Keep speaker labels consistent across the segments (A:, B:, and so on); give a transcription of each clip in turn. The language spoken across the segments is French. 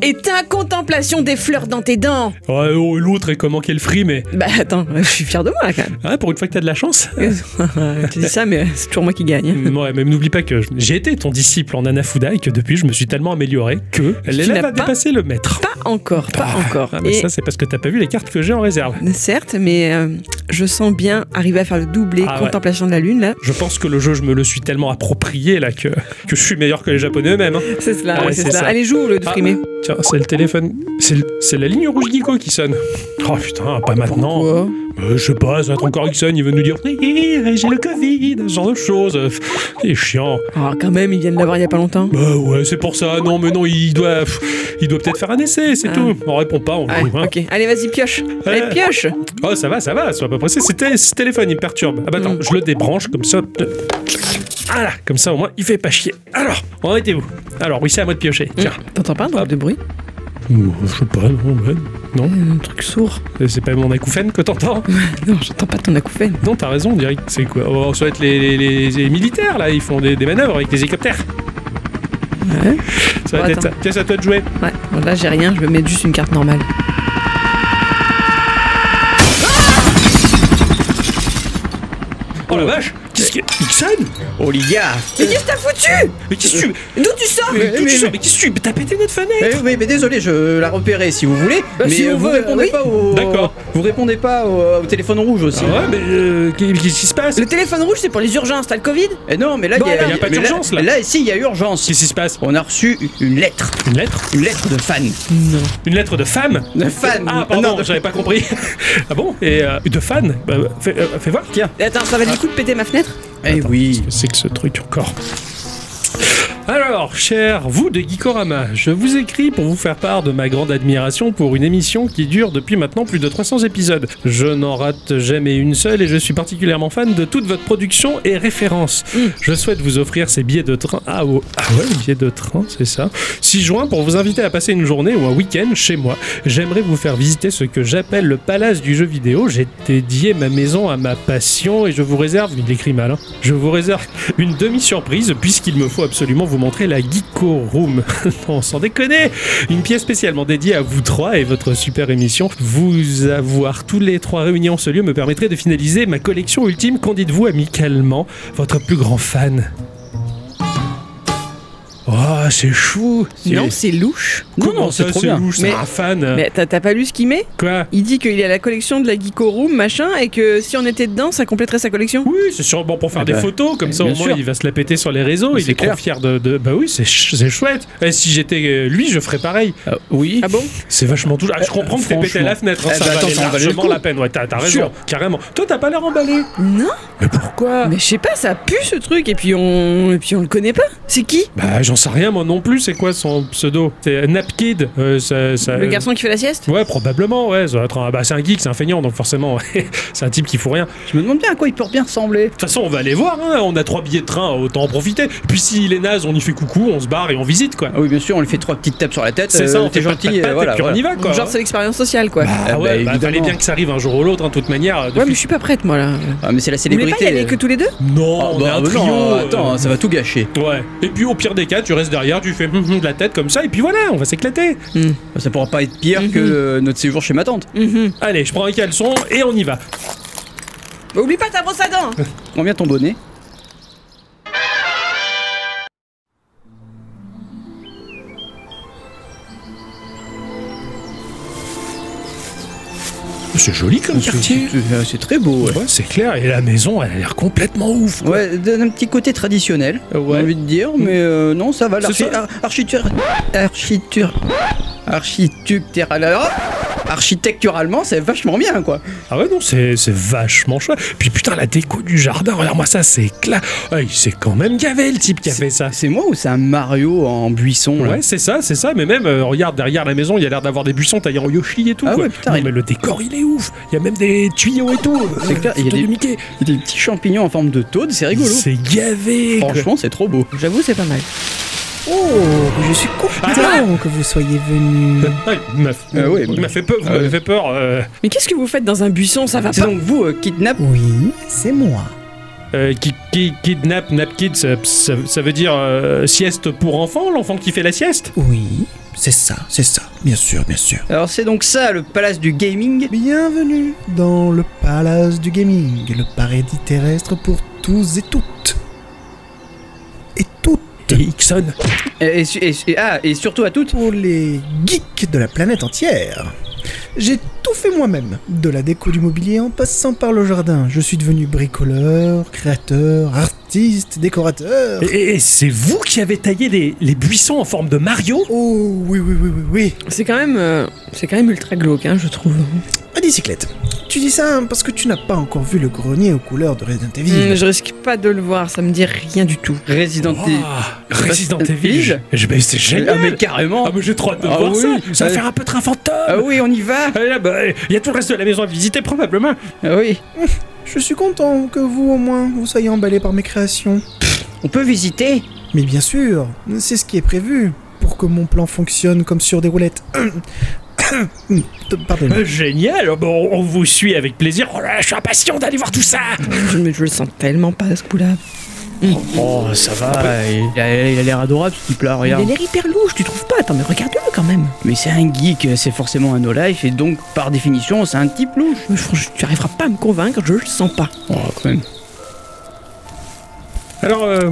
A: Et ta contemplation des fleurs dans tes dents
B: Ouais, oh, l'autre est comment qu'elle frit, mais.
A: Bah attends, je suis fier de moi là, quand même.
B: Ah, pour une fois que t'as de la chance.
A: tu dis ça, mais c'est toujours moi qui gagne.
B: Ouais, mais n'oublie pas que j'ai été ton disciple en Anafuda et que depuis, je me suis tellement amélioré que l'élève
A: n'as
B: a
A: pas-
B: dépassé le maître.
A: Pas encore, pas encore.
B: Ah, mais
A: Et
B: ça, c'est parce que t'as pas vu les cartes que j'ai en réserve.
A: certes, mais euh, je sens bien arriver à faire le doublé
B: Ah ouais.
A: contemplation de la lune là.
B: Je pense que le jeu, je me le suis tellement approprié là que, que je suis meilleur que les Japonais eux-mêmes. hein.
A: C'est cela,
B: Ouais,
A: ouais, c'est
B: c'est
A: cela.
B: ça.
A: Allez joue au lieu de
B: Ah,
A: frimer.
B: Tiens, c'est le téléphone. C'est le- c'est la ligne rouge Geeko qui sonne. Oh putain, pas maintenant.
A: Pourquoi
B: Euh, je sais pas, ça va être encore qui sonne, il veut nous dire Hey, j'ai le Covid, ce genre de choses. Pff, C'est chiant.
A: Ah quand même, ils viennent d'avoir il y a pas longtemps.
B: Bah ouais, c'est pour ça. Non, mais non, il doit, pff, il doit peut-être faire un essai, c'est
A: Ah.
B: tout. On répond pas, on
A: Ouais,
B: joue, hein.
A: ok. Allez, vas-y, pioche. Allez,
B: Ouais.
A: pioche.
B: Oh, ça va, ça va, sois pas pressé. C'était ce téléphone, il me perturbe. Ah bah attends,
A: Mm.
B: je le débranche comme ça. Voilà, comme ça au moins, il fait pas chier. Alors, en étiez-vous Alors, oui, c'est à moi de piocher.
A: Mm.
B: Tiens.
A: Hum.
B: Ah.
A: T'entends pas un drôle de bruit
B: Je sais pas, non, ouais. Non,
A: Un truc sourd.
B: c'est pas mon acouphène que t'entends
A: Non, j'entends pas ton acouphène.
B: Non, t'as raison, on dirait que c'est quoi Oh, Ça va être les, les- les- les militaires, là, ils font des, des manœuvres avec des hélicoptères.
A: Ouais.
B: Ça va
A: Bon,
B: être ça. Tiens, c'est à toi de jouer.
A: Ouais, bon, là j'ai rien, je vais mettre juste une carte normale.
B: Oh la vache Qu'est-ce que. Ixon
C: Oh les gars
A: Mais qu'est-ce que t'as foutu
B: Mais qu'est-ce que tu.
A: D'où tu sors
B: Mais,
C: Mais-
B: d'où tu
C: mais-
B: sors Mais qu'est-ce que tu. mais T'as pété notre fenêtre
C: Eh oui, mais désolé, je la repérais si vous voulez.
A: Bah,
C: mais
A: si
C: euh,
A: on
C: vous
A: veut,
C: répondez
A: oui.
C: pas au.
B: D'accord.
C: Vous répondez pas au, au téléphone rouge aussi.
B: Ah ouais, mais. euh, Qu'est-ce qui se passe
A: Le téléphone rouge c'est pour les urgences, t'as le Covid
C: Eh non, mais là, il
A: Bon,
C: y a,
A: alors. Il y a
B: pas
C: mais
B: d'urgence, là.
C: Là, si, il y a urgence.
B: Qu'est-ce qui se passe
C: On a reçu une lettre.
B: Une lettre
C: Une lettre de fan.
A: Non.
B: Une lettre de femme
C: De fan.
B: Ah, pardon,
C: Non, de-
B: j'avais pas compris. ah bon Et euh, de fan Bah, fais, euh, fais voir, tiens.
A: Eh, Attends, ça va
B: Ah.
A: le coup de péter ma fenêtre
C: Eh oui.
B: Qu'est-ce que c'est que ce truc encore alors, cher vous de Geekorama, je vous écris pour vous faire part de ma grande admiration pour une émission qui dure depuis maintenant plus de 300 épisodes. Je n'en rate jamais une seule et je suis particulièrement fan de toute votre production et référence. Je souhaite vous offrir ces billets de train. Ah, oh, ah ouais, billets de train, c'est ça. 6 juin pour vous inviter à passer une journée ou un week-end chez moi. J'aimerais vous faire visiter ce que j'appelle le palace du jeu vidéo. J'ai dédié ma maison à ma passion et je vous réserve, il écrit mal, hein. je vous réserve une demi-surprise puisqu'il me faut absolument vous montrer la Geeko Room. non, sans déconner Une pièce spécialement dédiée à vous trois et votre super émission. Vous avoir tous les trois réunis en ce lieu me permettrait de finaliser ma collection ultime. Qu'en dites-vous amicalement Votre plus grand fan Oh, c'est chou
A: Non, c'est louche.
B: Comment
C: Non, non,
B: ça,
C: c'est trop
B: c'est
C: bien.
B: louche, c'est
A: Mais-
B: un fan
A: Mais t'as t'as pas lu ce qu'il met
B: Quoi
A: Il dit qu'il a la collection de la Geeko Room, machin, et que si on était dedans, ça compléterait sa collection
B: Oui, c'est sûrement pour faire
C: Eh
B: des
C: ben,
B: photos, comme ça au
C: bien
B: moins
C: sûr.
B: il va se la péter sur les réseaux,
C: Mais
B: il
C: c'est
B: est trop
C: clair.
B: fier de, de- Bah oui, c'est ch- c'est chouette Et si j'étais euh, lui, je ferais pareil
C: Ah, oui. Euh,
A: Ah bon
B: C'est vachement touchant. Ah, je comprends que t'es pété à la fenêtre, hein,
C: Eh
B: ça
C: ben,
B: valait
C: attends, ça en valait le
B: largement
C: coup.
B: la peine, ouais, t'as t'as raison,
C: Sûr.
B: carrément. Toi, t'as pas l'air emballé
A: Non
B: Mais pourquoi
A: Mais je sais pas, ça pue ce truc, et puis on, et puis on le connaît pas. C'est qui
B: Bah j'en sais rien, moi non plus, c'est quoi son pseudo C'est Napkid euh, ça, ça- euh,
A: Le garçon qui fait la sieste
B: Ouais, probablement, ouais, ça doit être un- bah, c'est un geek, c'est un feignant, donc forcément, c'est un type qui fout rien.
C: Je me demande bien à quoi il peut bien ressembler.
B: De toute façon, on va aller voir, hein. on a trois billets de train, autant en profiter. Puis s'il est naze, on y fait coucou, on se barre et on visite, quoi.
C: Ah oui, bien sûr, on lui fait trois petites tapes sur la tête.
B: C'est ça,
C: euh,
B: on
C: t'es
B: fait pas de
C: gentil.
B: patate
C: euh, voilà,
B: et puis
C: voilà.
B: on y va, quoi.
A: Genre, c'est l'expérience sociale, quoi.
B: Ah
C: Ah
B: ouais,
C: bah,
B: bah, fallait
C: évidemment.
B: bien que ça arrive un jour ou l'autre, hein, de toute manière.
A: ouais,
B: depuis-
A: mais je suis pas prête, moi, là. euh.
C: Ah, mais c'est la
A: Vous voulez
C: célébrité.
A: pas y aller que tous les deux
B: Non,
C: Ah,
B: on est
C: bah,
B: un
C: bah,
B: trio.
C: non,
B: euh,
C: attends, ça va tout gâcher.
B: Ouais. Et puis au pire des cas, tu restes derrière, tu fais hum, hum de la tête comme ça, et puis voilà, on va s'éclater.
A: Hmm.
C: Ça pourra pas être pire
A: Mhm.
C: que euh, notre séjour chez ma tante.
A: Mhm.
B: Allez, je prends un caleçon et on y va.
A: Bah, Oublie pas ta brosse à dents
C: Combien ton bonnet
B: C'est joli comme
C: C'est- c'est- euh, C'est très beau, ouais.
B: Ouais, c'est clair, et la maison, elle a l'air complètement ouf. quoi.
C: Ouais, d'un un petit côté traditionnel,
B: Euh, ouais.
C: j'ai envie de dire, mais euh, non, ça va.
B: C'est
C: l'archi-
B: ça.
C: ar- Architecture. Architecture. Architecturalement. Architecturalement, c'est vachement bien, quoi.
B: Ah ouais, non, c'est c'est vachement chouette. Puis putain, la déco du jardin, regarde-moi ça, c'est clair. Ah, il s'est quand même gavé le type qui a fait ça.
C: C'est moi ou c'est un Mario en buisson, là
B: Ouais, c'est ça, c'est ça. Mais même, euh, regarde, derrière la maison, il y a l'air d'avoir des buissons taillés en Yoshi et tout.
C: Ah
B: quoi.
C: ouais, putain,
B: Non,
C: il-
B: mais le décor, il est ouf. Il y a même des tuyaux et tout. Euh,
C: C'est clair, il y a
B: Photos
C: des-
B: de Mickey.
C: Il y a des petits champignons en forme de taude, c'est rigolo.
B: C'est gavé. quoi.
C: Franchement, c'est trop beau.
A: J'avoue, c'est pas mal.
D: Oh, je suis content que vous soyez venu.
B: Ah, il m'a fait,
C: Ah ouais,
B: il m'a fait peur. Vous
C: Ah ouais.
B: m'avez fait peur. euh,
A: Mais qu'est-ce que vous faites dans un buisson Ça va
C: C'est
A: pas
C: donc vous, euh, kidnap.
D: Oui, c'est moi.
B: euh, qui, qui- kidnap, nap kids, ça, ça- ça veut dire euh, sieste pour enfants, l'enfant qui fait la sieste
D: Oui,
E: C'est ça, c'est ça. Bien sûr, bien sûr.
C: Alors c'est donc ça, le palace du gaming.
E: Bienvenue dans le palace du gaming, le paradis terrestre pour tous et toutes. Et toutes
B: Et Ixon,
C: Et, et su- et- et- ah, et surtout à toutes.
E: pour les geeks de la planète entière. J'ai tout fait moi-même, de la déco du mobilier en passant par le jardin. Je suis devenu bricoleur, créateur, artiste, décorateur.
B: et, et- et c'est vous qui avez taillé les, les buissons en forme de Mario
E: Oh oui, oui, oui, oui, oui.
A: C'est quand même, euh, c'est quand même ultra glauque, hein, je trouve.
E: À bicyclette. Tu dis ça parce que tu n'as pas encore vu le grenier aux couleurs de Resident Evil.
A: Hmm, je risque pas de le voir, ça me dit rien du tout.
C: Resident Evil.
B: Ah, Resident
C: Resident
B: Evil
C: Evil
B: je- je- ben, C'est
C: Ah mais
B: génial
C: carrément.
B: Ah, mais j'ai trop hâte de
C: Ah
B: voir
C: oui.
B: ça Ça va
C: Ah,
B: faire un peu train fantôme
C: Ah oui, on y va.
B: Ah, là, bah, Il y a tout le reste de la maison à visiter, probablement
C: Ah oui.
E: Je suis content que vous au moins vous soyez emballés par mes créations.
C: On peut visiter.
E: Mais bien sûr, c'est ce qui est prévu pour que mon plan fonctionne comme sur des roulettes. Pardon.
B: Euh, Génial Bon, on vous suit avec plaisir. Oh là là, je suis impatient d'aller voir tout ça
A: Je, me- je le sens tellement pas à ce coup-là.
C: Oh, ça va. Il a il a l'air adorable ce type-là, regarde.
A: Il a l'air hyper louche, tu trouves pas Attends, mais regarde-le quand même.
C: Mais c'est un geek, c'est forcément un no-life, et donc par définition, c'est un type louche.
A: Mais franchement, tu arriveras pas à me convaincre, je le sens pas.
C: Oh, quand même.
B: Alors, euh,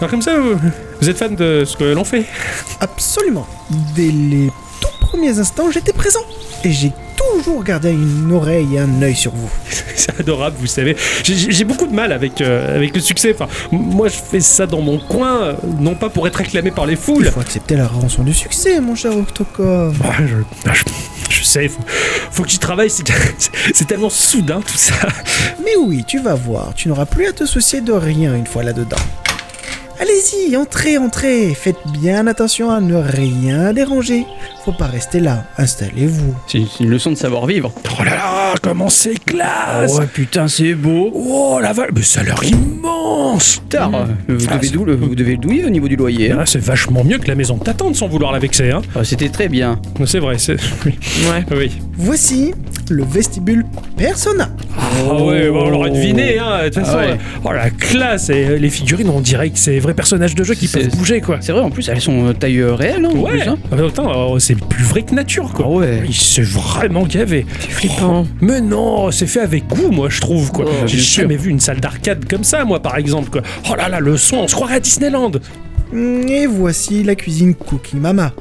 B: alors comme ça, vous, vous êtes fan de ce que l'on fait
E: Absolument. Dès les tout premiers instants, j'étais présent. Et j'ai toujours gardé une oreille et un œil sur vous.
B: C'est adorable, vous savez. J'ai- J'ai j'ai beaucoup de mal avec, euh, avec le succès. Enfin, m- moi, je fais ça dans mon coin, euh, non pas pour être acclamé par les
E: Il
B: foules.
E: faut accepter la rançon du succès, mon cher Octocom.
B: Ah, je, je- je sais, faut, faut que j'y travaille, c'est c'est tellement soudain tout ça.
E: Mais oui, tu vas voir, tu n'auras plus à te soucier de rien une fois là-dedans. Allez-y, entrez, entrez. Faites bien attention à ne rien déranger. Faut pas rester là. Installez-vous.
C: C'est c'est une leçon de savoir-vivre.
B: Oh là là, comment c'est classe
C: Oh putain, c'est beau.
B: Oh la vache, mais ça a l'air immense
C: Tard, euh, vous,
B: Ah,
C: devez
B: c'est-
C: dou- vous devez le douiller au niveau du loyer. hein.
B: Ah, C'est vachement mieux que la maison de ta tante sans vouloir la vexer, hein.
C: Ah, C'était très bien.
B: C'est vrai, c'est. Oui.
A: Ouais.
B: oui.
E: Voici le vestibule Persona.
B: Ah
C: Oh.
B: ouais, bah, on l'aurait deviné, hein. De toute
C: Ah
B: façon,
C: ouais.
B: euh, oh la classe, et euh, les figurines, on dirait que c'est les vrais personnages de jeu qui
C: C'est-
B: peuvent bouger, quoi.
C: C'est vrai, en plus, elles sont euh, taille euh, réelle, hein, en
B: Ouais,
C: plus, hein.
B: Ah, mais attends, euh, c'est plus vrai que nature, quoi.
C: Ah ouais.
B: Il s'est vraiment gavé.
A: C'est flippant.
B: Mais non, c'est fait avec goût, moi, je trouve, quoi.
C: Oh,
B: J'ai
C: bien sûr.
B: jamais vu une salle d'arcade comme ça, moi, par exemple, quoi. Oh là là, le son, on se croirait à Disneyland.
E: Et voici la cuisine Cookie Mama.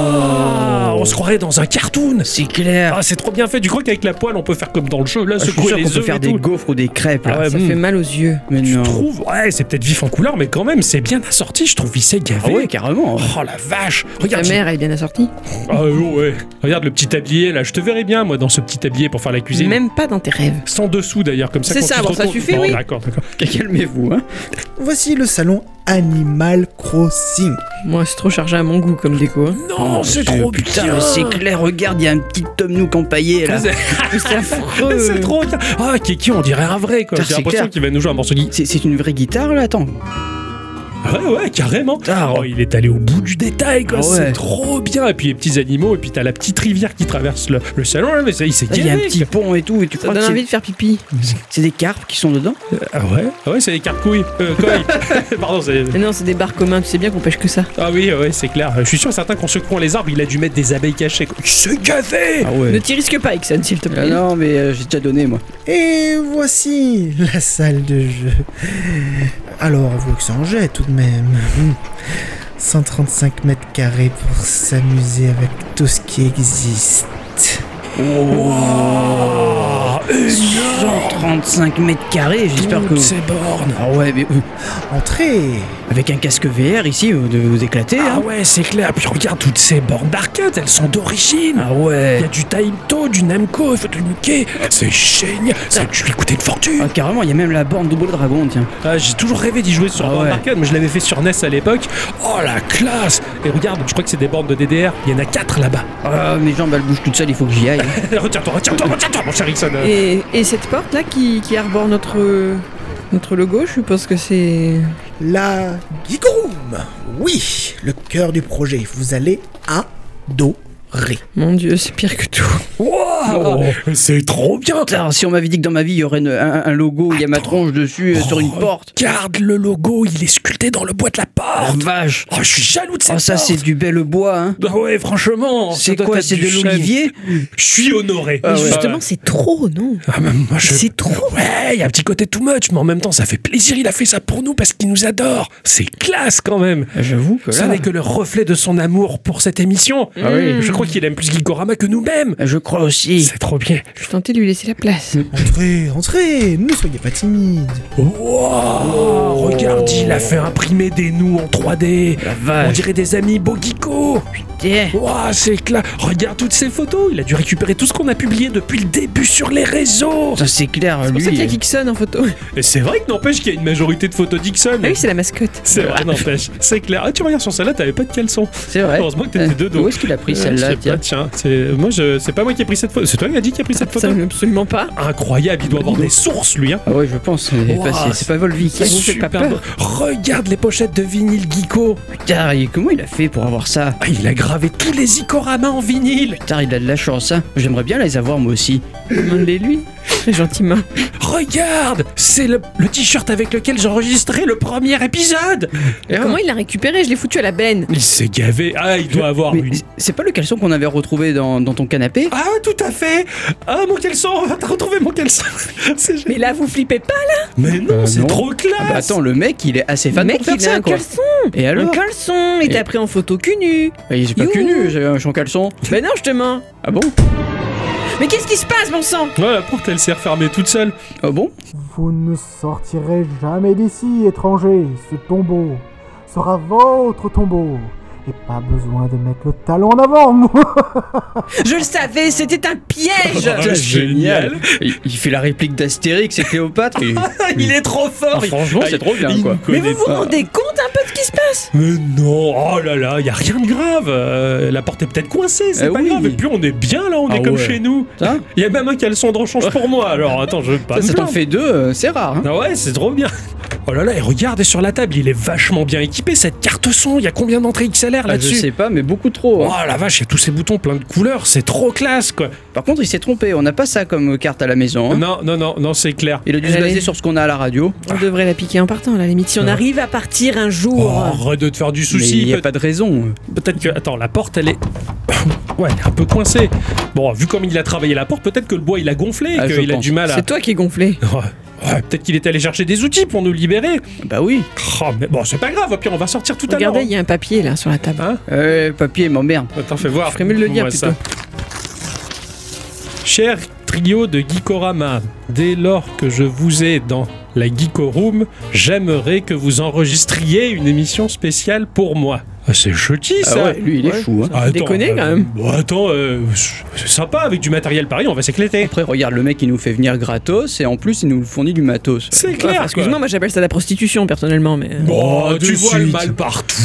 B: Waouh, on se croirait dans un cartoon.
C: C'est clair.
B: Ah, c'est trop bien fait. Tu crois qu'avec la poêle, on peut faire comme dans le jeu, là,
C: Ah, je suis
B: secouer
C: sûr
B: les
C: qu'on peut
B: œufs et
C: faire des hein.
B: tout.
C: gaufres ou des crêpes.
B: Ah
C: là.
B: ouais,
A: Ça
B: mm.
A: fait mal aux yeux.
C: Mais
B: Tu
C: non.
B: trouves Ouais, c'est peut-être vif en couleur, mais quand même, c'est bien assorti. Je trouve, il s'est gavé.
C: Ah ouais, carrément.
B: Oh la vache
A: Ta
B: Regarde il-
A: mère, elle est bien assortie.
B: Ah ouais Regarde le petit tablier là, je te verrai bien moi dans ce petit tablier pour faire la cuisine.
A: Même pas dans tes rêves.
B: Sans dessous d'ailleurs, comme ça
A: C'est
B: quand
A: ça,
B: tu te
A: bon, ça
B: retournes-
A: suffit,
B: Bon,
A: oui.
B: D'accord, d'accord.
C: Calmez-vous, hein.
E: Voici le salon Animal Crossing.
A: Moi, c'est trop chargé à mon goût comme déco. hein.
B: Non, c'est
C: Euh,
B: trop
C: Putain,
B: bien
C: mais c'est clair, regarde, il y a un petit Tom Nook empaillé, là.
A: C'est affreux.
B: C'est trop bien Ah, Kiki, on dirait un vrai quoi.
C: Putain,
B: J'ai
C: c'est
B: l'impression
C: clair.
B: qu'il va nous jouer un morceau de
C: C'est- C'est une vraie guitare, là, attends.
B: Ouais, ouais, carrément
C: Putain.
B: Oh, il est allé au bout du détail quoi,
C: Ah
B: c'est
C: ouais.
B: trop bien Et puis les petits animaux, et puis t'as la petite rivière qui traverse le, le salon là, mais ça, il s'est
C: Là, Il y a un
B: gavé,
C: petit pont et tout, et tu
A: Ça
C: crois que
A: donne
C: c'est-
A: envie de faire pipi.
C: c'est des carpes qui sont dedans
B: Ah ouais Ah ouais, c'est les cartes couilles Euh, coilles. Pardon, c'est...
A: Mais non, c'est des bars communs, tu sais bien qu'on pêche que ça.
B: Ah oui, ouais, c'est clair. Je suis sûr, certains qu'en secouant les arbres, il a dû mettre des abeilles cachées. quoi. Il s'est gavé
A: Ne t'y risque pas, Ixon, s'il te
C: Ah
A: plaît.
C: non, mais euh, j'ai déjà donné, moi.
E: Et voici la salle de jeu. Alors, avouez que c'est un jet tout de même. 135 mètres carrés pour s'amuser avec tout ce qui existe.
B: Wow, énorme
C: 135 Oh, mètres carrés, j'espère que.
B: Ah, Toutes ces bornes
C: Ah ouais, mais euh,
E: Entrez
C: avec un casque VR ici, vous devez vous éclater,
B: Ah
C: hein.
B: ouais, c'est clair. Puis regarde toutes ces bornes d'arcade, elles sont d'origine.
C: Ah
B: Il y
C: ouais.
B: a du Taimto, du Namco, il faut du Mickey. C'est génial. Ça, je vais coûter une fortune.
C: Ah, carrément, il y a même la borne double dragon, tiens.
B: Ah, J'ai toujours rêvé d'y jouer sur
C: Ah
B: borne
C: ouais.
B: d'arcade, mais je l'avais fait sur NES à l'époque. Oh la classe Et regarde, je crois que c'est des bornes de DDR. Il y en a quatre là-bas.
C: Ah, mes jambes, elles bougent toutes seules, il faut que j'y aille.
B: retiens-toi, retiens-toi, retiens-toi, mon cher Ixon.
A: Et, et cette porte là qui, qui arbore notre notre logo, je suppose que c'est.
E: La Geek Room Oui, le cœur du projet. Vous allez adorer. adoré.
A: Mon dieu, c'est pire que tout.
C: Wow
B: Oh, c'est trop bien
C: Putain, si on m'avait dit que dans ma vie il y aurait une- un, un logo, il y a ma tronche dessus euh, sur une porte.
B: Oh, Regarde le logo, il est sculpté dans le bois de la
C: Oh,
B: porte
C: vache
B: Oh, je suis jaloux de cette
C: Oh, ça
B: porte.
C: c'est du bel bois, hein
B: Ah ouais, franchement ça
C: C'est
B: doit
C: quoi
B: être
C: C'est
B: du
C: de
B: chêne.
C: l'olivier
B: Je suis honoré
C: Ah ouais.
B: Justement,
A: Justement, c'est trop, non
B: Ah, mais moi, je-
A: C'est trop.
B: Ouais, il y a un petit côté too much, mais en même temps, ça fait plaisir. Il a fait ça pour nous parce qu'il nous adore. C'est classe quand même.
C: J'avoue que
B: Ça
C: Bah là...
B: n'est que le reflet de son amour pour cette émission. Mmh.
C: Ah oui.
B: Je crois qu'il aime plus Gikorama que nous-mêmes.
C: Je crois aussi.
B: C'est trop bien.
A: Je tentais de lui laisser la place.
E: Entrez, entrez, ne soyez pas timide.
B: Wow, Regarde, il a fait imprimer des nous en 3D.
C: La
B: On
C: vache
B: dirait des amis Bogiko.
C: Putain.
B: Wow, c'est clair. Regarde toutes ces photos. Il a dû récupérer tout ce qu'on a publié depuis le début sur les réseaux.
C: Ça c'est clair,
A: C'est pour ça
C: lui...
A: qu'il y a Kixon en photo.
B: Et c'est vrai que n'empêche qu'il y a une majorité de photos Dixon.
A: Ah oui, c'est la mascotte.
B: C'est vrai, n'empêche. C'est clair. Ah, tu regardes sur celle-là, t'avais pas de caleçon.
C: euh, C'est vrai.
B: Heureusement que t'étais
C: Euh,
B: dedans.
C: Où est-ce qu'il a pris
B: Euh, je
C: celle-là
B: sais pas,
C: tiens
B: tiens, c'est moi je c'est pas moi qui ai pris cette photo, c'est toi qui as dit qui a pris cette photo.
A: Ça, absolument pas.
B: Incroyable, il doit avoir des sources lui hein.
C: Ah ouais, je pense. C'est
B: Ouah,
C: pas, c'est- c'est pas Volvic.
B: C'est super beau. Regarde les pochettes de vinyle Geeko.
C: Putain, et comment il a fait pour avoir ça
B: Ah, il a gravé tous les icoramas en vinyle.
C: Putain, il a de la chance, hein. J'aimerais bien les avoir moi aussi.
A: Demandez lui. Très gentiment.
B: Regarde, c'est le, le t-shirt avec lequel j'enregistrais le premier épisode.
A: Comment il l'a récupéré Je l'ai foutu à la benne.
B: Il s'est gavé. Ah, il doit avoir
C: Mais
B: une.
C: c'est- c'est pas le caleçon qu'on avait retrouvé dans, dans ton canapé
B: Ah, tout à fait. Ah, mon caleçon, t'as retrouvé mon caleçon. C'est génial.
A: Mais là, vous flippez pas,
B: Mais non,
C: Euh,
B: c'est
C: non.
B: trop classe.
C: Ah bah Attends, le mec, il est assez fan
A: mec,
C: pour faire
A: il a
C: ça,
A: un
C: quoi.
A: caleçon.
C: Et
A: Un
C: alors
A: caleçon. Et t'as pris en photo cul nu.
C: Bah, Il est pas
A: You.
C: que nu, j'ai un champ caleçon.
A: Mais non, je te mens.
C: Ah bon
A: Mais qu'est-ce qui se passe, bon sang
B: Ouais, la porte elle s'est refermée toute seule.
C: Ah bon
E: Vous ne sortirez jamais d'ici, étrangers. Ce tombeau sera votre tombeau. Et pas besoin de mettre le talon en avant.
A: Je le savais, c'était un piège.
B: Ah, génial.
C: il, il fait la réplique d'Astérix et Cléopâtre. et-
B: Il est trop fort.
C: Ah, franchement,
B: Ah,
C: c'est trop bien,
B: il
C: quoi.
B: me
A: Mais
B: connaît
A: vous vous
B: pas.
A: rendez compte un peu de ce qui se passe
B: Mais non, oh là là, y a rien de grave. Euh, la porte est peut-être coincée, c'est
C: Eh
B: pas
C: oui.
B: grave. Et puis on est bien là, on
C: Ah
B: est comme
C: ouais.
B: chez nous.
C: Putain,
B: Y a même un caleçon de rechange pour moi. Alors attends, je veux pas.
C: ça,
B: me
C: ça t'en
B: plaindre.
C: fait deux, euh, c'est rare. hein.
B: Ah ouais, c'est trop bien. Oh là là, et regarde sur la table, il est vachement bien équipé cette carte son. Y a combien d'entrées XLR
C: Ah, je
B: là-dessus
C: sais pas, mais beaucoup trop.
B: Oh
C: hein.
B: la vache, y a tous ces boutons plein de couleurs, c'est trop classe quoi.
C: Par contre, il s'est trompé, on n'a pas ça comme carte à la maison. hein.
B: Non, non, non, non, c'est clair.
C: Il a dû se
A: Allez.
C: baser sur ce qu'on a à la radio.
A: On devrait la piquer en partant, à la limite. Si on
B: Ah.
A: arrive à partir un
B: Oh,
A: jour.
B: arrête de te faire du
C: mais il
B: souci.
C: n'y a
B: peut-
C: pas de raison. euh.
B: Peut-être que. Attends, la porte, elle est. Ouais, elle est un peu coincée. Bon, vu comme il a travaillé la porte, peut-être que le bois il a gonflé et
C: Ah, je
B: qu'il a
C: pense.
B: du mal à.
A: C'est toi qui es gonflé.
B: Ouais, ouais, peut-être qu'il est allé chercher des outils pour nous libérer.
C: Bah oui.
B: Oh, mais bon, c'est pas grave, au pire, on va sortir tout à
A: Regardez,
B: l'heure.
A: il y a un papier là sur la table.
B: Hein
C: Euh, papier m'emmerde.
B: Attends, fais voir.
A: Je ferais mieux de le lire,
B: Moi, ça. Cher trio de Geekorama, dès lors que je vous ai dans la Geeko Room, j'aimerais que vous enregistriez une émission spéciale pour moi. Ah, c'est chouti
C: Ah
B: ça
C: ouais, lui, il est
A: Ouais.
C: chou. hein.
B: Ah, attends,
A: Déconner, quand même.
B: bon, attends, euh, c'est sympa avec du matériel pareil, on va s'éclater.
C: Après, regarde, le mec, il nous fait venir gratos et en plus, il nous fournit du matos.
B: C'est
A: Ouais,
B: clair.
A: enfin,
B: quoi.
A: Excuse-moi, moi j'appelle ça la prostitution personnellement, mais. euh,
C: Bah,
B: Oh,
E: Oh,
B: tu
E: de
B: vois le
E: suite.
B: mal partout.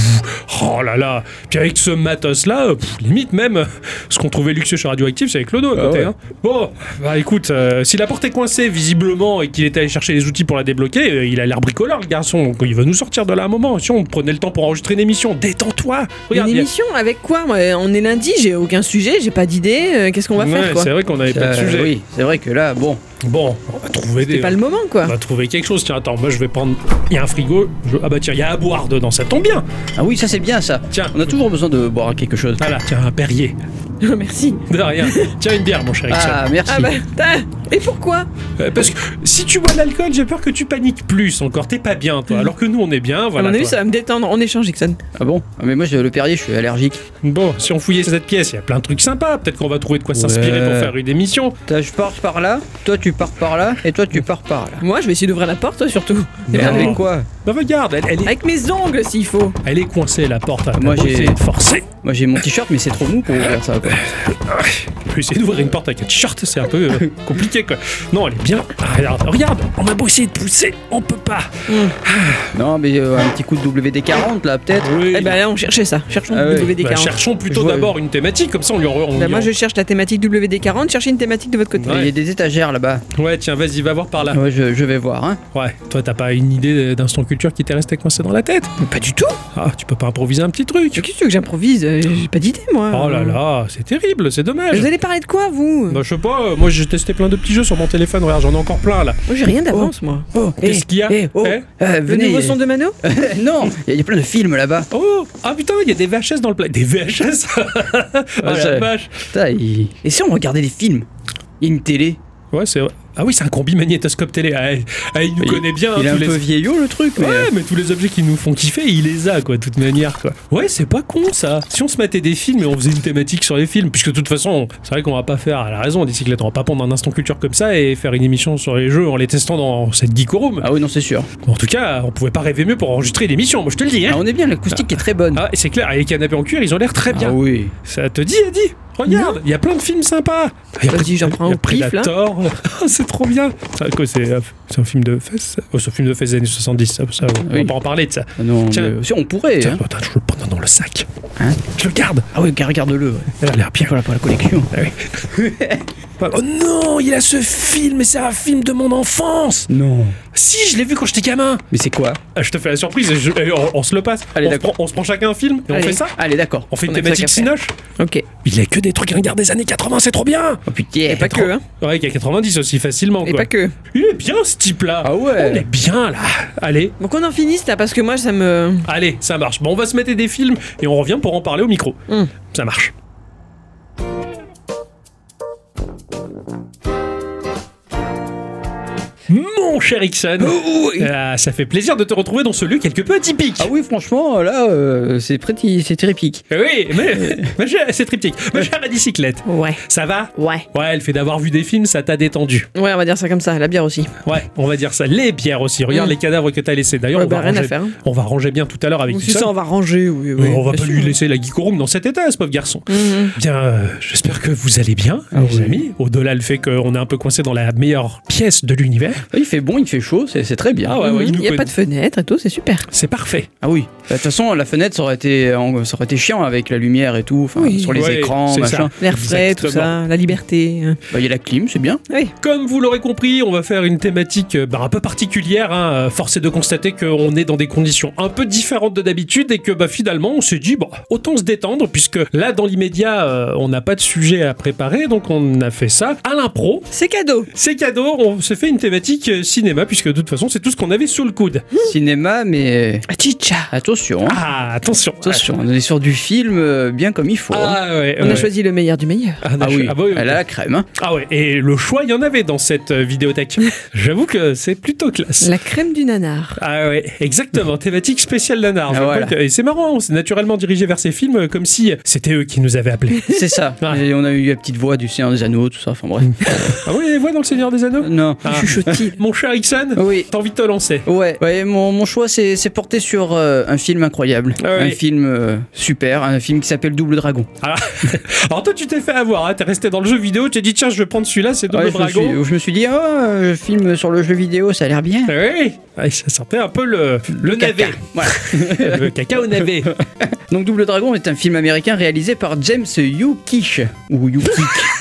B: Oh là là. Puis avec ce matos-là, euh, pff, limite même euh, ce qu'on trouvait luxueux chez Radioactive, c'est avec le dos. à
C: Ah
B: côté,
C: ouais.
B: hein. Bon, bah écoute, euh, si la porte est coincée visiblement et qu'il était allé chercher les outils pour la débloquer, euh, il a l'air bricoleur le garçon. Donc il veut nous sortir de là un moment. Si on prenait le temps pour enregistrer une émission, détends-toi. Regarde, il
A: une
B: y a-
A: émission avec quoi Moi, On est lundi, j'ai aucun sujet, j'ai pas d'idée. euh, Qu'est-ce qu'on va
B: Ouais,
A: faire quoi
B: c'est vrai qu'on avait pas de
C: Euh,
B: sujet.
C: Oui, c'est vrai que là, bon.
B: Bon, on va trouver des.
A: C'est pas le moment quoi.
B: On va trouver quelque chose. Tiens, attends, moi je vais prendre. Il y a un frigo. Je- Ah bah tiens, il y a à boire dedans. Ça tombe bien.
C: Ah oui, ça c'est bien ça.
B: Tiens.
C: On a toujours besoin de boire quelque chose.
B: Voilà, tiens, un Perrier. Bah.
A: Merci.
B: De rien. tiens, une bière, mon cher Ixon.
C: Ah, merci.
A: Ah bah, t'as- et pourquoi
B: Euh, parce que si tu bois de l'alcool, j'ai peur que tu paniques plus encore. T'es pas bien, toi. Alors que nous, on est bien. Voilà.
A: À mon avis,
B: toi.
A: ça va me détendre. On échange, Jackson.
C: Ah bon Ah, Mais moi, je- le Perrier, je suis allergique.
B: Bon, si on fouillait cette pièce, il y a plein de trucs sympas. Peut-être qu'on va trouver de quoi s'inspirer
C: Ouais.
B: pour faire une émission.
C: Toi, je pars par là, toi, tu pars par là, et toi, tu pars par là.
A: Moi, je vais essayer d'ouvrir la porte surtout.
C: Et
B: Non.
C: avec quoi
B: Bah, regarde, elle, elle est,
A: Avec mes ongles s'il faut.
B: elle est coincée, la porte.
C: Moi, j'ai-
B: forcé.
C: Moi, j'ai mon t-shirt, mais c'est trop mou pour ouvrir ça. quoi.
B: Je vais essayer d'ouvrir une porte avec un t-shirt, c'est un peu euh, compliqué, quoi. Non, elle est bien. Ah, regarde, regarde, on a beau essayer de pousser, on peut pas.
C: Non, mais euh, un petit coup de WD-40 là, peut-être.
B: Oui.
A: Eh ben là, on cherchait ça. Cherchons
C: Ah ouais.
A: WD40.
B: Bah, cherchons plutôt
C: Je vois-
B: d'abord une thématique, comme ça on lui en. on
A: Bah,
B: lui
A: moi,
B: en-
A: je cherche la thématique WD40. Cherchez une thématique de votre côté.
B: Ouais. Ah.
C: Il y a des étagères là-bas.
B: Ouais, tiens, vas-y, va voir par là.
C: Ouais, je, je vais voir. Hein.
B: Ouais, toi, t'as pas une idée d'instant culture qui t'est resté coincé dans la tête
A: Mais Pas du tout.
B: Ah, tu peux pas improviser un petit truc
A: Qu'est-ce que tu veux que j'improvise J'ai Euh, pas d'idée, moi.
B: Oh là là, c'est terrible, c'est dommage.
A: Vous allez parler de quoi, vous
B: Bah, je sais pas, euh, moi j'ai testé plein de petits jeux sur mon téléphone, regarde, j'en ai encore plein là.
A: Moi, j'ai rien d'avance, moi.
C: Oh,
B: Qu'est-ce qu'il y a
C: eh, oh,
B: Eh
C: euh,
A: Le
C: Venez.
A: nouveau son de Mano
B: Euh,
C: non, il y, a- il y a plein de films là-bas.
B: Oh Ah putain, il y a des VHS dans le plat. Des VHS Ah la
C: ça-
B: vache
C: Putain, il- Et si on regardait des films Il y a une télé.
B: Ouais, c'est vrai. Ah oui, c'est un combi magnétoscope télé. Ah, eh, ah, il nous connaît bien. hein,
C: Il est
B: tous
C: un
B: les...
C: peu vieillot le truc, mais. euh,
A: euh,
B: Ouais, mais tous les objets qui nous font kiffer, il les a, quoi, de toute manière, quoi. Ouais, c'est pas con, ça. Si on se mettait des films et on faisait une thématique sur les films, puisque de toute façon, c'est vrai qu'on va pas faire, à la raison, bicyclette, on va pas prendre un instant culture comme ça et faire une émission sur les jeux en les testant dans cette Geeko Room.
C: Ah oui, non, c'est sûr.
B: En tout cas, on pouvait pas rêver mieux pour enregistrer l'émission, moi je te le dis,
C: Ah,
B: hein.
C: on est bien, l'acoustique est très bonne.
B: Ah, et c'est clair, et les canapés en cuir, ils ont l'air très bien.
C: Ah oui.
B: Ça te dit, Eddie Regarde, il y a plein de films sympas. Il y a
A: Vas-y,
B: Pré-
A: j'en prends
B: il y a
A: au pif, là.
B: Predator. Oh, c'est trop bien. Ça, quoi, c'est, euh, c'est un film de fesses ça Oh, C'est un film de fesses des années 70. Ça, ça, on
C: Oui.
B: va pas en parler de ça.
C: Ah Non,
B: Tiens.
C: mais- si, on pourrait.
B: Tiens,
C: hein.
B: attends, je le prends dans le sac.
C: Hein
B: je le garde.
C: Ah oui, car regarde-le. ouais.
B: Elle a l'air bien.
C: Tiens, voilà pour la collection.
B: Ah Oh non, il a ce film, mais c'est un film de mon enfance.
C: Non.
B: Si, je l'ai vu quand j'étais gamin.
C: Mais c'est quoi
B: Ah, je te fais la surprise. et je- et on, on se le passe.
C: Allez,
B: on, se prend,
C: d'accord.
B: on se prend chacun un film et on
C: Allez.
B: fait ça.
C: Allez, d'accord.
B: On fait une
C: a que ça
B: thématique
C: qu'à faire.
B: sinoche.
A: Ok.
B: Il a que des trucs regarde des années 80, c'est trop bien.
C: Oh putain.
A: Et pas que, hein.
B: Ouais, qu'il y a 90 aussi facilement.
A: Et
B: quoi.
A: pas que.
B: Il est bien ce type-là.
C: Ah ouais.
B: On est bien là. Allez,
A: Donc on en finisse là parce que moi ça me.
B: allez, ça marche. Bon, on va se mettre des films et on revient pour en parler au micro.
A: Hmm.
B: Ça marche. Mon cher Ixon,
A: Oh,
B: Ah, ça fait plaisir de te retrouver dans ce lieu quelque peu atypique.
C: Ah oui, franchement, là, euh, c'est pretty- c'est très épique.
A: Ah
B: oui, mais, mais je- c'est triptyque. Ma chère la bicyclette,
A: Ouais.
B: ça va
A: Ouais.
B: Ouais, le fait d'avoir vu des films, ça t'a détendu.
A: Ouais, on va dire ça comme ça. La bière aussi.
B: Ouais, on va dire ça. Les bières aussi. Regarde
A: Hmm.
B: les cadavres que t'as laissés. D'ailleurs,
A: Ouais,
B: on,
A: bah,
B: va
A: rien à
B: ranger,
A: faire. hein.
B: on va ranger bien tout à l'ure avec
A: Ou Si
B: Ixon.
A: ça, on va ranger. Oui,
B: Euh,
A: oui,
B: on
A: bien
B: va pas
A: sûr.
B: lui laisser la geekoroom dans cet état, ce pauvre garçon.
A: Mhm.
B: Bien, euh, j'espère que vous allez bien,
C: Ah
B: mes
C: oui.
B: amis. Au-delà le fait qu'on est un peu coincé dans la meilleure pièce de l'univers,
C: Il fait bon, il fait chaud, c'est c'est très bien.
B: Ah ouais, ouais.
A: Mhm.
B: il nous
A: Il y a
B: connaît.
A: pas de fenêtre et tout, c'est super.
B: c'est parfait.
C: Ah oui. Bah, De toute façon, la fenêtre, ça aurait été, en- ça aurait été chiant avec la lumière et tout, enfin,
A: Oui.
C: sur les
B: Ouais,
C: écrans,
B: c'est
C: machin. Bah,
A: L'air frais, tout
B: Exactement.
A: ça, la liberté. hein.
C: Il y a la clim, c'est bien.
A: Oui.
B: Comme vous l'aurez compris, on va faire une thématique euh, bah, un peu particulière. Hein. Euh, Force est de constater qu'on est dans des conditions un peu différentes de d'habitude et que bah, finalement on s'est dit, bon, autant se détendre puisque là dans l'immédiat euh, on n'a pas de sujet à préparer donc on a fait ça à l'impro.
A: C'est cadeau.
B: C'est cadeau, on s'est fait une thématique euh, cinéma puisque de toute façon c'est tout ce qu'on avait sous le coude.
C: Cinéma, mais
A: Chicha.
C: attention. hein.
B: Mmh. Ah, attention.
C: Attention, on est sur du film euh, bien comme il faut. hein.
B: Ah ouais,
A: On
B: ouais.
A: a choisi le meilleur du meilleur.
B: Ah, non,
C: Ah
B: je-
C: oui,
B: ah bah oui,
C: elle a la crème. hein.
B: Ah ouais, et le choix, il y en avait dans cette euh, vidéothèque. J'avoue que c'est plutôt classe.
A: La crème du nanar.
B: Ah ouais, exactement, thématique spéciale nanar. Je
C: Ah,
B: rappelle que-
C: voilà.
B: Et c'est marrant, on s'est naturellement dirigé vers ces films euh, comme si c'était eux qui nous avaient appelés.
C: C'est ça.
B: Ah.
C: Et on a eu la petite voix du Seigneur des Anneaux, tout ça. Enfin bref.
B: ah oui, les voix dans Le Seigneur des Anneaux
C: Euh, non.
B: Ah.
A: Chuchotis.
B: Mon cher Ixon,
C: Oui.
B: t'as envie de te lancer
C: Ouais, ouais mon, mon choix c'est c'est porté sur euh, un film incroyable,
B: Ah oui.
C: un film euh, super, un film qui s'appelle Double Dragon.
B: Alors toi, tu t'es fait avoir, hein, t'es resté dans le jeu vidéo, tu t'es dit tiens, je vais prendre celui-là, c'est Double
C: Ouais, je, me
B: Dragon.
C: suis, je me suis dit, ah, un film sur le jeu vidéo, ça a l'air bien.
B: Ah Oui, Ouais, ça sortait un peu le, le, navet.
C: Voilà.
B: le caca au navet.
C: Donc Double Dragon est un film américain réalisé par James Yukich ou Yukich.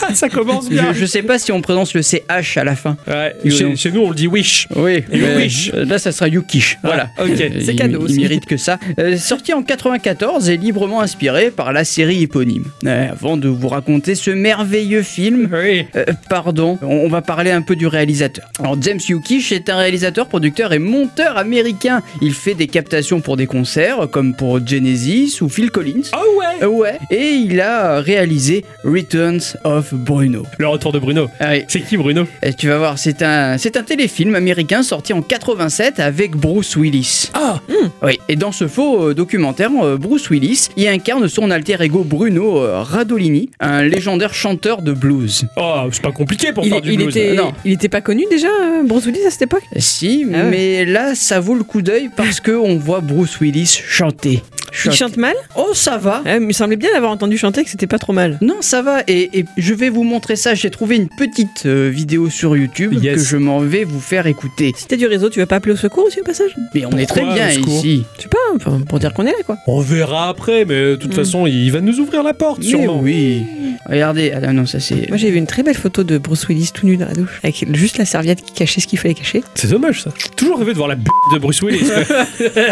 B: Ah, ça commence bien.
C: je, je sais pas si on prononce le CH à la fin.
B: Ouais, chez, chez nous, on le dit wish.
C: Oui, mais,
B: Yukich.
C: euh, là ça sera Yukich. Voilà.
B: Ah, ok.
C: Euh,
A: C'est
C: il-
A: cadeau
C: il,
A: aussi.
C: mérite que ça. Euh, sorti en 94 et librement inspiré par la série éponyme. Euh, avant de vous raconter ce merveilleux film,
B: Oui.
C: Euh, pardon, on, on va parler un peu du réalisateur. Alors James Yukich est un réalisateur, producteur et monteur américain. Il fait des captations pour des concerts comme pour Genesis ou Phil Collins.
B: Ah ouais
C: Euh, ouais, et il a euh, réalisé Returns of Bruno.
B: Le retour de Bruno.
C: Allez,
B: C'est qui Bruno
C: euh, tu vas voir, c'est un, c'est un téléfilm américain sorti en 87 avec Bruce Willis.
B: Ah
C: Oui, et dans ce faux euh, documentaire, euh, Bruce Willis y incarne son alter ego Bruno euh, Radolini, un légendaire chanteur de blues.
B: Oh, c'est pas compliqué pour
A: Il,
B: faire du
A: il
B: blues.
A: était,
C: Non.
A: il était pas connu déjà, euh, Bruce Willis à cette époque
C: Si,
A: Ah ouais.
C: mais là, ça vaut le coup d'œil parce que on voit Bruce Willis chanter.
A: Il
C: Chanter.
A: chante mal
C: Oh, ça va
A: Euh, Il me semblait bien l'avoir entendu chanter que c'était pas trop mal.
C: non, ça va, et, et je vais vous montrer ça. J'ai trouvé une petite euh, vidéo sur YouTube
B: Yes.
C: que je m'en vais vous faire écouter.
A: Si t'es du réseau, tu vas pas appeler au secours aussi au passage
C: Mais on est
B: Pourquoi,
C: très bien
B: au secours
C: ici.
A: Je sais pas, enfin, pour dire qu'on est là quoi.
B: On verra après, mais de toute
A: Mm.
B: façon, il va nous ouvrir la porte,
C: Mais
B: sûrement.
C: oui. Regardez, ah non, ça c'est.
A: Moi j'ai vu une très belle photo de Bruce Willis tout nu dans la douche, avec juste la serviette qui cachait ce qu'il fallait cacher.
B: C'est dommage, ça. J'ai Toujours rêvé de voir la b*** de Bruce Willis. quoi.
F: few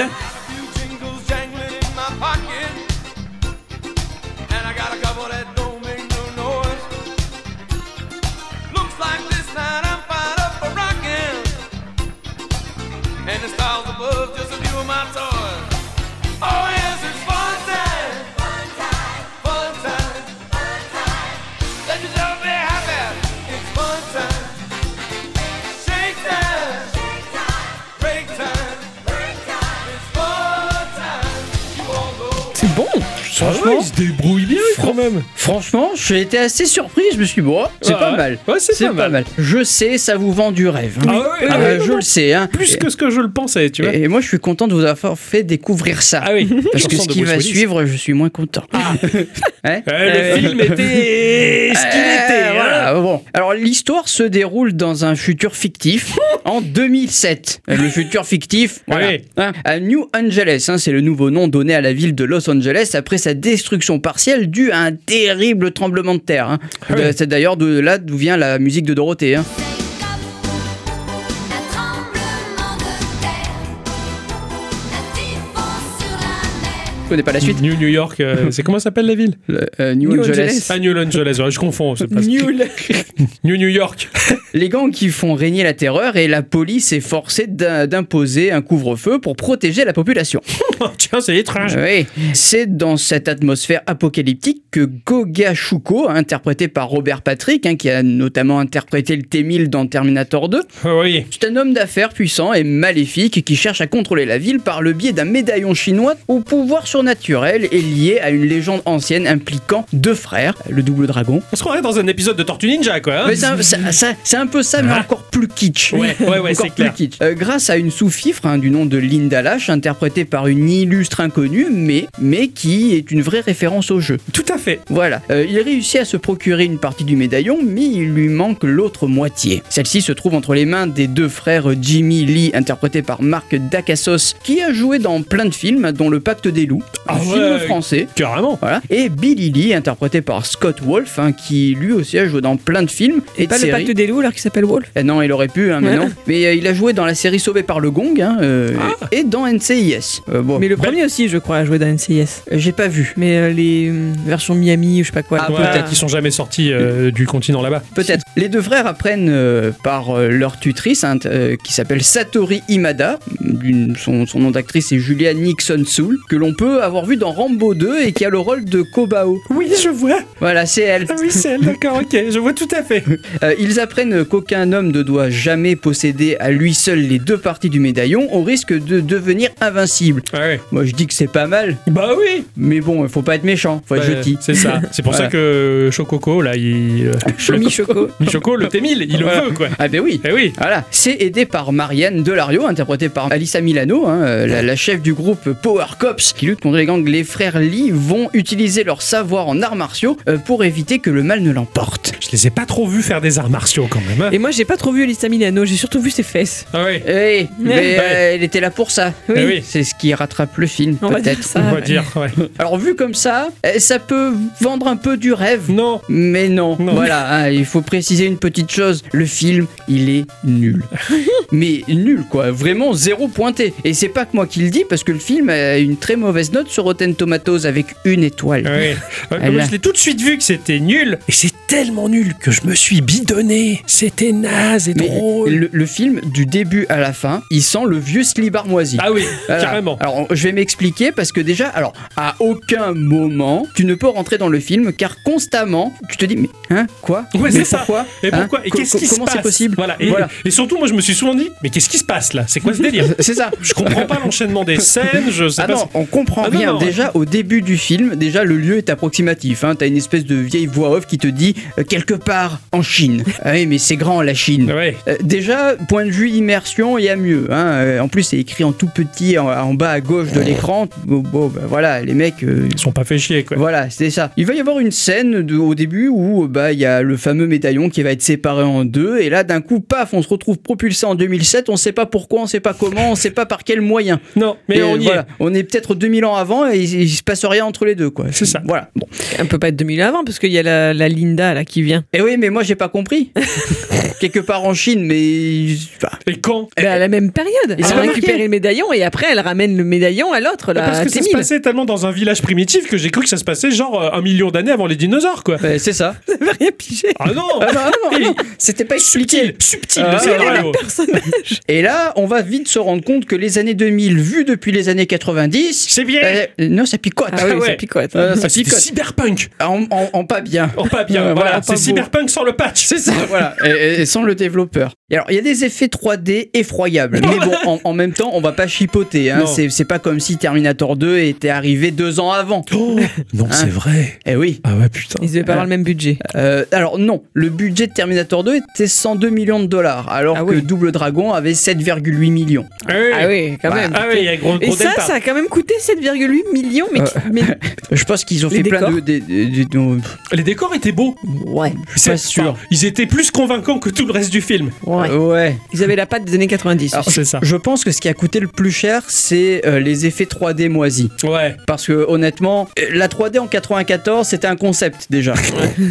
F: jingles jangling in my pocket. And I got a couple that don't make my toys. Oh, yes, it's fun time. Fun time. Let yourself be happy. It's fun time. Shake time. Break time. Oh. It's fun time. You all know.
C: C'est bon
B: Franchement, il se débrouille bien quand même.
C: Franchement, j'ai été assez surpris. Je me suis dit, bon, c'est
B: Ouais,
C: pas
B: ouais.
C: mal.
B: Ouais, c'est
C: C'est
B: pas, mal.
C: Je sais, ça vous vend du rêve. hein.
B: Ah ouais,
C: Ah
B: ouais,
C: ouais,
B: ouais,
C: je
B: non.
C: le sais. hein.
B: Plus
C: Et-
B: que ce que je le pensais, tu vois.
C: Et moi, je suis content de vous avoir fait découvrir ça.
B: Ah oui,
C: Parce que
B: chanson
C: ce
B: de
C: qui
B: Bruce
C: va
B: Willis. Ah.
C: suivre, je suis moins content. Hein
B: Eh, le
C: Euh,
B: film était ce qu'il
C: euh,
B: était. hein. Voilà.
C: voilà, bon. Alors l'histoire se déroule dans un futur fictif en 2007. Euh, Le futur fictif, voilà.
B: Oui.
C: Hein, à New Angeles, hein, c'est le nouveau nom donné à la ville de Los Angeles après sa destruction partielle due à un terrible tremblement de terre. hein.
B: Ah oui.
C: Euh, C'est d'ailleurs de là d'où vient la musique de Dorothée. hein.
G: Un tremblement de terre, un typhon sur la mer.
C: Je connais pas la suite.
B: New New York, euh, c'est comment s'appelle la ville
C: Le- euh, New,
A: New
C: Angeles.
A: Angeles.
B: Ah Mmh. New Angeles, ouais, je confonds. c'est parce que-
C: New
B: New New York.
C: Les gangs qui font régner la terreur et la police est forcée d'im- d'imposer un couvre-feu pour protéger la population.
B: Oh, Tiens, c'est étrange.
C: Oui, c'est dans cette atmosphère apocalyptique que Goga Shuko, interprété par Robert Patrick, hein, qui a notamment interprété le T-1000 dans Terminator 2,
B: Ah oui.
C: c'est un homme d'affaires puissant et maléfique qui cherche à contrôler la ville par le biais d'un médaillon chinois au pouvoir surnaturel et lié à une légende ancienne impliquant deux frères, le double dragon.
B: On se croirait dans un épisode de Tortue Ninja, quoi. hein.
C: Mais c'est un, ça- ça- c'est un peu ça, mais encore plus kitsch.
B: Ouais, ouais, ouais,
C: Encore
B: c'est
C: plus
B: clair.
C: kitsch. Euh, grâce à une sous-fifre hein, du nom de Linda Lash, interprétée par une illustre inconnue, mais, mais qui est une vraie référence au jeu.
B: Tout à fait.
C: Voilà. Euh, il réussit à se procurer une partie du médaillon, mais il lui manque l'autre moitié. Celle-ci se trouve entre les mains des deux frères Jimmy Lee, interprété par Marc Dacassos, qui a joué dans plein de films, dont Le Pacte des Loups, un
B: Ah
C: film
B: ouais.
C: français.
B: Carrément.
C: Voilà. Et Billy Lee, interprété par Scott Wolf, hein, qui lui aussi a joué dans plein de films et de
A: Pas le
C: séries.
A: pacte des loups, alors qui s'appelle Wolf.
C: Eh non, il aurait pu, hein, mais
A: Ouais.
C: non. Mais euh, il a joué dans la série Sauvé par le Gong hein, euh, et dans NCIS. Euh, bon,
A: Mais le
B: Ben-
A: premier aussi, je crois, a joué dans NCIS.
C: euh, j'ai pas vu.
A: Mais euh, les euh, versions Miami ou je sais pas quoi. là,
C: Ah,
B: Ouais,
A: pas-
B: Peut-être qu'ils sont jamais sortis euh, du continent là-bas.
C: Peut-être. Les deux frères apprennent euh, par euh, leur tutrice, hein, t- euh, qui s'appelle Satori Imada, d'une- son, son nom d'actrice est Julia Nixon Soul, que l'on peut avoir vu dans Rambo 2 et qui a le rôle de Kobao.
B: Oui, je vois.
C: Voilà, c'est elle.
B: Ah oui, c'est elle, d'accord, ok, je vois tout à fait.
C: Euh, ils apprennent qu'aucun homme ne doit jamais posséder à lui seul les deux parties du médaillon, au risque de devenir invincible.
B: ouais.
C: Moi, je dis que c'est pas mal,
B: Bah oui
C: mais bon, faut pas être méchant, faut être
B: Bah,
C: gentil.
B: C'est ça. C'est pour
C: Voilà.
B: ça que Chococo, là, il.
A: Chomi Choco.
B: Choco, le T1000, il le
C: Voilà.
B: veut, quoi.
C: Ah ben oui
B: Eh oui
C: voilà, c'est aidé par Marianne Delario, interprétée par Alissa Milano, hein, euh, la, la chef du groupe Power Cops, qui lutte contre les gangs. Les frères Lee vont utiliser leur savoir en arts martiaux euh, pour éviter que le mal ne l'emporte.
B: Je les ai pas trop vus faire des arts martiaux quand même. hein.
A: Et moi, j'ai pas trop vu Elisa Milano, j'ai surtout vu ses fesses.
B: Ah oui,
C: Eh, mais
A: Ouais.
C: euh, elle était là pour ça.
B: Eh oui.
C: C'est ce qui rattrape le film,
A: On va dire
C: peut-être.
A: ça.
B: on va
A: ouais.
B: dire, ouais.
C: Alors vu comme ça, euh, ça peut vendre un peu du rêve.
B: Non
C: Mais non,
B: Non.
C: voilà, hein, il faut préciser une petite chose, le film, il est nul. Mais nul quoi, vraiment zéro pointé. Et c'est pas que moi qui le dis, parce que le film a une très mauvaise note sur Rotten Tomatoes avec une étoile.
B: Ah Ouais. Ouais,
C: Elle-
B: mais je l'ai tout de suite vu que c'était nul. Et c'est tellement nul que je me suis bidonné. C'était naze et
C: Mais
B: drôle.
C: le, le film, du début à la fin, il sent le vieux slibard moisi.
B: Ah oui,
C: Voilà.
B: carrément.
C: Alors, je vais m'expliquer parce que déjà, alors, à aucun moment, tu ne peux rentrer dans le film car constamment, tu te dis, mais hein, quoi
B: Ouais,
C: Mais
B: c'est ça.
C: pourquoi
B: Et
C: Hein
B: pourquoi Et
C: Co-
B: qu'est-ce
C: co-
B: qui se passe
C: Comment c'est possible
B: voilà. Et,
C: Voilà.
B: et surtout, moi, je me suis souvent dit, mais qu'est-ce qui se passe là C'est quoi ce délire
C: C'est ça.
B: Je comprends pas l'enchaînement des scènes. Je sais
C: Ah
B: pas.
C: non, on comprend
B: Ah non,
C: rien.
B: non,
C: déjà, au début du film, déjà le lieu est approximatif. Hein. T'as une espèce de vieille voix off qui te dit euh, quelque part en Chine. Ah oui, mais c'est grand la Chine.
B: Ouais.
C: Euh, déjà, point de vue immersion, il y a mieux. hein. Euh, en plus, c'est écrit en tout petit en, en bas à gauche de l'écran. Bon, bon, bah, voilà, les mecs. euh,
B: Ils sont pas fait chier, quoi.
C: voilà, c'est ça. Il va y avoir une scène de- au début où euh, bah il y a le fameux médaillon qui va être séparé en deux et là d'un coup paf, on se retrouve propulsé en 2007, on sait pas pourquoi, on sait pas comment, on sait pas par quel moyen.
B: Non, mais
C: Et
B: on y
C: voilà, on est peut-être 2000 ans avant et il, il se passe rien entre les deux quoi.
B: C'est ça.
C: Voilà. Bon. Eh
A: On peut pas être 2000 avant, parce qu'il y a la, la Linda là qui vient.
C: Et oui, mais moi j'ai pas compris. quelque part en Chine, mais. bah, enfin,
B: Et quand
A: Mais Ben, à la même période.
C: c'est
A: elle
C: pas
A: récupère
C: marqué.
A: le médaillon et après elle ramène le médaillon à l'autre,
B: Ah, Parce
A: la
B: que ça se
A: Témil.
B: passait tellement dans un village primitif que j'ai cru que ça se passait genre euh, un million d'années avant les dinosaures, quoi.
C: ben, c'est ça.
A: Elle veut rien piger.
B: Ah non
C: Ah, non, non, non,
B: Et-
C: C'était pas expliqué.
B: Subtil, subtil, oh.
C: Ah,
B: le
A: Elle est
B: scénario.
A: la personnage.
C: Et là, on va vite se rendre compte que les années 2000, vues depuis les années 90,
B: C'est bien
C: euh, non, ça picote.
A: Ah oui,
B: ouais.
A: ça picote.
C: Euh, ça
B: Ah, C'est du
C: picote.
B: cyberpunk
C: En, en- en pas bien.
B: Oh pas bien,
C: Ouais,
B: voilà,
C: voilà,
B: c'est
C: pas beau.
B: cyberpunk sans le patch
C: C'est ça, voilà, et, et sans le développeur. Et alors, il y a des effets 3D effroyables, mais bon, en, en même temps, on va pas chipoter. Hein.
B: Non.
C: C'est c'est pas comme si Terminator 2 était arrivé deux ans avant.
B: Oh, Non,
C: c'est
B: vrai
C: Eh oui.
B: Ah ouais, putain
A: Ils devaient pas avoir le même budget.
C: Euh, alors non, le budget de Terminator 2 était 102 millions de dollars, alors
A: Ah
C: que
A: oui.
C: Double Dragon avait 7,8 millions.
B: Ah oui,
A: Ah oui, quand même.
B: Ah oui, il y a gros,
A: Et
B: gros
A: ça,
B: delta.
A: ça a quand même coûté 7,8 millions, mais, qui- mais-
C: Je pense qu'ils ont
A: Les
C: fait plein de...
A: décors.
C: des- des- des- des-
B: Les décors étaient beaux
A: Ouais,
C: je suis pas sûr.
B: Enfin, ils étaient plus convaincants que tout le reste du film.
A: ouais.
C: ouais.
A: Ils avaient la patte des années 90.
C: Alors,
B: C'est ça.
C: Je pense que ce qui a coûté le plus cher, c'est euh, les effets 3D moisis.
B: Ouais.
C: Parce que honnêtement, euh, la 3D en 94, c'était un concept déjà.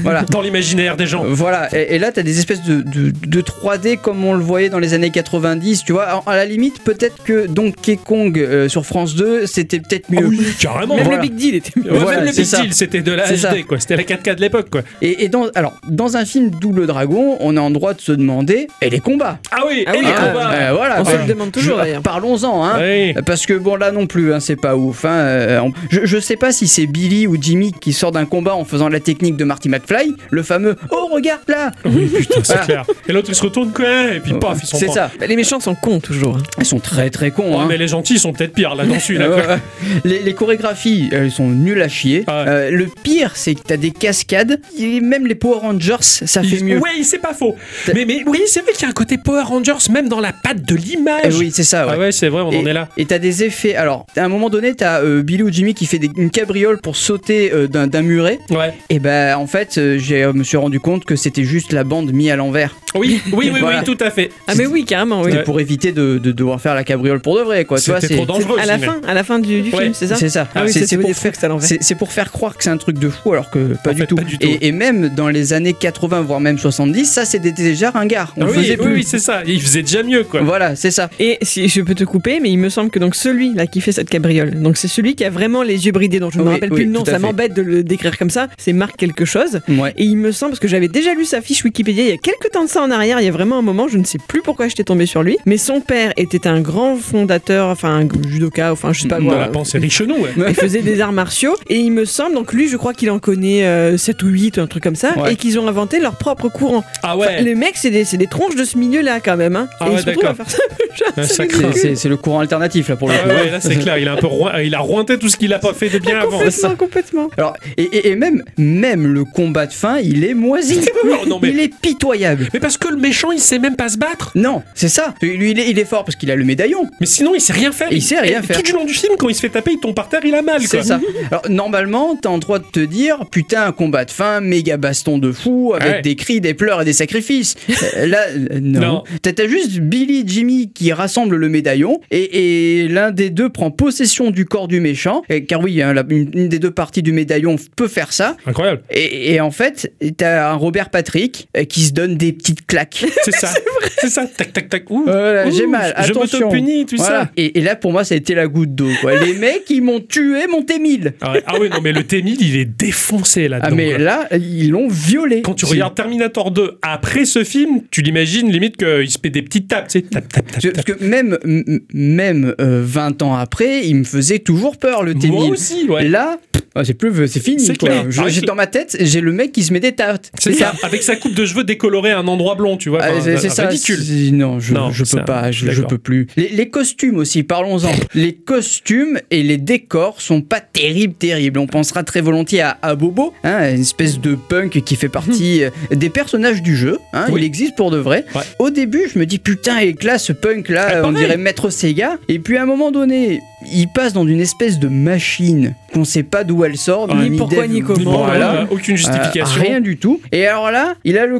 C: voilà.
B: Dans l'imaginaire des
C: Ah
B: gens.
C: Voilà, et, et là t'as des espèces de, de, de 3D comme on le voyait dans les années 90, tu vois. Alors, à la limite, peut-être que Donkey Kong euh, sur France 2, c'était peut-être
B: Ah
C: mieux.
B: oui, carrément.
A: même
B: Ouais,
A: le Big Deal était mieux.
B: Même
C: Voilà,
B: le
C: c'est
B: Big
C: ça.
B: Deal, c'était de la
C: C'est
B: HD,
C: ça.
B: quoi. C'était la 4K de l'époque, quoi.
C: Et, et dans, alors, dans un film Double Dragon, on est en droit de se demander, et les combats
B: Ah oui,
A: Ah
B: et
A: oui,
B: les
A: ah,
B: combats.
C: euh, voilà,
A: On se
C: quoi.
A: le demande toujours,
C: Je-
A: d'ailleurs.
C: Parlons-en, hein.
B: Oui.
C: Parce que bon là non plus, hein, c'est pas ouf. hein, euh, on- je, je sais pas si c'est Billy ou Jimmy qui sort d'un combat en faisant la technique de Marty McFly, le fameux Oh regarde là
B: Oui, putain, c'est
C: Voilà.
B: clair. Et l'autre, il se retourne, quoi, et puis paf, ils sont
C: Ah.
B: Oh,
C: C'est ça.
A: Bah, les méchants sont cons toujours. hein.
C: Ils sont très très cons. hein.
B: mais les gentils sont peut-être pires là dans celui-là.
C: Euh,
B: quoi.
C: ouais. les, les chorégraphies, elles sont nulles à chier.
B: Ah ouais.
C: Euh, le pire, c'est que t'as des cascades. Et même les Power Rangers, ça fait
B: Ils-
C: mieux.
B: Ouais, c'est pas faux.
C: T'as-
B: Mais, mais oui, c'est vrai qu'il y a un côté Power Rangers même dans la patte de l'image.
C: Eh oui, c'est ça. ouais.
B: Ah ouais, c'est vrai, on en
C: Et-
B: est là.
C: Et t'as des effets. Alors, à un moment donné, t'as euh, Billy ou Jimmy qui fait des- une cabriole pour sauter euh, d'un d'un muret.
B: Ouais.
C: Et ben, en fait, euh, j'ai- euh, me suis rendu compte que c'était juste la bande mise à l'envers.
B: Oui, oui, oui,
C: Voilà.
B: oui, tout à fait.
A: Ah mais oui, carrément, oui.
C: C'était pour éviter de, de devoir faire la cabriole pour de vrai, quoi. Tu vois,
B: C'était
C: c'est-
B: trop dangereux.
A: À la
B: aussi, mais-
A: fin, à la fin du, du
B: Ouais,
A: film, c'est ça
C: C'est ça.
A: Ah oui, ça,
C: C'est- c'est
A: ça veut
C: pour
A: dire
C: faire
A: que c'est à l'envers.
C: C'est c'est pour faire croire que c'est un truc de fou alors que pas,
B: En
C: du,
B: fait,
C: tout.
B: pas du tout.
C: Et, et même dans les années 80 voire même 70, ça c'était déjà ringard. On
B: Ah
C: le
B: oui,
C: faisait
B: oui,
C: plus.
B: oui, c'est ça. Il faisait déjà mieux, quoi.
C: voilà, c'est ça.
A: Et si je peux te couper, mais il me semble que donc celui là qui fait cette cabriole, donc c'est celui qui a vraiment les yeux bridés, dont je ne me
C: Oui,
A: rappelle
C: oui,
A: plus le nom,
C: tout à
A: ça
C: fait.
A: m'embête de le décrire comme ça. C'est Marc quelque chose.
C: Ouais.
A: Et il me semble, parce que j'avais déjà lu sa fiche Wikipédia il y a quelques temps de ça en arrière, il y a vraiment un moment, je ne sais plus pourquoi j'étais tombé sur lui, mais son père était un grand fondateur, enfin un judoka, enfin je sais pas
B: Dans
A: quoi.
B: la pensée Richenou, ouais.
A: Il faisait des arts martiaux et il me semble, donc lui je crois qu'il en connaît 7 ou 8, un truc comme ça,
C: Ouais.
A: et qu'ils ont inventé leur propre courant.
B: Ah
A: Enfin,
B: ouais.
A: les mecs c'est des, c'est des tronches de ce milieu là quand même. Hein.
B: Ah
A: et
B: ouais,
A: ils se retrouvent à
B: d'accord.
A: faire ça. Genre,
B: Ouais,
A: c'est
B: ça
A: ridicule.
B: craint.
C: C'est c'est le courant alternatif là pour le
B: Ah
C: coup.
B: ouais, là c'est clair, il a un peu roi- il a rointé tout ce qu'il a pas fait de bien avant.
A: Complètement, complètement.
C: Alors, et, et- et même, même le combat de fin, il est moisi.
B: Oh, non, mais-
C: Il est pitoyable.
B: Mais parce que le méchant, il sait même pas se battre.
C: Non, c'est ça. Lui, il est, il est fort parce qu'il a le médaillon.
B: Mais sinon, il sait rien faire.
C: Il sait rien
B: et
C: faire.
B: Tout du long du film, quand il se fait taper, il tombe par terre, il a mal.
C: C'est
B: Quoi.
C: ça. Alors, normalement, t'as en droit de te dire putain, un combat de fin, méga baston de fou, avec
B: Ouais.
C: des cris, des pleurs et des sacrifices. Euh, Là, euh, non.
B: Non.
C: T'as t'as juste Billy, Jimmy qui rassemble le médaillon et, et l'un des deux prend possession du corps du méchant. Et- car oui, hein, la- une, une des deux parties du médaillon peut faire ça.
B: Incroyable.
C: Et, et en fait, t'as un Robert Patrick euh, qui se donne des petites claques.
B: C'est ça. C'est ça. Tac, tac, tac. Ouh.
C: Voilà,
B: Ouh,
C: Oh j'ai mal.
B: Je
C: Attention.
B: m'auto-punis, tout
C: Voilà.
B: ça.
C: Et, et là, pour moi, ça a été la goutte d'eau. quoi. Les mecs, ils m'ont tué mon Témil.
B: Ah ouais, ah ouais, non, mais le T-1000, il est défoncé là-dedans.
C: Ah mais
B: quoi.
C: là, ils l'ont violé.
B: euh, Quand tu
C: C'est-
B: regardes Terminator 2 après ce film, tu l'imagines limite qu'il se fait des petites tapes. Tu sais, tap, tap, tap,
C: Je-
B: tap.
C: Parce que même, m- m- même euh, 20 ans après, il me faisait toujours peur le
B: Moi
C: T1000.
B: aussi, ouais.
C: Là, ah, c'est plus, c'est fini.
B: C'est
C: quoi.
B: clair.
C: Je-
B: Ah,
C: j'ai
B: c'est-
C: dans ma tête, j'ai le mec qui se met des tartes.
B: C'est ça. Avec sa coupe de cheveux décolorée à un endroit blond, tu vois.
C: Ah,
B: Enfin, euh,
C: c'est c'est ça.
B: Ridicule.
C: C'est- Non, je,
B: Non,
C: je peux
B: ça-
C: pas, je, je
B: d'accord.
C: peux plus. Les, les costumes aussi, parlons-en. les costumes et les décors sont pas terribles, terribles. On pensera très volontiers à, à Bobo, hein, une espèce de punk qui fait partie euh, des personnages du jeu. hein,
B: Oui.
C: Il existe pour de vrai.
B: Ouais.
C: Au début, je me dis putain, il est classe ce punk là,
B: Ah,
C: euh, on
B: pareil.
C: dirait Maître Sega. Et puis à un moment donné, il passe dans une espèce de machine qu'on sait pas d'où elle sort,
B: Ouais.
A: Ni pourquoi,
C: d'Eve-
A: ni
B: Ni
A: comment,
B: pour-
C: Voilà.
B: euh, aucune justification.
C: Euh, rien du tout. Et alors là, il a le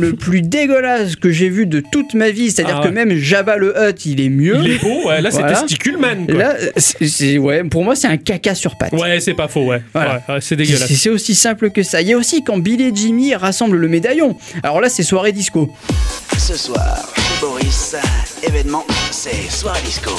C: le plus dégueulasse que j'ai vu de toute ma vie. C'est-à-dire
B: Ah
C: que
B: ouais.
C: même Jabba le Hutt, il est mieux.
B: Il est beau. ouais, là, c'est
C: Voilà.
B: testicule man. Quoi.
C: Là, c'est- c'est- ouais, pour moi, c'est un caca sur pattes.
B: Ouais, c'est pas faux, ouais.
C: Voilà.
B: Ouais, ouais, c'est
C: C'est-
B: dégueulasse.
C: C'est aussi simple que ça. Il y a aussi quand Billy et Jimmy rassemblent le médaillon. Alors là, c'est soirée disco. hein.
H: Ce soir, chez Boris, euh, événement, c'est soirée disco.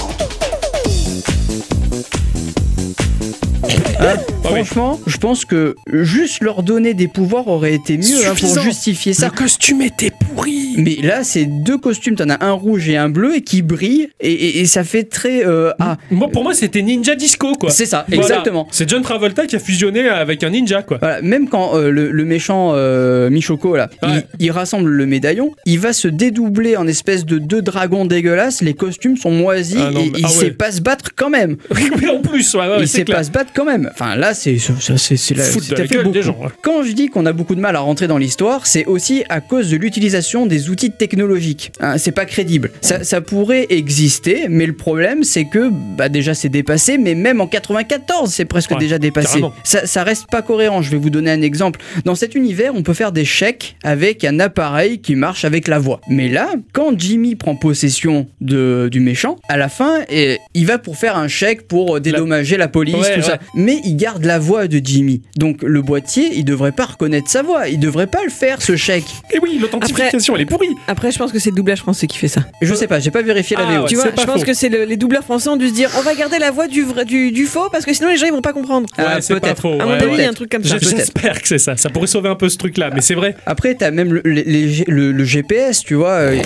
B: Ah oui.
C: Franchement, je pense que juste leur donner des pouvoirs aurait été mieux hein, pour
B: Suffisant.
C: justifier ça.
B: costume était pourri.
C: Mais là, c'est deux costumes, t'en as un rouge et un bleu et qui brillent et, et- et ça fait très euh, ah
B: Moi, pour moi, c'était Ninja Disco, quoi.
C: c'est ça
B: Voilà.
C: exactement.
B: C'est John Travolta qui a fusionné avec un ninja, quoi.
C: Voilà, même quand euh, le, le méchant euh, Michoko là,
B: Ouais.
C: il, il rassemble le médaillon, il va se dédoubler en espèce de deux dragons dégueulasses. Les costumes sont moisis
B: Ah non,
C: et
B: mais-
C: il
B: ah
C: sait
B: ouais.
C: pas se battre quand même.
B: Mais en plus, ouais, ouais,
C: il
B: c'est
C: sait
B: clair.
C: pas se battre quand même. Enfin là, c'est ça, ça- c'est c'est la-
B: Foutre
C: c'est-
B: de
C: t'as
B: la
C: fait
B: gueule des
C: beaucoup.
B: gens, ouais.
C: Quand je dis qu'on a beaucoup de mal à rentrer dans l'histoire, c'est aussi à cause de l'utilisation des outils technologiques. Hein, c'est pas crédible. Ça, ça pourrait exister, mais le problème c'est que bah déjà c'est dépassé, mais même en 94 c'est presque
B: Ouais,
C: déjà dépassé.
B: carrément.
C: Ça, ça reste pas cohérent. Je vais vous donner un exemple. Dans cet univers, on peut faire des chèques avec un appareil qui marche avec la voix. Mais là, quand Jimmy prend possession de, du méchant, à la fin, eh, il va pour faire un chèque pour dédommager la, police,
B: Ouais,
C: tout ça.
B: ouais.
C: Mais il garde la voix de Jimmy. Donc le boîtier, il devrait pas reconnaître sa voix. Il devrait pas le faire ce chèque.
B: Et oui, l'authentification, elle est pourrie.
A: Après, je pense que c'est le doublage français qui fait ça.
C: Je sais pas, j'ai pas vérifié la
B: Euh, Ah,
C: VO.
B: ouais.
A: tu vois,
B: c'est pas
A: je pense
B: faux.
A: que c'est le- les doubleurs français ont dû se dire on va garder la voix du, vrai, du, du faux parce que sinon les gens ils vont pas comprendre.
C: Ah,
B: Ouais, c'est pas
C: peut-être.
B: faux.
A: à mon
B: ouais,
A: avis, il y
B: ouais.
A: a un truc comme ça.
B: J'ai-
C: peut-être.
B: J'espère que c'est ça. Ça pourrait sauver un peu ce truc-là, mais c'est vrai.
C: Après, t'as même le, les- les- le- le GPS, tu vois. euh,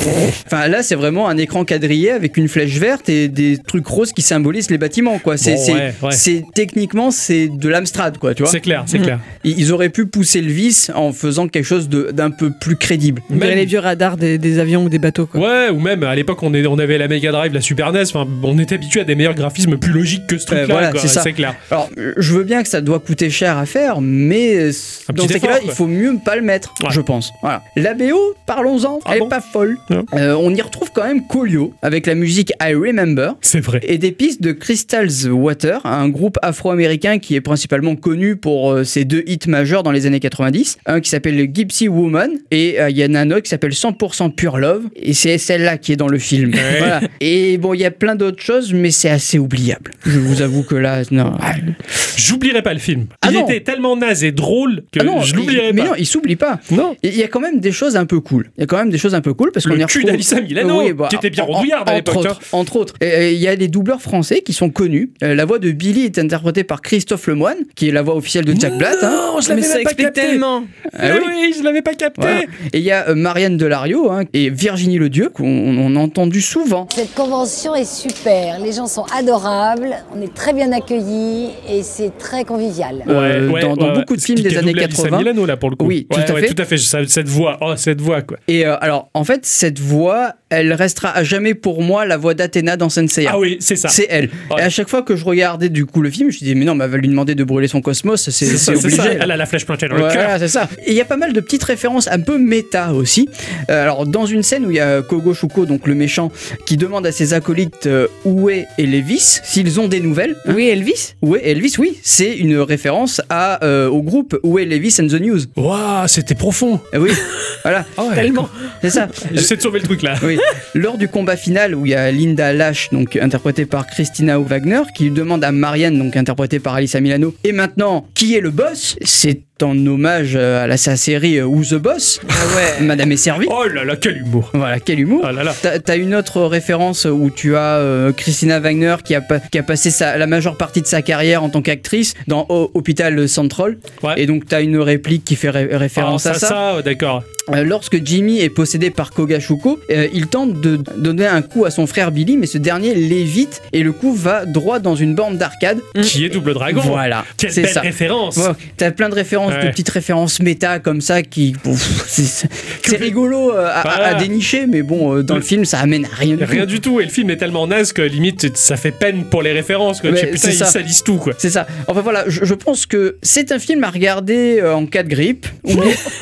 C: Enfin, là, c'est vraiment un écran quadrillé avec une flèche verte et des trucs roses qui symbolisent les bâtiments, quoi. C'est,
B: Bon,
C: c'est-
B: ouais, ouais.
C: c'est- techniquement, c'est de l'Amstrad, quoi, Mmh. tu vois.
B: C'est clair, c'est clair.
C: Ils ils auraient pu pousser le vice en faisant quelque chose de- d'un peu plus crédible.
A: On dirait
B: Même-
A: les vieux radars des, des avions ou des bateaux. Quoi.
B: Ouais, ou même à l'époque, on, est- on avait la Mega Drive, la Super NES. Enfin, on était habitué à des meilleurs graphismes plus logiques que ce
C: Ouais,
B: truc-là.
C: Ben voilà,
B: quoi,
C: c'est ça.
B: c'est clair.
C: Alors, euh, je veux bien que ça doit coûter cher à faire, mais euh,
B: Un
C: dans
B: petit
C: ces
B: effort,
C: cas-là,
B: quoi.
C: il faut mieux pas le mettre,
B: Ouais.
C: je pense. Voilà. La BO, parlons-en,
B: Ah
C: elle
B: bon
C: est pas folle.
B: Non.
C: Euh, on y retrouve quand même Colio avec la musique I Remember.
B: C'est vrai.
C: et des pistes de Crystals Water, un groupe afro-américain qui est principalement connu pour euh, ses deux hits majeurs dans les années 90, un qui s'appelle Gypsy Woman et euh, il y en a un autre qui s'appelle 100% Pure Love et c'est celle-là qui est dans le film. Voilà. Et bon, il y a plein d'autres choses mais c'est assez oubliable. Je vous avoue que là non.
B: Ah, J'oublierai pas le film.
C: Ah
B: il
C: non.
B: était tellement naze et drôle que
C: Ah non,
B: je
C: il-
B: l'oublierai
C: Mais
B: pas.
C: non, il s'oublie pas.
B: non.
C: Et Il y a quand même des choses un peu cool. Il y a quand même des choses un peu cool parce qu'on y
B: Le
C: retrouve.
B: cul d'Alissa Milano,
C: Oui, bah,
B: qui était bien
C: en- en-
B: rondouillard à
C: entre
B: l'époque. hein.
C: autres, entre autres. Et, euh, il y a des doubleurs français qui sont connus. Euh, la voix de Billy est interprétée par Christophe Lemoine, qui est la voix officielle de Jack Black. hein.
B: Non, je
A: Mais
B: l'avais
A: ça
B: même pas
A: explique
B: capté.
A: tellement.
C: Ah
B: Eh
C: oui.
B: oui, je l'avais pas capté.
C: Voilà. Et il y a euh, Marianne Delario hein, et Virginie Ledieu qu'on on a entendu souvent.
I: Cette convention est super, les gens sont adorables, on est très bien accueillis et c'est très convivial.
C: Euh, dans- dans beaucoup de
B: Ce
C: films
B: qui
C: des
B: est
C: années
B: doublé à Lisa
C: 80.
B: Milano, là, pour le coup.
C: Oui, tout
B: Ouais,
C: à
B: ouais,
C: fait.
B: tout à fait. Ça- Cette voix, oh, cette voix, quoi.
C: Et euh, alors, en fait, cette voix, elle restera à jamais pour moi la voix d'Athéna dans Senseiya.
B: Ah oui, c'est ça.
C: C'est elle.
B: Ouais.
C: Et à chaque fois que je regardais du coup le film, je me disais mais non, mais elle va lui demander de brûler son cosmos, c'est
B: C'est
C: c'est
B: ça, c'est
C: obligé.
B: ça. Elle a la flèche plantée dans le cœur.
C: Voilà, c'est ça. Et il y a pas mal de petites références un peu méta aussi. Euh, alors, dans une scène où il y a Kogo Shuko, donc le méchant, qui demande à ses acolytes euh, Oué et Levis s'ils ont des nouvelles.
A: Oui, Elvis
C: Oué et Levis, oui, c'est une référence à, euh, au groupe Oué, Levis and the News.
B: Waouh, c'était profond.
C: Eh oui, voilà,
A: Tellement.
C: c'est ça.
B: J'essaie de sauver le truc, là.
C: Oui. Lors du combat final où il y a Linda Lash, donc interprétée par Christina Wagner, qui demande à Marianne, donc interprétée par Alyssa Milano, et maintenant qui est le boss C'est en hommage euh, à la sa série euh, Who's the Boss Madame est servie.
B: Oh là là, quel humour.
C: Voilà, quel humour
B: Ah là là.
C: T'as t'as une autre référence où tu as euh, Christina Wagner qui a, pa- qui a passé sa- la majeure partie de sa carrière en tant qu'actrice dans Ho- Hôpital Central.
B: Ouais.
C: Et donc t'as une réplique qui fait ré-
B: Ah,
C: référence
B: ça,
C: à ça.
B: ça, ouais, d'accord.
C: Euh, Lorsque Jimmy est possédé par Kogashuko, euh, il tente de donner un coup à son frère Billy, mais ce dernier l'évite et le coup va droit dans une borne d'arcade.
B: Qui est Double Dragon.
C: Mm. Voilà,
B: Quelle
C: c'est
B: belle
C: ça.
B: référence.
C: Ouais, T'as plein de références, de
B: Ouais.
C: petites références méta comme ça qui. bon, pff, c'est c'est rigolo euh, à, à- à
B: Voilà.
C: dénicher, mais bon, euh, dans le film, ça amène à rien du
B: Rien
C: tout.
B: du tout. Et le film est tellement naze que limite, ça fait peine pour les références. Quoi.
C: Mais
B: Tu sais, putain,
C: c'est
B: ils
C: ça.
B: salissent tout, quoi.
C: C'est ça. Enfin voilà, je, je pense que c'est un film à regarder euh, en cas de grippe, ou,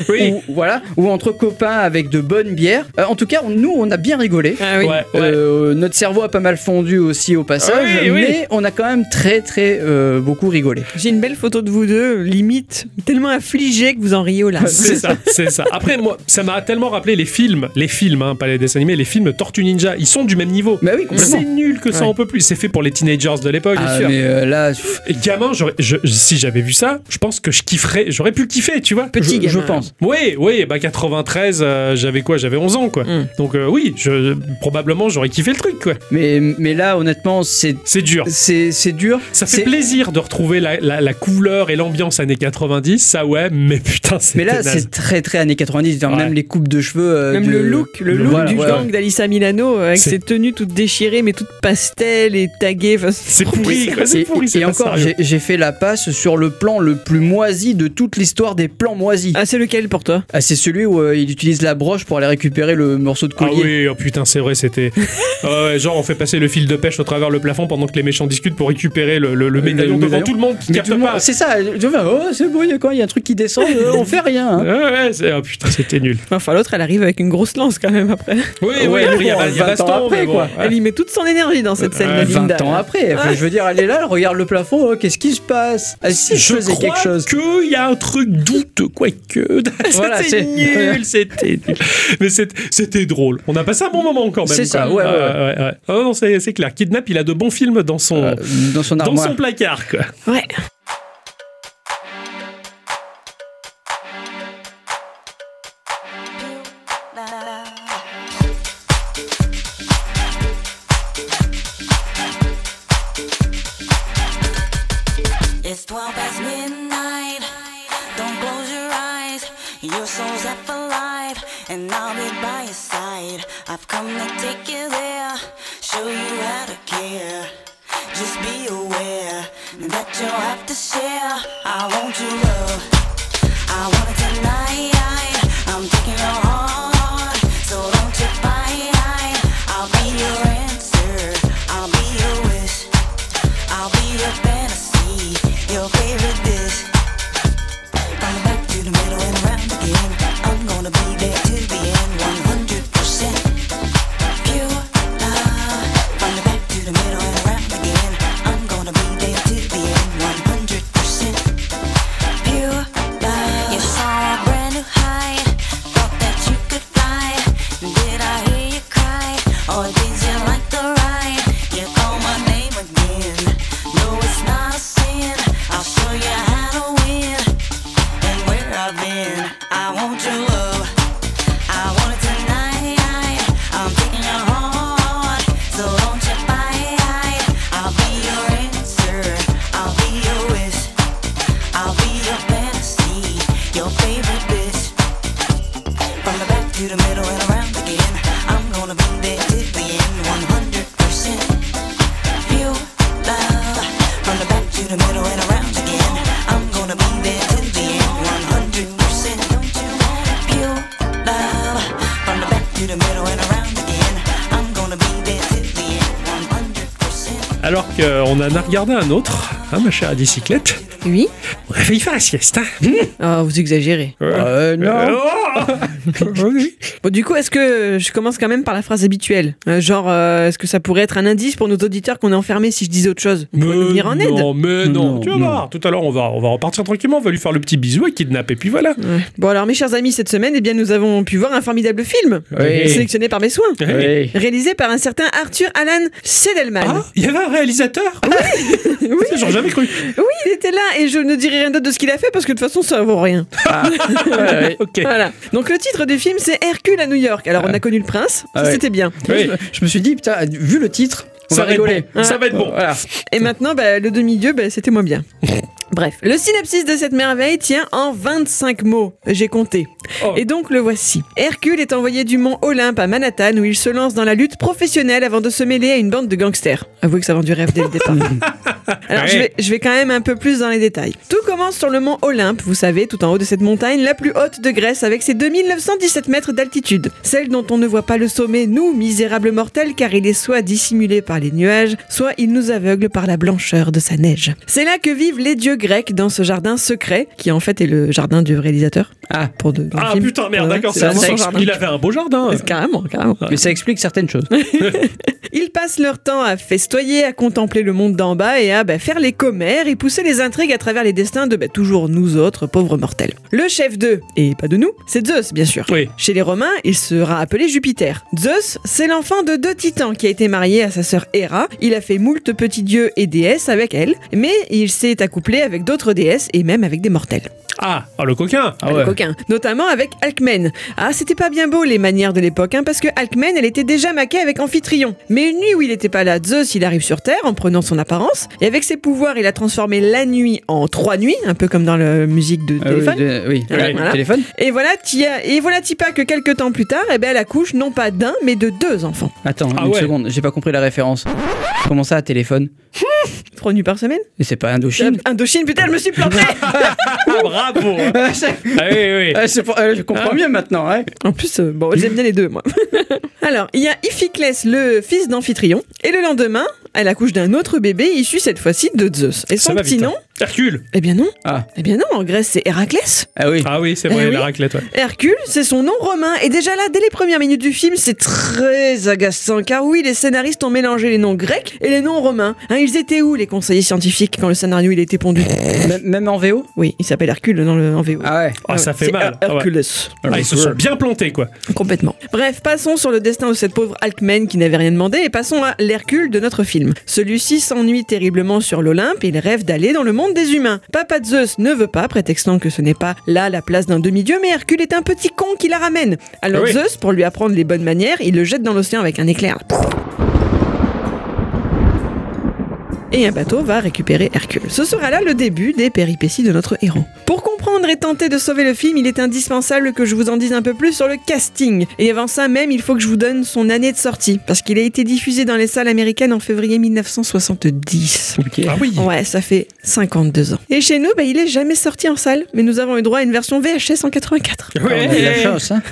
B: Oui.
C: ou- voilà, ou entre copains avec de bonnes bières. Euh, en tout cas, on- nous, on a bien rigolé.
A: Ah oui.
B: Ouais, ouais.
C: Euh, notre cerveau a pas mal fondu aussi au passage,
B: Oui, oui.
C: mais on a quand même très très euh, beaucoup rigolé.
A: J'ai une belle photo de vous deux, limite, tellement affligé que vous en riez oh au larmes.
B: C'est ça, c'est ça. Après, moi, ça m'a tellement rappelé les films, les films, hein, pas les dessins animés, les films Tortue Ninja. Ils sont du même niveau.
C: Bah oui, complètement.
B: C'est nul que ça, on peut plus. C'est fait pour les teenagers de l'époque.
C: Ah, mais euh, là, pff,
B: Et Gamin, j'aurais- je- si j'avais vu ça, je pense que je kifferais, j'aurais pu le kiffer, tu vois.
C: petit
B: je,
C: gamin, je pense.
B: Oui, oui, bah 93, euh, j'avais quoi J'avais 11 ans, quoi.
C: Hmm.
B: Donc euh, oui, je, probablement j'aurais kiffé le truc, quoi.
C: Mais, mais là, honnêtement, c'est
B: C'est dur.
C: c'est c'est dur.
B: Ça fait
C: C'est-
B: plaisir de retrouver la, la- la couleur et l'ambiance années 90, ça ouais, mais putain, c'est
C: Mais là, c'est très très années 90, genre
B: Ouais.
C: même les coupes de cheveux. euh,
A: Même
C: de-
A: le look, le look
C: Voilà,
A: du
C: ouais,
A: gang d'Alissa Milano euh, avec
B: C'est-
A: ses tenues toutes déchirées mais toutes pastel et taguées. Enfin,
B: C'est
A: trop
B: pourri,
A: bizarre.
B: quoi, c'est
C: Et,
B: pourri,
C: et-
B: c'est
C: et
B: pas
C: encore,
B: sérieux.
C: j'ai j'ai fait la passe sur le plan le plus moisi de toute l'histoire des plans moisis.
A: Ah, c'est lequel pour toi
C: Ah, c'est celui où euh, il utilise la broche pour aller récupérer le morceau de
B: Ah
C: collier.
B: oui, oh putain, c'est vrai, c'était. Ah ouais, genre, on fait passer le fil de pêche au travers le plafond pendant que les méchants discutent pour récupérer le, le- le médaillon devant
C: Euh, médaillon.
B: tout le monde qui
C: Mais
B: capte
C: tout le monde-
B: pas.
C: c'est ça, je veux, oh, c'est bon, il y a quand il y a un truc qui descend, euh, on fait rien. hein.
B: Ouais, ouais, c'est- ah, putain, c'était nul.
A: Enfin, l'autre, elle arrive avec une grosse lance quand même après.
B: Oui, oui,
C: Ouais,
B: après, il y
C: bon,
B: a, il y a
C: 20 ans
B: baston,
C: après,
B: mais bon,
C: quoi.
B: ouais.
A: Elle y met toute son énergie dans cette scène,
B: Ouais,
A: la
C: 20
A: Linda.
C: Euh, ans après, enfin, je veux dire, elle est là, elle regarde le plafond, oh, qu'est-ce qui se passe Ah, si je,
B: Je
C: faisais
B: crois
C: quelque chose.
B: qu'il y a un truc douteux, quoique.
C: Voilà,
B: c'était
C: c'est-
B: nul, c'était nul. Mais c'est- c'était drôle. On a passé un bon moment encore même.
C: C'est
B: quoi.
C: ça, ouais, ouais,
B: ouais, ouais. Ah non, c'est c'est clair. Kidnap, il a de bons films dans son,
C: Euh, dans son
B: dans
C: armoire.
B: son placard, quoi.
A: Ouais.
J: It's 12 past midnight. Don't close your eyes. Your soul's up alive, and I'll be by your side. I've come to take you there, show you how to care. Just be aware that you'll have to share. I want your love. I want it tonight. I'm taking your heart, so don't you fight. I'll be your answer. I'll be your wish. I'll be your fantasy, your favorite dish. Come back to the middle and round again. I'm gonna be there to the end, 100% pure love. From the back to the middle and round again. I'm gonna be there to the end, 100% pure love. You saw a brand new height, thought that you could fly. Did I hear you cry, or did you like the ride? You call my name again. No, it's not a sin. I'll show you how to win and where I've been. I want your love. I want it tonight. I'm taking your heart, so don't you fight. I'll be your answer. I'll be your wish. I'll be your fantasy, your favorite bitch. From the back to the middle and around again. I'm gonna be there till the end, 100%. Pure love. From the back to the middle and around again. I'm gonna be there till the end, 100%. Don't you want it? Pure love. From the back to the middle and around again. I'm gonna be there till the end, 100%.
B: Alors qu'on en a regardé un autre, hein, ma chère à bicyclette.
A: Oui
B: On a failli faire la sieste, hein.
A: Ah, vous exagérez.
C: Hmm Euh, non.
B: oh
A: Bon, du coup, est-ce que je commence quand même par la phrase habituelle Euh, Genre, euh, est-ce que ça pourrait être un indice pour nos auditeurs qu'on est enfermés si je disais autre chose On pourrait nous venir en aide
B: non, mais non,
C: Euh, Non,
B: tu vas
C: non.
B: voir, tout à l'heure on va, on va repartir tranquillement, on va lui faire le petit bisou et kidnapper, puis voilà.
A: Ouais. Bon alors mes chers amis, cette semaine, eh bien, nous avons pu voir un formidable film, euh,
C: Oui.
A: sélectionné par mes soins,
C: Oui.
A: réalisé par un certain Arthur Alan Sedelman.
B: Ah, il y avait un réalisateur
C: Ah
A: oui,
B: Ça, J'aurais jamais cru.
A: oui, il était là et je ne dirai rien d'autre de ce qu'il a fait parce que de toute façon, ça vaut rien.
C: Ouais, ouais.
B: Ok.
A: Voilà. Donc le titre du film, c'est Hercule à New York. Alors on a connu le prince,
C: Ah
A: ça,
C: ouais.
A: c'était bien. Hein
B: Oui.
C: Je me- Je me suis dit, putain, vu le titre, on
B: Ça
C: va
B: va être
C: rigoler.
A: Euh,
B: bon. Ça va être bon.
C: Voilà.
A: Et maintenant, bah, le demi-dieu, bah, c'était moins bien. Bref, le synopsis de cette merveille tient en 25 mots, j'ai compté.
B: Oh.
A: Et donc le voici. Hercule est envoyé du mont Olympe à Manhattan où il se lance dans la lutte professionnelle avant de se mêler à une bande de gangsters. Avouez que ça vend du rêve dès le départ. Alors je, vais, je vais quand même un peu plus dans les détails. Tout commence sur le mont Olympe, vous savez, tout en haut de cette montagne, la plus haute de Grèce avec ses 2917 mètres d'altitude. Celle dont on ne voit pas le sommet, nous, misérables mortels, car il est soit dissimulé par les nuages, soit il nous aveugle par la blancheur de sa neige. C'est là que vivent les dieux grecque dans ce jardin secret, qui en fait est le jardin du réalisateur.
C: Ah,
A: pour de. dans le
B: Ah
A: film.
B: putain, merde,
A: Ouais,
B: d'accord,
A: c'est
B: c'est
A: vraiment
B: un
A: son
B: bon-
A: jardin.
B: Il avait un beau jardin.
A: Carrément, carrément.
C: Mais ça explique certaines choses.
A: Ils passent leur temps à festoyer, à contempler le monde d'en bas et à bah, faire les commères et pousser les intrigues à travers les destins de bah, toujours nous autres, pauvres mortels. Le chef d'eux, et pas de nous, c'est Zeus, bien sûr.
B: Oui.
A: Chez les Romains, il sera appelé Jupiter. Zeus, c'est l'enfant de deux titans qui a été marié à sa sœur Héra. Il a fait moult petits dieux et déesses avec elle, mais il s'est accouplé avec d'autres déesses et même avec des mortels.
B: Ah, ah, le coquin.
C: Ah
A: Le coquin. hein. Notamment avec Alcmène. Ah, c'était pas bien beau les manières de l'époque, hein, parce que Alcmène, elle était déjà maquée avec Amphitryon. Mais une nuit où il était pas là, Zeus, il arrive sur Terre en prenant son apparence, et avec ses pouvoirs, il a transformé la nuit en trois nuits, un peu comme dans la musique de
C: Ah oui,
A: téléphone.
C: de- oui,
A: Voilà,
C: oui,
A: voilà.
C: téléphone.
A: Et voilà, Tia, et voilà Tipa que quelques temps plus tard, eh ben, elle accouche non pas d'un, mais de deux enfants.
C: Attends,
B: Ah
C: une
B: ouais.
C: seconde, j'ai pas compris la référence. Comment ça, téléphone
A: Trois nuits par semaine
C: Et c'est pas Indochine
A: Indochine, putain, je me suis plantée
B: Ah, bravo. ah
C: Ah, c'est-
B: oui, oui.
C: ah, c'est pour- euh, Je comprends mieux maintenant, ouais.
A: En plus, euh, bon, j'aime bien les deux, moi. Alors, il y a Iphiclès, le fils d'Amphitryon, et le lendemain, elle accouche d'un autre bébé issu cette fois-ci de Zeus. Et
B: Ça
A: son
B: va
A: petit
B: vite, hein.
A: nom
B: Hercule.
A: Eh bien non.
C: Ah.
A: Eh bien non, en Grèce, c'est Héraclès.
C: Ah oui.
B: Ah oui, c'est
A: Eh
B: vrai,
A: oui.
B: la raclette. ouais.
A: Hercule, c'est son nom romain. Et déjà là, dès les premières minutes du film, c'est très agaçant. Car oui, les scénaristes ont mélangé les noms grecs et les noms romains. Hein, ils étaient où, les conseillers scientifiques, quand le scénario il était pondu
C: Même- Même en VO
A: Oui, il s'appelle Hercule dans le, en VO.
C: Ah ouais.
B: Ah, ça fait
A: c'est
B: mal.
A: Her-
B: Ah ouais.
A: Hercules.
B: Ah, ils se sont bien plantés, quoi.
A: Complètement. Bref, passons sur le destin de cette pauvre Alcmène qui n'avait rien demandé et passons à l'Hercule de notre film. Celui-ci s'ennuie terriblement sur l'Olympe et il rêve d'aller dans le monde des humains. Papa de Zeus ne veut pas, prétextant que ce n'est pas là la place d'un demi-dieu, mais Hercule est un petit con qui la ramène. Alors
B: Ah oui.
A: Zeus, pour lui apprendre les bonnes manières, il le jette dans l'océan avec un éclair. et un bateau va récupérer Hercule. Ce sera là le début des péripéties de notre héros. Pour comprendre et tenter de sauver le film, il est indispensable que je vous en dise un peu plus sur le casting. Et avant ça même, il faut que je vous donne son année de sortie, parce qu'il a été diffusé dans les salles américaines en février 1970.
B: Ah oui.
A: Ouais, ça fait 52 ans. Et chez nous, bah, il est jamais sorti en salle, mais nous avons eu droit à une version VHS en 84.
C: Ah, on a de la chance, hein.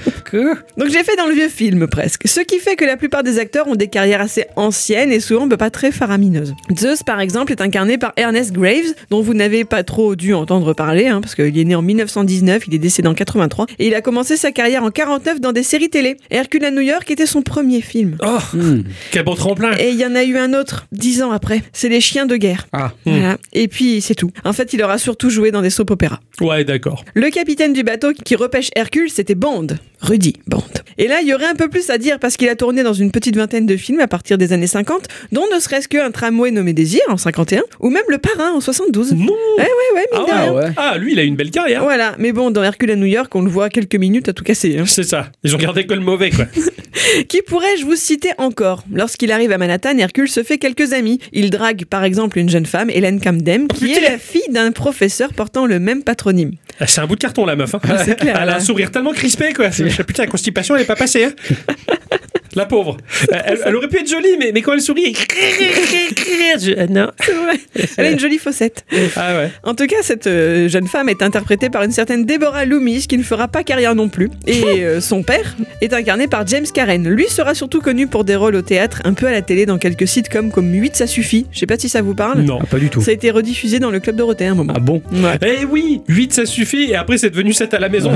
A: Donc j'ai fait dans le vieux film presque. Ce qui fait que la plupart des acteurs ont des carrières assez anciennes et souvent bah, pas très faramineuses. Zeus par exemple est incarné par Ernest Graves, dont vous n'avez pas trop dû entendre parler, hein, parce qu'il est né en 1919, il est décédé en 83, et il a commencé sa carrière en 49 dans des séries télé. Hercule à New York était son premier film.
B: Oh,
C: Hmm.
B: quel bon tremplin.
A: Et il y en a eu un autre, dix ans après. C'est Les Chiens de Guerre.
C: Ah.
A: Voilà. Et puis c'est tout. En fait, il aura surtout joué dans des soap opéras.
B: Ouais, d'accord.
A: Le capitaine du bateau qui repêche Hercule, c'était Bond. Rudy Bond. Et là, il y aurait un peu plus à dire parce qu'il a tourné dans une petite vingtaine de films à partir des années 50, dont ne serait-ce qu'un tramway nommé Désir en 51, ou même Le Parrain en 72.
B: Non.
A: Eh ouais, ouais, mine
B: Mmh. Ah
A: de rien.
B: ouais.
C: ouais.
B: Ah, lui, il a une belle carrière.
A: Voilà, mais bon, dans Hercule à New York, on le voit quelques minutes à tout casser. hein.
B: C'est ça. Ils ont gardé que le mauvais, quoi.
A: Qui pourrais-je vous citer encore Lorsqu'il arrive à Manhattan, Hercule se fait quelques amis. Il drague par exemple une jeune femme, Hélène
B: Oh,
A: Camden, qui est la fille d'un professeur portant le même patronyme.
B: Ah, C'est un bout de carton, la meuf. hein.
A: Ah, c'est clair,
B: Elle a
A: là.
B: un sourire tellement crispé, quoi. C'est- Putain, la constipation, elle est pas passée. hein. La pauvre. Euh, Elle, elle aurait pu être jolie, mais, mais quand elle sourit. elle- Je- euh, non.
A: Elle a une jolie faussette.
B: Ah ouais.
A: En tout cas, cette euh, jeune femme est interprétée par une certaine Deborah Loomis qui ne fera pas carrière non plus. Et euh, son père est incarné par James Karen. Lui sera surtout connu pour des rôles au théâtre, un peu à la télé dans quelques sitcoms comme 8 ça suffit. Je sais pas si ça vous parle.
B: Non.
C: Ah, pas du tout.
A: Ça a été rediffusé dans le club Dorothée à un moment.
C: Ah bon
A: Ouais.
B: Eh oui, 8 ça suffit, et après c'est devenu 7 à la maison.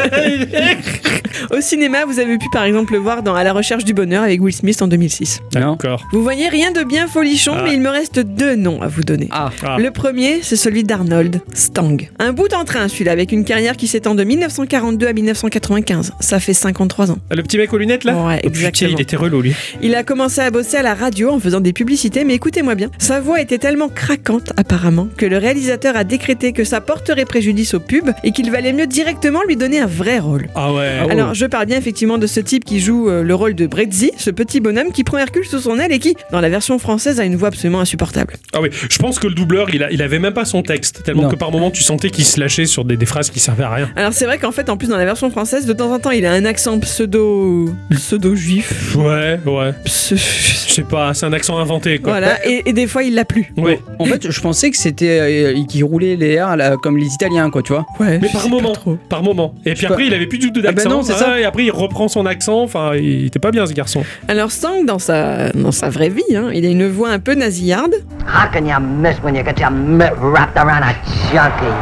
B: Ah.
A: Au cinéma, vous avez pu par exemple le voir dans À la recherche du bonheur avec Will Smith en 2006.
C: Non.
B: D'accord.
A: Vous voyez rien de bien folichon,
B: Ah.
A: mais il me reste deux noms à vous donner.
C: Ah.
B: Ah.
A: Le premier, c'est celui d'Arnold Stang. Un bout en train, celui-là, avec une carrière qui s'étend de 1942 à 1995. Ça fait 53 ans.
B: Ah, Le petit mec aux lunettes, là
A: Ouais,
B: Oh, putain,
A: exactement.
B: il était relou, lui.
A: Il a commencé à bosser à la radio en faisant des publicités, mais écoutez-moi bien, sa voix était tellement craquante apparemment que le réalisateur a décrété que ça porterait préjudice au pub et qu'il valait mieux directement lui donner un vrai rôle.
B: Ah ouais.
C: Ah ouais.
A: Alors, je parle bien effectivement de ce type qui joue euh, le rôle de Bretzi, ce petit bonhomme qui prend Hercule sous son aile et qui, dans la version française, a une voix absolument insupportable.
B: Ah oui, je pense que le doubleur, il, a- il avait même pas son texte, tellement
C: Non.
B: que par moment tu sentais qu'il se lâchait sur des, des phrases qui servaient à rien.
A: Alors, c'est vrai qu'en fait, en plus, dans la version française, de temps en temps, il a un accent pseudo. pseudo-juif.
B: Ouais, ouais.
A: Pse-
B: Je sais pas, c'est un accent inventé, quoi.
A: Voilà, et, et des fois, il l'a plus.
B: Ouais.
C: En fait, je pensais que c'était euh, qui roulait les airs là, comme les Italiens, quoi, tu vois.
A: Ouais.
B: Mais par moment, par moment. Et puis après, il avait plus du tout
C: Ah bah
B: d'accent.
C: non, c'est ça,
B: ça, et après il reprend son accent. Enfin, il était pas bien ce garçon.
A: Alors Sang, dans sa, dans sa vraie vie, hein, il a une voix un peu nasillarde.
K: How can you miss when you get your mitt wrapped around a junkie?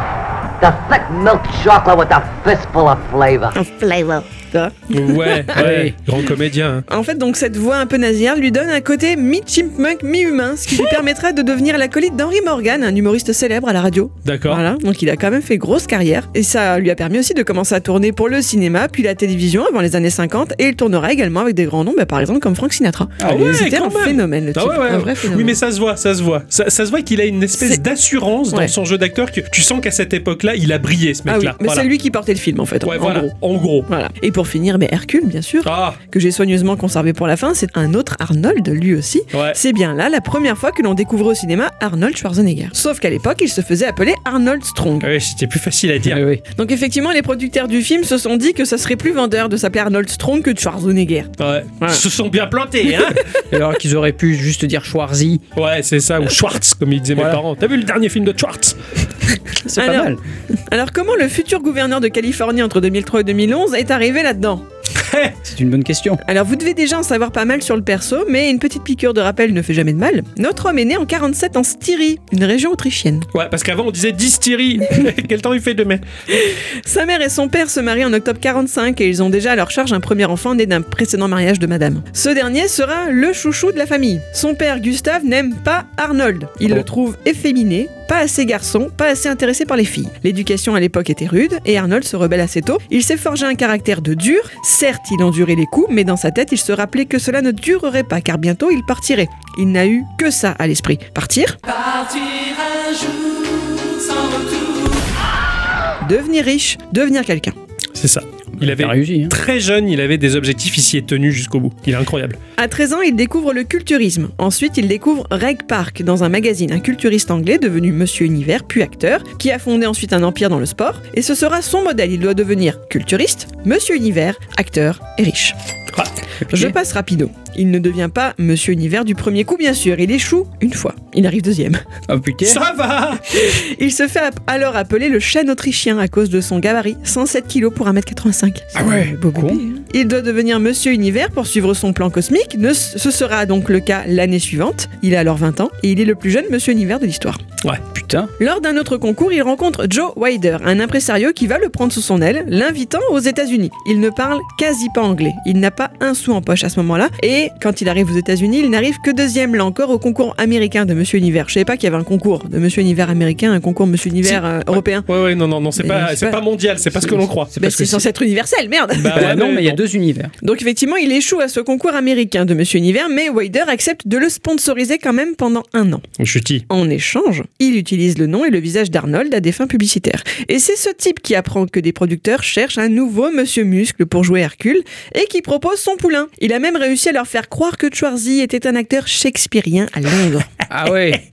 K: The thick milk chocolate with a fistful of flavor.
A: Flavor.
B: Ouais, ouais, grand comédien. hein.
A: En fait, donc cette voix un peu nasillarde lui donne un côté mi-chipmunk, mi-humain, ce qui lui permettra de devenir l'acolyte d'Henry Morgan, un humoriste célèbre à la radio.
B: D'accord.
A: Voilà, donc il a quand même fait grosse carrière. Et ça lui a permis aussi de commencer à tourner pour le cinéma, puis la télévision avant les années 50. Et il tournera également avec des grands noms, bah, par exemple comme Frank Sinatra.
B: Ah ouais,
A: C'était
B: quand
A: un
B: même.
A: phénomène, le
B: Ah
A: type.
B: ouais, ouais.
A: Un vrai phénomène.
B: Oui, mais ça se voit, ça se voit. Ça, ça se voit qu'il a une espèce d'assurance dans
A: Ouais.
B: son jeu d'acteur que tu sens qu'à cette époque-là, il a brillé ce
A: Ah oui,
B: mec-là.
A: mais
B: Voilà.
A: c'est lui qui portait le film en fait,
B: Ouais,
A: en
B: voilà.
A: gros.
B: En gros.
A: Voilà. Et pour finir, mais Hercule, bien sûr,
B: Ah,
A: que j'ai soigneusement conservé pour la fin, c'est un autre Arnold, lui aussi.
B: ouais.
A: C'est bien là la première fois que l'on découvre au cinéma Arnold Schwarzenegger. Sauf qu'à l'époque, il se faisait appeler Arnold Strong.
B: Ouais, c'était plus facile à dire.
C: Ah oui.
A: Donc effectivement, les producteurs du film se sont dit que ça serait plus vendeur de s'appeler Arnold Strong que de Schwarzenegger.
B: Ouais. Ils
A: Ouais.
B: se sont bien plantés, hein
C: Alors qu'ils auraient pu juste dire Schwarzy.
B: Ouais, c'est ça, ou Schwartz, comme ils disaient
C: Voilà.
B: mes parents. T'as vu le dernier film de Schwartz Ah
C: C'est pas
A: Alors-
C: mal.
A: Alors comment le futur gouverneur de Californie entre 2003 et 2011 est arrivé là-dedans
C: C'est une bonne question.
A: Alors vous devez déjà en savoir pas mal sur le perso, mais une petite piqûre de rappel ne fait jamais de mal. Notre homme est né en 47 en Styrie, une région autrichienne.
B: Ouais, parce qu'avant on disait distillerie. Quel temps il fait demain
A: Sa mère et son père se marient en octobre 45 et ils ont déjà à leur charge un premier enfant né d'un précédent mariage de madame. Ce dernier sera le chouchou de la famille. Son père Gustave n'aime pas Arnold. Il le trouve efféminé, pas assez garçon, pas assez intéressé par les filles. L'éducation à l'époque était rude et Arnold se rebelle assez tôt. Il s'est forgé un caractère de dur. Certes, il endurait les coups, mais dans sa tête, il se rappelait que cela ne durerait pas car bientôt il partirait. Il n'a eu que ça à l'esprit. Partir
F: Partir un jour sans retour.
A: Devenir riche, devenir quelqu'un.
B: C'est ça. Il avait
C: T'as réussi. hein.
B: très jeune, il avait des objectifs, il s'y est tenu jusqu'au bout. Il est incroyable.
A: À 13 ans, il découvre le culturisme. Ensuite, il découvre Reg Park dans un magazine, un culturiste anglais devenu Monsieur Univers, puis acteur, qui a fondé ensuite un empire dans le sport. Et ce sera son modèle. Il doit devenir culturiste, Monsieur Univers, acteur et riche.
B: Ah,
A: Je passe rapido. Il ne devient pas Monsieur Univers du premier coup, bien sûr. Il échoue une fois. Il arrive deuxième.
C: Oh putain.
B: Ça va
A: Il se fait ap- alors appeler le chêne autrichien à cause de son gabarit, 107 kg pour 1m85.
C: Ah ouais,
A: beau bébé,
C: con.
A: hein. Il doit devenir Monsieur Univers pour suivre son plan cosmique. Ne- ce sera donc le cas l'année suivante. Il a alors 20 ans et il est le plus jeune Monsieur Univers de l'histoire.
C: Putain.
A: Lors d'un autre concours, il rencontre Joe Wider, un impresario qui va le prendre sous son aile, l'invitant aux États-Unis. Il ne parle quasi pas anglais, il n'a pas un sou en poche à ce moment-là, et quand il arrive aux États-Unis, il n'arrive que deuxième, là encore, au concours américain de Monsieur Univers. Je savais pas qu'il y avait un concours de Monsieur Univers américain, un concours Monsieur Univers euh, européen.
B: Ouais, ouais, non, non, non, c'est
A: Mais
B: pas,
A: c'est
B: c'est
A: pas-
B: pas mondial, c'est pas ce que l'on croit.
C: C'est
A: Bah,
C: parce que
A: c'est censé être universel, merde
B: Bah,
C: Bah
B: ouais,
C: non, mais il y a
B: non.
C: deux univers.
A: Donc effectivement, il échoue à ce concours américain de Monsieur Univers, mais Wider accepte de le sponsoriser quand même pendant un an.
B: Chutis.
A: En échange, il utilise le nom et le visage d'Arnold à des fins publicitaires. Et c'est ce type qui apprend que des producteurs cherchent un nouveau Monsieur Muscle pour jouer Hercule et qui propose son poulain. Il a même réussi à leur faire croire que Schwarzy était un acteur shakespearien à Londres.
C: Ah ouais.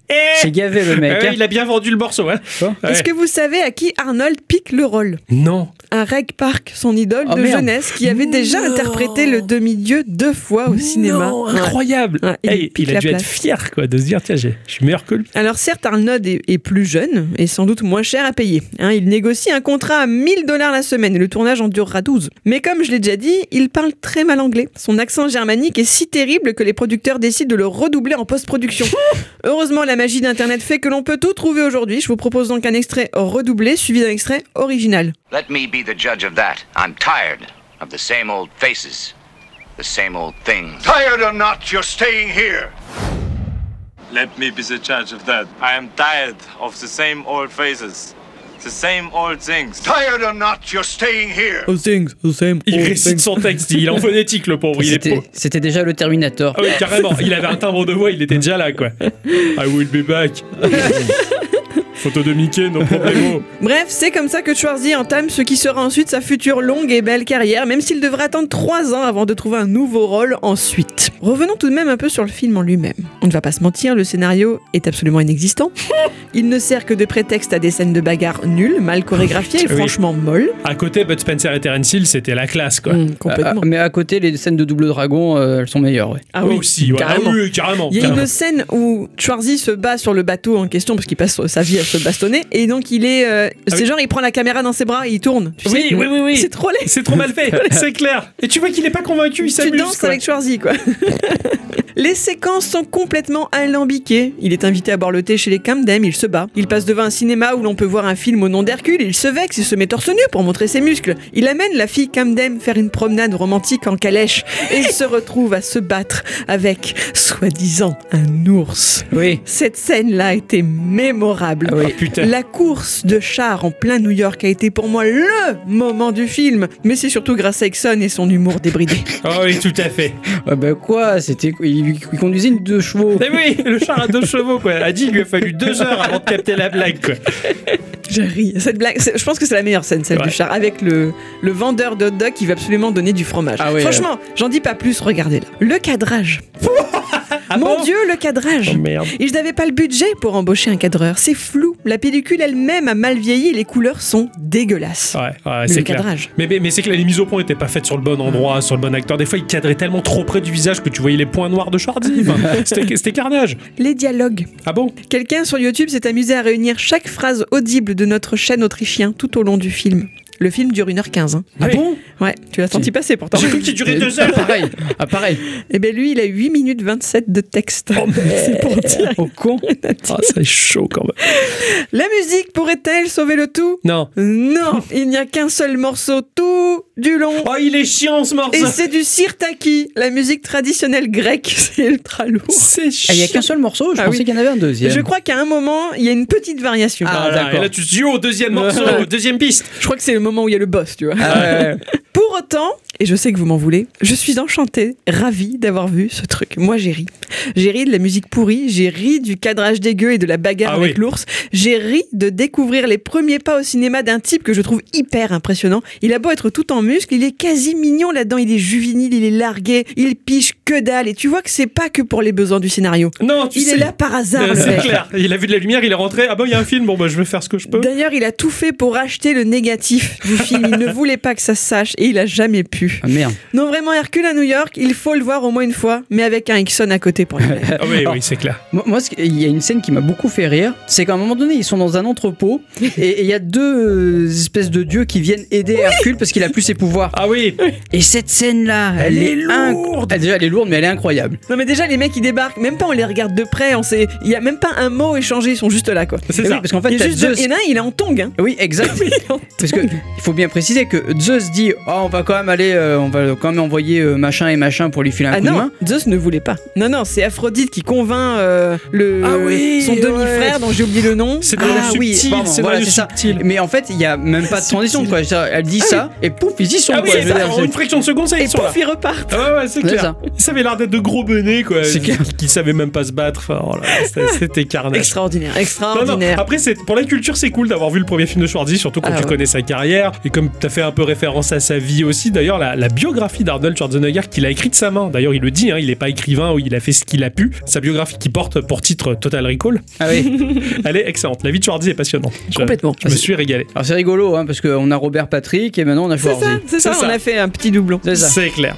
C: C'est gavé
B: Eh.
C: le
B: Ah
C: mec.
B: ouais,
C: hein.
B: il a bien vendu le morceau, hein
C: Bon.
B: Ouais.
A: Est-ce que vous savez à qui Arnold pique le rôle
B: Non.
A: À Reg Park, son idole
C: Oh,
A: de
C: merde.
A: jeunesse, qui avait déjà
D: Non.
A: interprété le demi-dieu deux fois au cinéma.
B: Non,
A: Ouais.
B: incroyable.
A: Ouais, il
B: Hey, il,
A: pique
B: a
A: la
B: dû
A: place.
B: être fier, quoi, de se dire, tiens, j'ai- je suis meilleur que lui.
A: Alors certes, Arnold est, est plus jeune et sans doute moins cher à payer. hein. il négocie un contrat à 1000 dollars la semaine et le tournage en durera 12. Mais comme je l'ai déjà dit, il parle très mal anglais. Son accent germanique est si terrible que les producteurs décident de le redoubler en post-production. Heureusement, la magie d'Internet fait que l'on peut tout trouver aujourd'hui. Je vous propose donc un extrait redoublé suivi d'un extrait original.
H: Let me be the judge of that. I'm tired of the same old faces, the same old things.
L: Tired or not, you're staying here. Let me be the judge of that. I am tired of the same old faces, the same old things. Tired or not, you're staying here.
B: Il récite son texte, il est en phonétique, le pauvre. Il est
C: C'était-
B: pauvre.
C: C'était déjà le Terminator.
B: Ah oui, carrément. Il avait un timbre de voix, il était déjà là, quoi. I will be back. Photo de Mickey, no problemo.
A: Bref, c'est comme ça que Schwarzy entame ce qui sera ensuite sa future longue et belle carrière, même s'il devra attendre 3 ans avant de trouver un nouveau rôle ensuite. Revenons tout de même un peu sur le film en lui-même. On ne va pas se mentir, le scénario est absolument inexistant. Il ne sert que de prétexte à des scènes de bagarre nulles, mal chorégraphiées et
B: Oui.
A: franchement molles.
B: À côté, Bud Spencer et Terence Hill, c'était la classe, quoi.
A: Hum,
C: Ah,
A: complètement.
C: mais à côté, les scènes de double dragon, euh, elles sont meilleures. ouais.
A: Ah oui,
B: aussi, ouais. Ah
A: carrément.
B: oui, carrément.
A: Il y a
B: carrément.
A: une scène où Schwarzy se bat sur le bateau en question parce qu'il passe sa vie à se bastonner. Et donc, il est. euh, c'est
B: Ah oui.
A: genre, il prend la caméra dans ses bras et il tourne. tu
B: Oui,
A: sais.
B: oui, oui, oui.
A: C'est trop laid.
B: C'est trop mal fait, c'est clair. Et tu vois qu'il est pas convaincu, il
A: Tu
B: s'amuse.
A: danses
B: quoi.
A: avec Schwarzy, quoi. Les séquences sont complètement alambiquées. Il est invité à boire le thé chez les Camden, il se bat. Il passe devant un cinéma où l'on peut voir un film au nom d'Hercule, il se vexe, il se met torse nu pour montrer ses muscles. Il amène la fille Camden faire une promenade romantique en calèche et il se retrouve à se battre avec, soi-disant, un ours.
C: Oui.
A: Cette scène-là était mémorable.
B: Ah oui. Ah, putain.
A: La course de char en plein New York a été pour moi le moment du film, mais c'est surtout grâce à Exxon et son humour débridé.
B: Ah oui, tout à fait.
C: Ah bah quoi, c'était il, il conduisait une deux chevaux.
B: Mais Eh oui, le char à deux chevaux, quoi. A dit, il lui a fallu deux heures avant de capter la blague, quoi.
A: J'ai ri. Cette blague, c'est- je pense que c'est la meilleure scène, celle
B: Ouais.
A: du char, avec le, le vendeur de hot dog qui va absolument donner du fromage.
C: Ah ouais,
A: Franchement,
B: euh.
A: j'en dis pas plus, regardez-la. Le cadrage.
B: Ah
A: Mon Dieu, le cadrage
B: Oh, merde.
A: Ils n'avaient pas le budget pour embaucher un cadreur. C'est flou. La pellicule elle-même a mal vieilli et les couleurs sont dégueulasses.
B: Ouais, ouais,
A: Le
B: Ah, c'est clair.
A: cadrage. Mm.
B: Mais, mais, mais c'est que les mises au point n'étaient pas faites sur le bon endroit, sur le bon acteur. Des fois, il cadrait tellement trop près du visage que tu voyais les points noirs de Chardy. Enfin, c'était c'était carnage.
A: Les dialogues.
B: Ah bon
A: Quelqu'un sur YouTube s'est amusé à réunir chaque phrase audible de notre chaîne autrichien tout au long du film. Le film dure 1h15. hein.
B: Ah bon
A: Ouais, tu l'as senti passer pourtant.
B: J'ai cru qu'il durait deux
C: Ah,
B: heures.
C: pareil, ah, pareil.
A: Eh bien, lui, il a 8 minutes 27 de texte. C'est pour dire.
B: Au con. Ah, ça est chaud quand même.
A: La musique pourrait-elle sauver le tout
B: Non.
A: Non, il n'y a qu'un seul morceau tout du long.
B: Oh, il est chiant ce
A: Et
B: morceau.
A: c'est du sirtaki, la musique traditionnelle grecque. C'est ultra lourd.
B: C'est
C: Ah,
B: chiant.
C: il y a qu'un seul morceau, je
A: Ah
C: pensais
A: oui.
C: qu'il y en avait un deuxième.
A: Je crois qu'à un moment, il y a une petite variation.
C: Ah,
B: Ah, là,
C: d'accord.
B: et là, tu te dis, oh, deuxième morceau, deuxième piste.
A: Je crois que c'est le moment où il y a le boss, tu vois.
C: Ah, ouais, ouais.
A: Pour autant, et je sais que vous m'en voulez, je suis enchantée, ravie d'avoir vu ce truc. Moi, j'ai ri. J'ai ri de la musique pourrie, j'ai ri du cadrage dégueu et de la bagarre
B: Ah
A: avec
B: oui.
A: l'ours. J'ai ri de découvrir les premiers pas au cinéma d'un type que je trouve hyper impressionnant. Il a beau être tout en muscles, il est quasi mignon là-dedans, il est juvénile, il est largué, il piche que dalle. Et tu vois que c'est pas que pour les besoins du scénario.
B: Non, tu
A: il
B: sais.
A: est là par hasard,
B: Euh,
A: le
B: C'est
A: mec.
B: clair. Il a vu de la lumière, il est rentré. Ah bah, il y a un film. Bon, bah, je vais faire ce que je peux.
A: D'ailleurs, il a tout fait pour racheter le négatif du film. Il ne voulait pas que ça se sache et il a jamais pu.
C: Ah, merde.
A: Non, vraiment, Hercule à New York, il faut le voir au moins une fois, mais avec un Hickson à côté pour les blagues.
B: Ah oui, oui, c'est clair.
C: Moi, moi, ce qui- il y a une scène qui m'a beaucoup fait rire, c'est qu'à un moment donné, ils sont dans un entrepôt et et il y a deux euh, espèces de dieux qui viennent aider Hercule parce qu'il a plus ses pouvoirs.
B: Ah oui.
C: Et cette scène-là, elle,
B: Elle est
C: inc-
B: lourde.
C: Ah, Déjà, elle est lourde, mais elle est incroyable.
A: Non, mais déjà, les mecs, ils débarquent, même pas on les regarde de près, on sait. Il y a même pas un mot échangé, ils sont juste là, quoi.
B: C'est
C: Et
B: ça.
C: oui, parce qu'en
A: Il
C: fait,
A: y a
C: t'as
A: juste deux-
C: Zeus.
A: il y en a un, il est en tongue. Hein.
C: Oui, exact. Parce que il faut bien préciser que Zeus dit Ah, on va quand même aller, euh, on va quand même envoyer euh, machin et machin pour lui filer un
A: Ah
C: coup de
A: non,
C: main.
A: Zeus ne voulait pas. Non, non, c'est Aphrodite qui convainc euh, le,
B: Ah oui,
A: son demi-frère,
B: ouais.
A: dont j'ai oublié le nom.
B: C'est dans
C: Ah
B: le
C: oui,
B: subtil,
C: pardon,
B: c'est dans
C: voilà,
B: le
C: c'est ça.
B: subtil.
C: Mais en fait, il y a même pas de transition quoi. Ça, Elle dit ça et pouf, ils y sont
B: Ah oui,
C: quoi. Je veux
B: ça,
C: dire,
B: en une fraction de seconde, ça,
A: Et
B: ils sont là.
A: pouf, ils repartent.
B: Ah ouais, ouais, c'est
C: C'est
B: clair.
C: ça.
B: Ça avait l'air d'être de gros benets, quoi.
C: C'est clair.
B: Qui savaient même pas se battre. Enfin, oh là là, c'était- c'était carnage.
A: Extraordinaire,
B: Non, Ah, non.
A: extraordinaire.
B: Après, c'est pour la culture, c'est cool d'avoir vu le premier film de Schwarzy, surtout quand
A: Ah
B: tu
A: ouais.
B: connais sa carrière et comme tu as fait un peu référence à sa vie aussi. D'ailleurs, la, la biographie d'Arnold Schwarzenegger qu'il a écrite de sa main. D'ailleurs, il le dit, hein, il n'est pas écrivain, il a fait ce qu'il a pu. Sa biographie qui porte pour titre Total Recall,
C: Ah oui.
B: elle est excellente. La vie de Schwarzy est passionnante. Je-
A: Complètement.
B: Je, me suis régalé.
C: Alors c'est rigolo hein, parce qu'on a Robert Patrick et maintenant on a
A: C'est ça,
C: Schwarzy.
A: c'est ça,
B: C'est
A: on
B: ça.
A: a fait un petit doublon.
C: C'est ça.
B: C'est clair.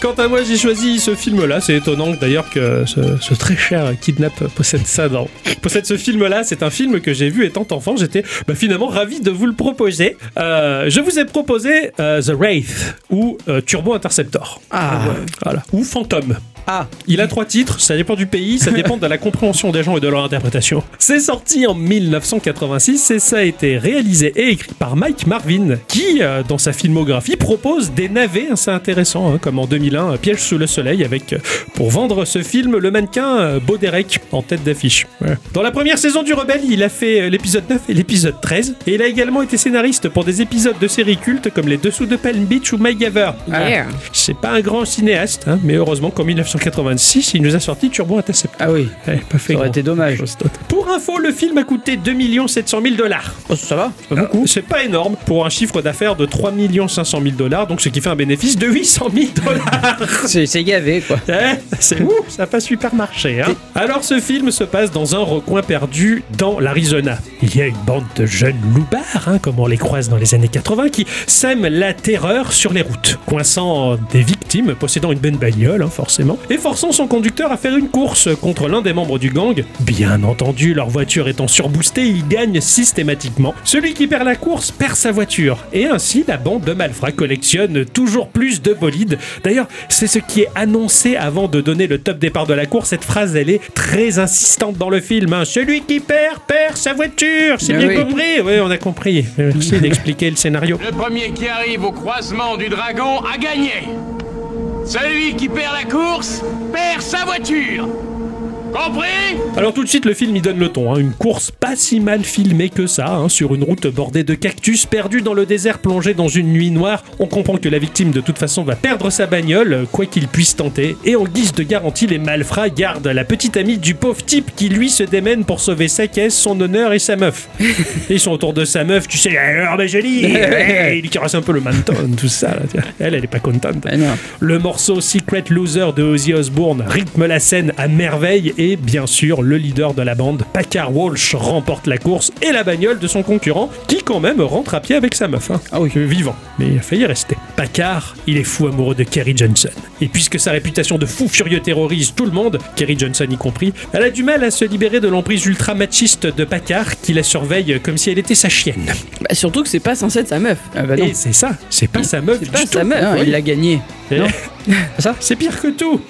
B: Quant à moi, j'ai choisi ce film-là. C'est étonnant d'ailleurs que ce, ce très cher Kidnap possède ça dans. possède ce film-là. C'est un film que j'ai vu étant enfant. J'étais bah, finalement ravi de vous le proposer. Euh, je vous ai proposé euh, The Wraith ou euh, Turbo Interceptor.
C: Ah.
B: Voilà. Ou Phantom.
C: Ah.
B: Il a trois titres, ça dépend du pays, ça dépend de la compréhension des gens et de leur interprétation. C'est sorti en 1986 et ça a été réalisé et écrit par Mike Marvin, qui, euh, dans sa filmographie, propose des navets assez intéressants, hein, comme en 2001, euh, Piège sous le soleil, avec, euh, pour vendre ce film, le mannequin euh, Bo Derek en tête d'affiche. Ouais. Dans la première saison du Rebelle, il a fait euh, l'épisode 9 et l'épisode 13, et il a également été scénariste pour des épisodes de séries cultes comme Les Dessous de Palm Beach ou My Gaver.
C: Yeah.
B: C'est pas un grand cinéaste, hein, mais heureusement qu'en 1986, il nous a sorti Turbo Interceptor. Eh,
C: Ah oui.
B: pas fait
C: Ça aurait
B: grand-
C: été dommage.
B: chose d'autre. Pour info, le film a coûté 2 700 000 dollars.
C: Oh, ça va, c'est pas
B: Ah,
C: beaucoup.
B: C'est pas énorme pour un chiffre d'affaires de 3 500 000 dollars, donc ce qui fait un bénéfice de 800 000 dollars.
C: C'est c'est gavé, quoi.
B: Eh, c'est ouf, ça passe super marché. Hein Alors ce film se passe dans un recoin perdu dans l'Arizona. Il y a une bande de jeunes loupards, hein, comme on les croise dans les années 80, qui sèment la terreur sur les routes, coinçant euh, des victimes possédant une bonne bagnole, hein, forcément, et forçant son conducteur à faire une course contre l'un des membres du gang. Bien entendu, leur voiture étant surboostée, ils gagnent systématiquement. Celui qui perd la course perd sa voiture, et ainsi la bande de malfrats collectionne toujours plus de bolides. D'ailleurs, c'est ce qui est annoncé avant de donner le top départ de la course. Cette phrase, elle est très insistante dans le film. hein. Celui qui perd, perd sa voiture. C'est
C: Ah
B: bien
C: oui.
B: compris Oui, on a compris. Merci d'expliquer le scénario.
M: Le premier qui arrive au croisement du dragon a gagné. Celui qui perd la course perd sa voiture. Compris
B: Alors tout de suite, le film y donne le ton. hein. Une course pas si mal filmée que ça, hein, sur une route bordée de cactus, perdue dans le désert, plongée dans une nuit noire. On comprend que la victime de toute façon va perdre sa bagnole, euh, quoi qu'il puisse tenter. Et en guise de garantie, les malfrats gardent la petite amie du pauvre type qui lui se démène pour sauver sa caisse, son honneur et sa meuf. Et ils sont autour de sa meuf, tu sais, alors ma jolie, ouais, il lui caresse un peu le menton, tout ça. là, tu vois. Elle, elle est pas contente.
C: Ah non.
B: Le morceau Secret Loser de Ozzy Osbourne rythme la scène à merveille et bien sûr le leader de la bande, Packard Walsh, remporte la course et la bagnole de son concurrent qui quand même rentre à pied avec sa meuf. hein.
C: Ah oui.
B: Euh, Vivant, mais il a failli rester. Packard, il est fou amoureux de Kerry Johnson. Et puisque sa réputation de fou furieux terrorise tout le monde, Kerry Johnson y compris, elle a du mal à se libérer de l'emprise ultra machiste de Packard qui la surveille comme si elle était sa chienne.
N: Bah, surtout que c'est pas censé être sa meuf.
C: Ah bah non.
B: Et c'est ça, c'est pas sa meuf
N: C'est
B: du
N: pas
B: tout.
N: sa meuf.
C: Non,
N: oui.
C: il l'a gagné.
B: Et-
C: Non.
B: Ça C'est pire que tout.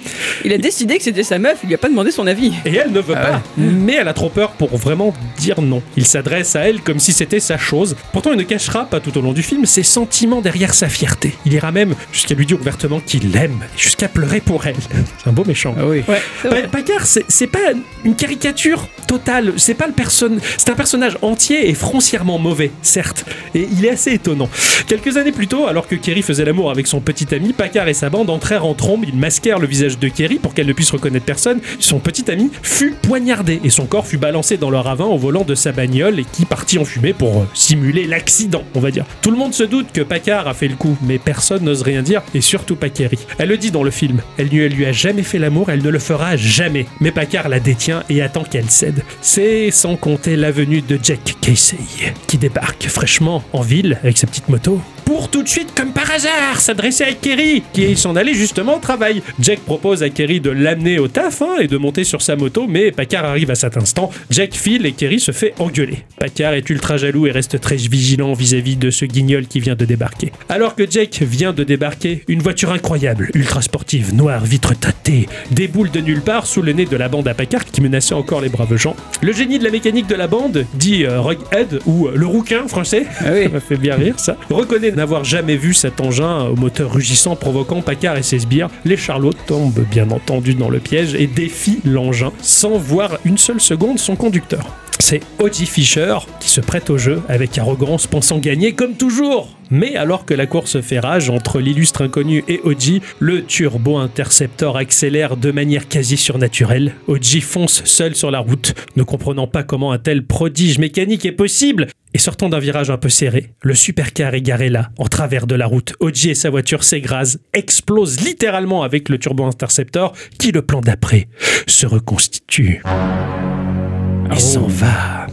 N: Il a décidé que c'était sa meuf, il lui a pas demandé son avis.
B: Et elle ne
C: Ah
B: veut pas, mais elle a trop peur pour vraiment dire non. Il s'adresse à elle comme si c'était sa chose. Pourtant, il ne cachera pas tout au long du film ses sentiments derrière sa fierté. Il ira même jusqu'à lui dire ouvertement qu'il l'aime, jusqu'à pleurer pour elle. C'est un beau méchant.
C: Ah oui.
B: Ouais. Pa- Packard, c'est c'est pas une caricature totale. C'est pas le personne. C'est un personnage entier et foncièrement mauvais, certes. Et il est assez étonnant. Quelques années plus tôt, alors que Kerry faisait l'amour avec son petit ami, Packard et sa bande entrèrent en trombe. Ils masquèrent le visage de Kerry pour qu'elle ne puisse reconnaître personne. Son petit ami fut poignardé et son corps fut balancé dans le ravin au volant de sa bagnole et qui partit en fumée pour euh, simuler l'accident, on va dire. Tout le monde se doute que Packard a fait le coup, mais personne n'ose rien dire et surtout pas Kerry. Elle le dit dans le film. Elle ne lui a jamais fait l'amour, elle ne le fera jamais. Mais Packard la détient et attend qu'elle cède. C'est sans compter la venue de Jack Casey, qui débarque fraîchement en ville avec sa petite moto. Pour tout de suite, comme par hasard, s'adresser à Kerry, qui s'en allait justement au travail. Jack propose à Kerry de l'amener au taf hein, et de monter sur sa moto, mais Packard arrive à cet instant. Jack file et Kerry se fait engueuler. Packard est ultra jaloux et reste très vigilant vis-à-vis de ce guignol qui vient de débarquer. Alors que Jack vient de débarquer, une voiture incroyable, ultra sportive, noire, vitre tâtée, déboule de nulle part sous le nez de la bande à Packard qui menaçait encore les braves gens. Le génie de la mécanique de la bande, dit euh, Rughead ou euh, le rouquin français,
C: Ah oui.
B: ça m'a fait bien rire ça, reconnaît n'avoir jamais vu cet engin au moteur rugissant provoquant Packard et ses sbires. Les charlots tombent bien entendu dans le piège et défient l'engin sans voir une seule seconde son conducteur. C'est Oji Fisher qui se prête au jeu avec arrogance, pensant gagner comme toujours. Mais alors que la course fait rage entre l'illustre inconnu et Oji, le turbo interceptor accélère de manière quasi surnaturelle. Oji fonce seul sur la route, ne comprenant pas comment un tel prodige mécanique est possible. Et sortant d'un virage un peu serré, le supercar est garé là, en travers de la route. Oji et sa voiture s'égrasent, explosent littéralement avec le turbo interceptor qui, le plan d'après, se reconstitue. Il s'en va.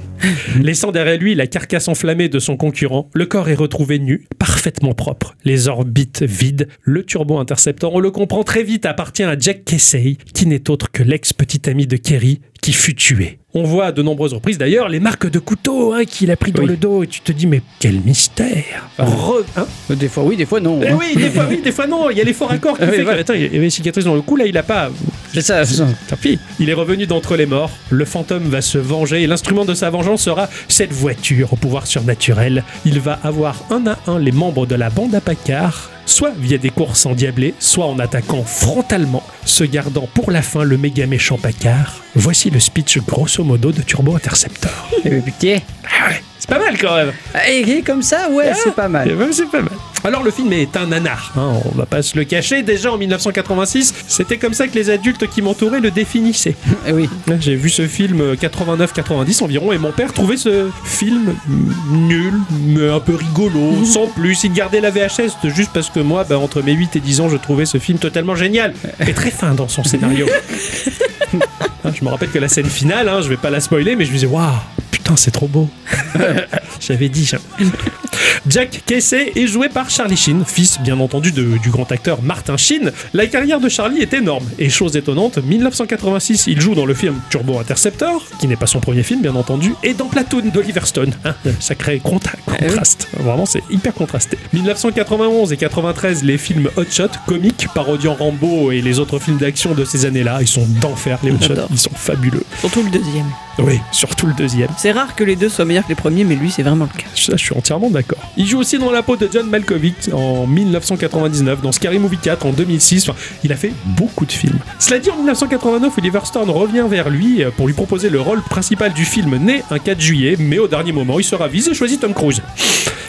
B: Laissant derrière lui la carcasse enflammée de son concurrent, le corps est retrouvé nu, parfaitement propre, les orbites vides, le turbo interceptor, on le comprend très vite, appartient à Jack Casey, qui n'est autre que l'ex-petit ami de Kerry, qui fut tué. On voit à de nombreuses reprises d'ailleurs les marques de couteau hein, qu'il a pris dans le dos et tu te dis mais quel mystère. Re- hein
C: Euh, Des fois oui, des fois non.
B: Eh
C: hein.
B: oui, des fois oui, des fois non. Il y a l'effort accord qui
C: Ah oui,
B: fait que,
C: voilà.
B: attends, il y avait une cicatrice dans le cou, là il a pas.
C: C'est ça. c'est ça.
B: Tant pis. Il est revenu d'entre les morts. Le fantôme va se venger et l'instrument de sa vengeance sera cette voiture au pouvoir surnaturel. Il va avoir un à un les membres de la bande à Pacard, soit via des courses endiablées, soit en attaquant frontalement, se gardant pour la fin le méga méchant Pacard. Voici le speech grosso modo de Turbo Interceptor.
C: Eh, pitié. Ah,
B: C'est pas mal quand même.
C: Et comme ça, Ah ouais, c'est pas mal.
B: Eh ben, c'est pas mal. Alors le film est un nanar, hein, on va pas se le cacher. Déjà en 1986, c'était comme ça que les adultes qui m'entouraient le définissaient.
C: Eh oui.
B: J'ai vu ce film euh, 89-90 environ et mon père trouvait ce film mm, nul, mais un peu rigolo, sans plus. Il gardait la VHS juste parce que moi, bah, entre mes 8 et 10 ans, je trouvais ce film totalement génial et très fin dans son scénario. Hein, je me rappelle que la scène finale, hein, je vais pas la spoiler, mais je me disais, waouh, putain, c'est trop beau. J'avais dit. ça. Jack Casey est joué par Charlie Sheen, fils bien entendu de- du grand acteur Martin Sheen. La carrière de Charlie est énorme et chose étonnante, 1986, il joue dans le film Turbo Interceptor, qui n'est pas son premier film bien entendu, et dans Platoon d'Oliver Stone. Hein, le sacré conta- contraste, vraiment c'est hyper contrasté. 1991 et 93, les films Hot Shot, comiques, parodiant Rambo et les autres films d'action de ces années-là, ils sont d'enfer les Hot Shot,
N: J'adore.
B: ils sont fabuleux.
N: Surtout le deuxième.
B: Oui, surtout le deuxième.
N: C'est rare que les deux soient meilleurs que les premiers, mais lui, c'est vraiment le cas.
B: Ça, je suis entièrement d'accord. Il joue aussi dans la peau de John Malkovich en 1999, dans Scary Movie 4 en 2006. Enfin, il a fait beaucoup de films. Cela dit, en 1989, Oliver Stone revient vers lui euh, pour lui proposer le rôle principal du film né un 4 juillet, mais au dernier moment, il se ravise et choisit Tom Cruise.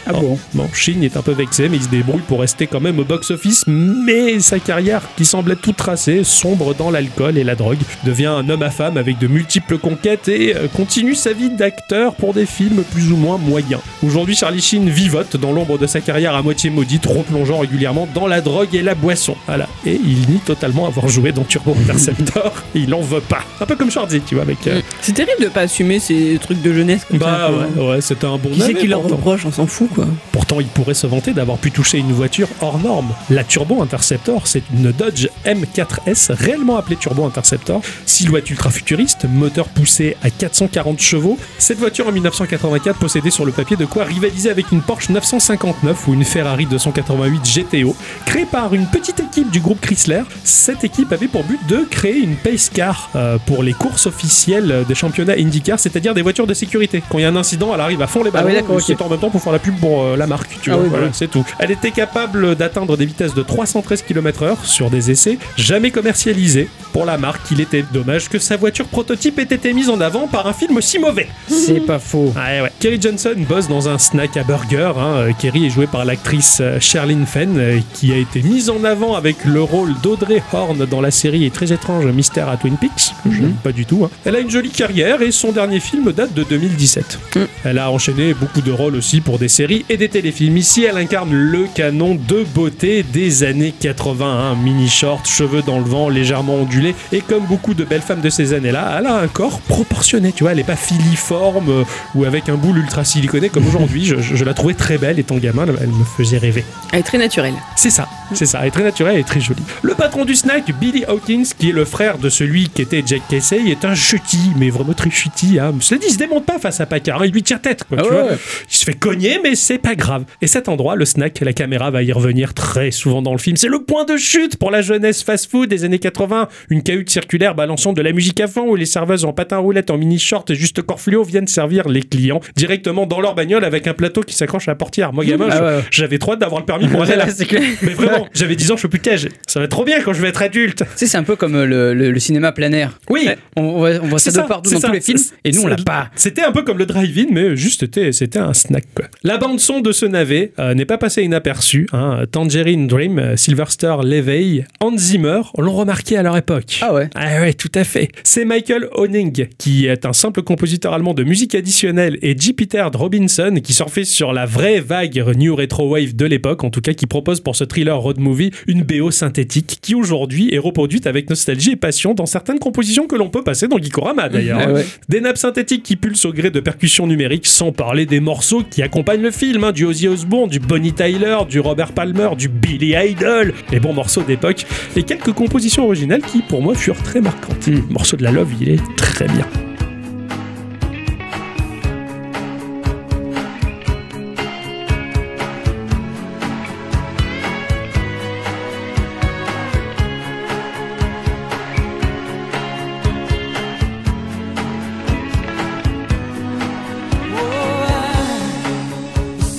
C: Ah bon
B: Oh, Bon, Sheen est un peu vexé, mais il se débrouille pour rester quand même au box-office. Mais sa carrière, qui semblait toute tracée, sombre dans l'alcool et la drogue, devient un homme à femme avec de multiples conquêtes et euh, continue sa vie d'acteur pour des films plus ou moins moyens. Aujourd'hui, Charlie Sheen vivote dans l'ombre de sa carrière à moitié maudite, replongeant régulièrement dans la drogue et la boisson. Voilà. Et il nie totalement avoir joué dans Turbo Interceptor. il en veut pas. Un peu comme Schwarzy, tu vois, avec. euh,
N: C'est terrible de pas assumer ces trucs de jeunesse
A: Mm.
N: comme ça.
B: Bah
N: quoi.
B: ouais, ouais, c'était un bon
N: Qui c'est
B: navet,
N: qui leur
B: pourtant.
N: reproche On s'en fout, quoi.
B: Pourtant, il pourrait se vanter d'avoir pu toucher une voiture hors norme. La Turbo Interceptor, c'est une Dodge M4S, réellement appelée Turbo Interceptor. Silhouette ultra futuriste, moteur poussé à 440 chevaux, cette voiture en 1984 possédait sur le papier de quoi rivaliser avec une Porsche 959 ou une Ferrari 288 GTO. Créée par une petite équipe du groupe Chrysler, cette équipe avait pour but de créer une pace car euh, pour les courses officielles des championnats IndyCar, c'est-à-dire des voitures de sécurité. Quand il y a un incident, elle arrive à fond les ballons,
C: Ah oui, d'accord,
B: et
C: ok.
B: saute en même temps pour faire la pub pour euh, la marque, tu
C: Ah
B: vois,
C: oui,
B: voilà,
C: oui.
B: c'est tout. Elle était capable d'atteindre des vitesses de 313 km/h sur des essais jamais commercialisés. Pour la marque, il était dommage que sa voiture prototype ait été mise en avant par un film si mauvais.
C: C'est pas faux.
B: Ouais, ouais. Kerry Johnson bosse dans un snack à burger. hein. Euh, Kerry est joué par l'actrice euh, Sherlyn Fenn, euh, qui a été mise en avant avec le rôle d'Audrey Horn dans la série Très étrange mystère à Twin Peaks.
C: Mhm.
B: Je n'aime Pas du tout. hein. Elle a une jolie carrière et son dernier film date de 2017. Elle a enchaîné beaucoup de rôles aussi pour des séries et des téléfilms. Ici, elle incarne le canon de beauté des années 80. hein. Mini short, cheveux dans le vent, légèrement ondulés. Et comme beaucoup de belles femmes de ces années-là, elle a un corps proportionné. Tu vois, elle n'est pas filiforme euh, ou avec un boule ultra siliconé comme aujourd'hui. je, je- je la trouvais très belle étant gamin. Elle me faisait rêver.
N: Elle est très naturelle.
B: C'est ça, c'est ça, elle est très naturelle et très jolie. Le patron du snack, Billy Hawkins, qui est le frère de celui qui était Jack Casey, est un chutis, mais vraiment très chutis. Hein. Cela dit, il se démonte pas face à Packard, hein, il lui tire tête, quoi,
C: Ah
B: tu
C: ouais,
B: vois.
C: ouais.
B: Il se fait cogner, mais c'est pas grave. Et cet endroit, le snack, la caméra va y revenir très souvent dans le film. C'est le point de chute pour la jeunesse fast-food des années 80. Une cahute circulaire balançant de la musique à fond où les serveuses en patin roulette, en mini-short et juste corps fluo viennent servir les clients directement dans leur bagnole avec un plateau qui s'accroche à la portière. Moi, gamin,
C: Ah
B: je-
C: ouais.
B: j'avais trop hâte d'avoir le permis pour aller là.
C: Eh C'est clair.
B: Mais vraiment, j'avais 10 ans, je fais putain, j'ai- ça va être trop bien quand je vais être adulte.
C: Tu sais, c'est un peu comme euh, le, le- le cinéma plein air.
B: Oui,
C: On, on voit, on voit
B: c'est
C: ça, de partout
B: c'est
C: dans
B: ça.
C: tous les films,
B: C'est-
C: et nous on
B: c'est-
C: l'a pas.
B: C'était un peu comme le drive-in, mais juste c'était c'était un snack. Quoi. La bande bande son de ce navet euh, n'est pas passée inaperçue. hein. Tangerine Dream, euh, Silver Star, L'éveil, Hans Zimmer l'ont remarqué à leur époque. Ah ouais. Ah ouais, tout à fait. C'est Michael Honing qui est un simple compositeur allemand de musique additionnelle et Jupiter Robinson qui surfait sur la vraie vague new retro wave de l'époque, en tout cas qui propose pour ce thriller road movie une BO synthétique qui aujourd'hui est reproduite avec nostalgie et passion dans certaines compositions que l'on peut passer dans Gikorama d'ailleurs.
C: Ah ouais.
B: Des nappes synthétiques qui pulsent au gré de percussions numériques, sans parler des morceaux qui accompagnent le film, hein, du Ozzy Osbourne, du Bonnie Tyler, du Robert Palmer, du Billy Idol, les bons morceaux d'époque, et quelques compositions originales qui, pour moi, furent très marquantes. Le morceau de la Love, il est très bien.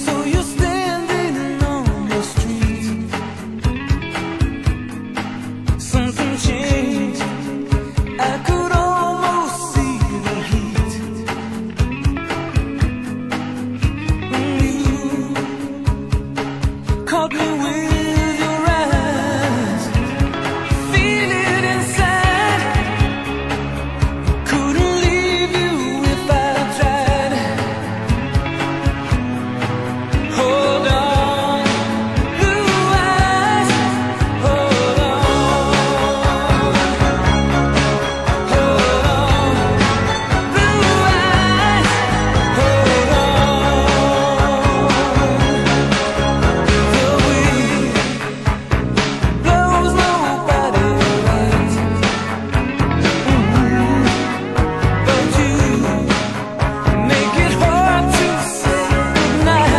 J: So you're standing on the street. Something changed. I could almost see the heat. You caught me with your eyes. Feel it inside. Couldn't leave you if I tried. Hold on, blue eyes. Hold on, hold on, blue eyes. Hold on. The wind blows nobody right, but you make it hard to say goodnight.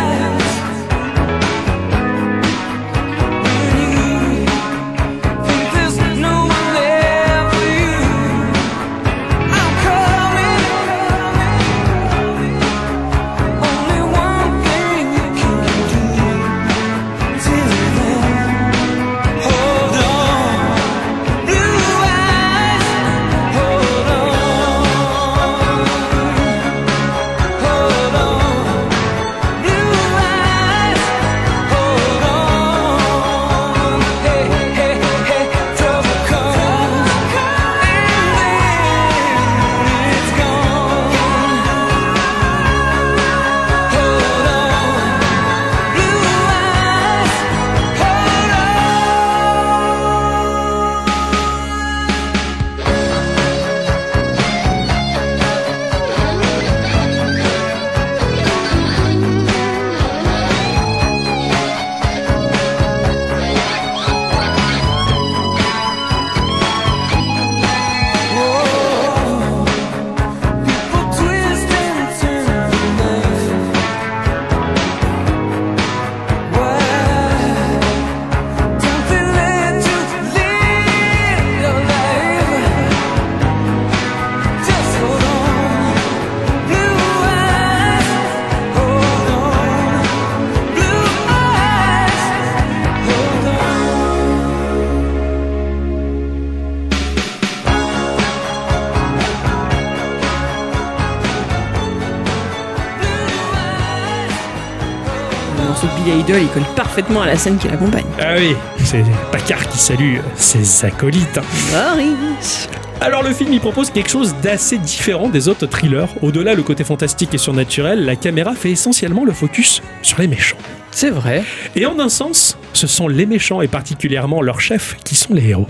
J: There's no one there for you. I'm coming, Only one thing you can do. Till then, hold on. Blue eyes, hold on. Hold on. Blue eyes, hold on. Hey, hey, hey, trouble comes, and then it's gone. Hold on, blue eyes, hold on.
A: Le morceau de Billy Idol, il colle parfaitement à la scène qui l'accompagne.
B: Ah oui, c'est Packard qui salue euh, ses acolytes. hein.
N: Ah,
B: Alors le film, il propose quelque chose d'assez différent des autres thrillers. Au-delà le côté fantastique et surnaturel, la caméra fait essentiellement le focus sur les méchants.
C: C'est vrai.
B: Et en un sens, ce sont les méchants et particulièrement leurs chefs qui sont les héros.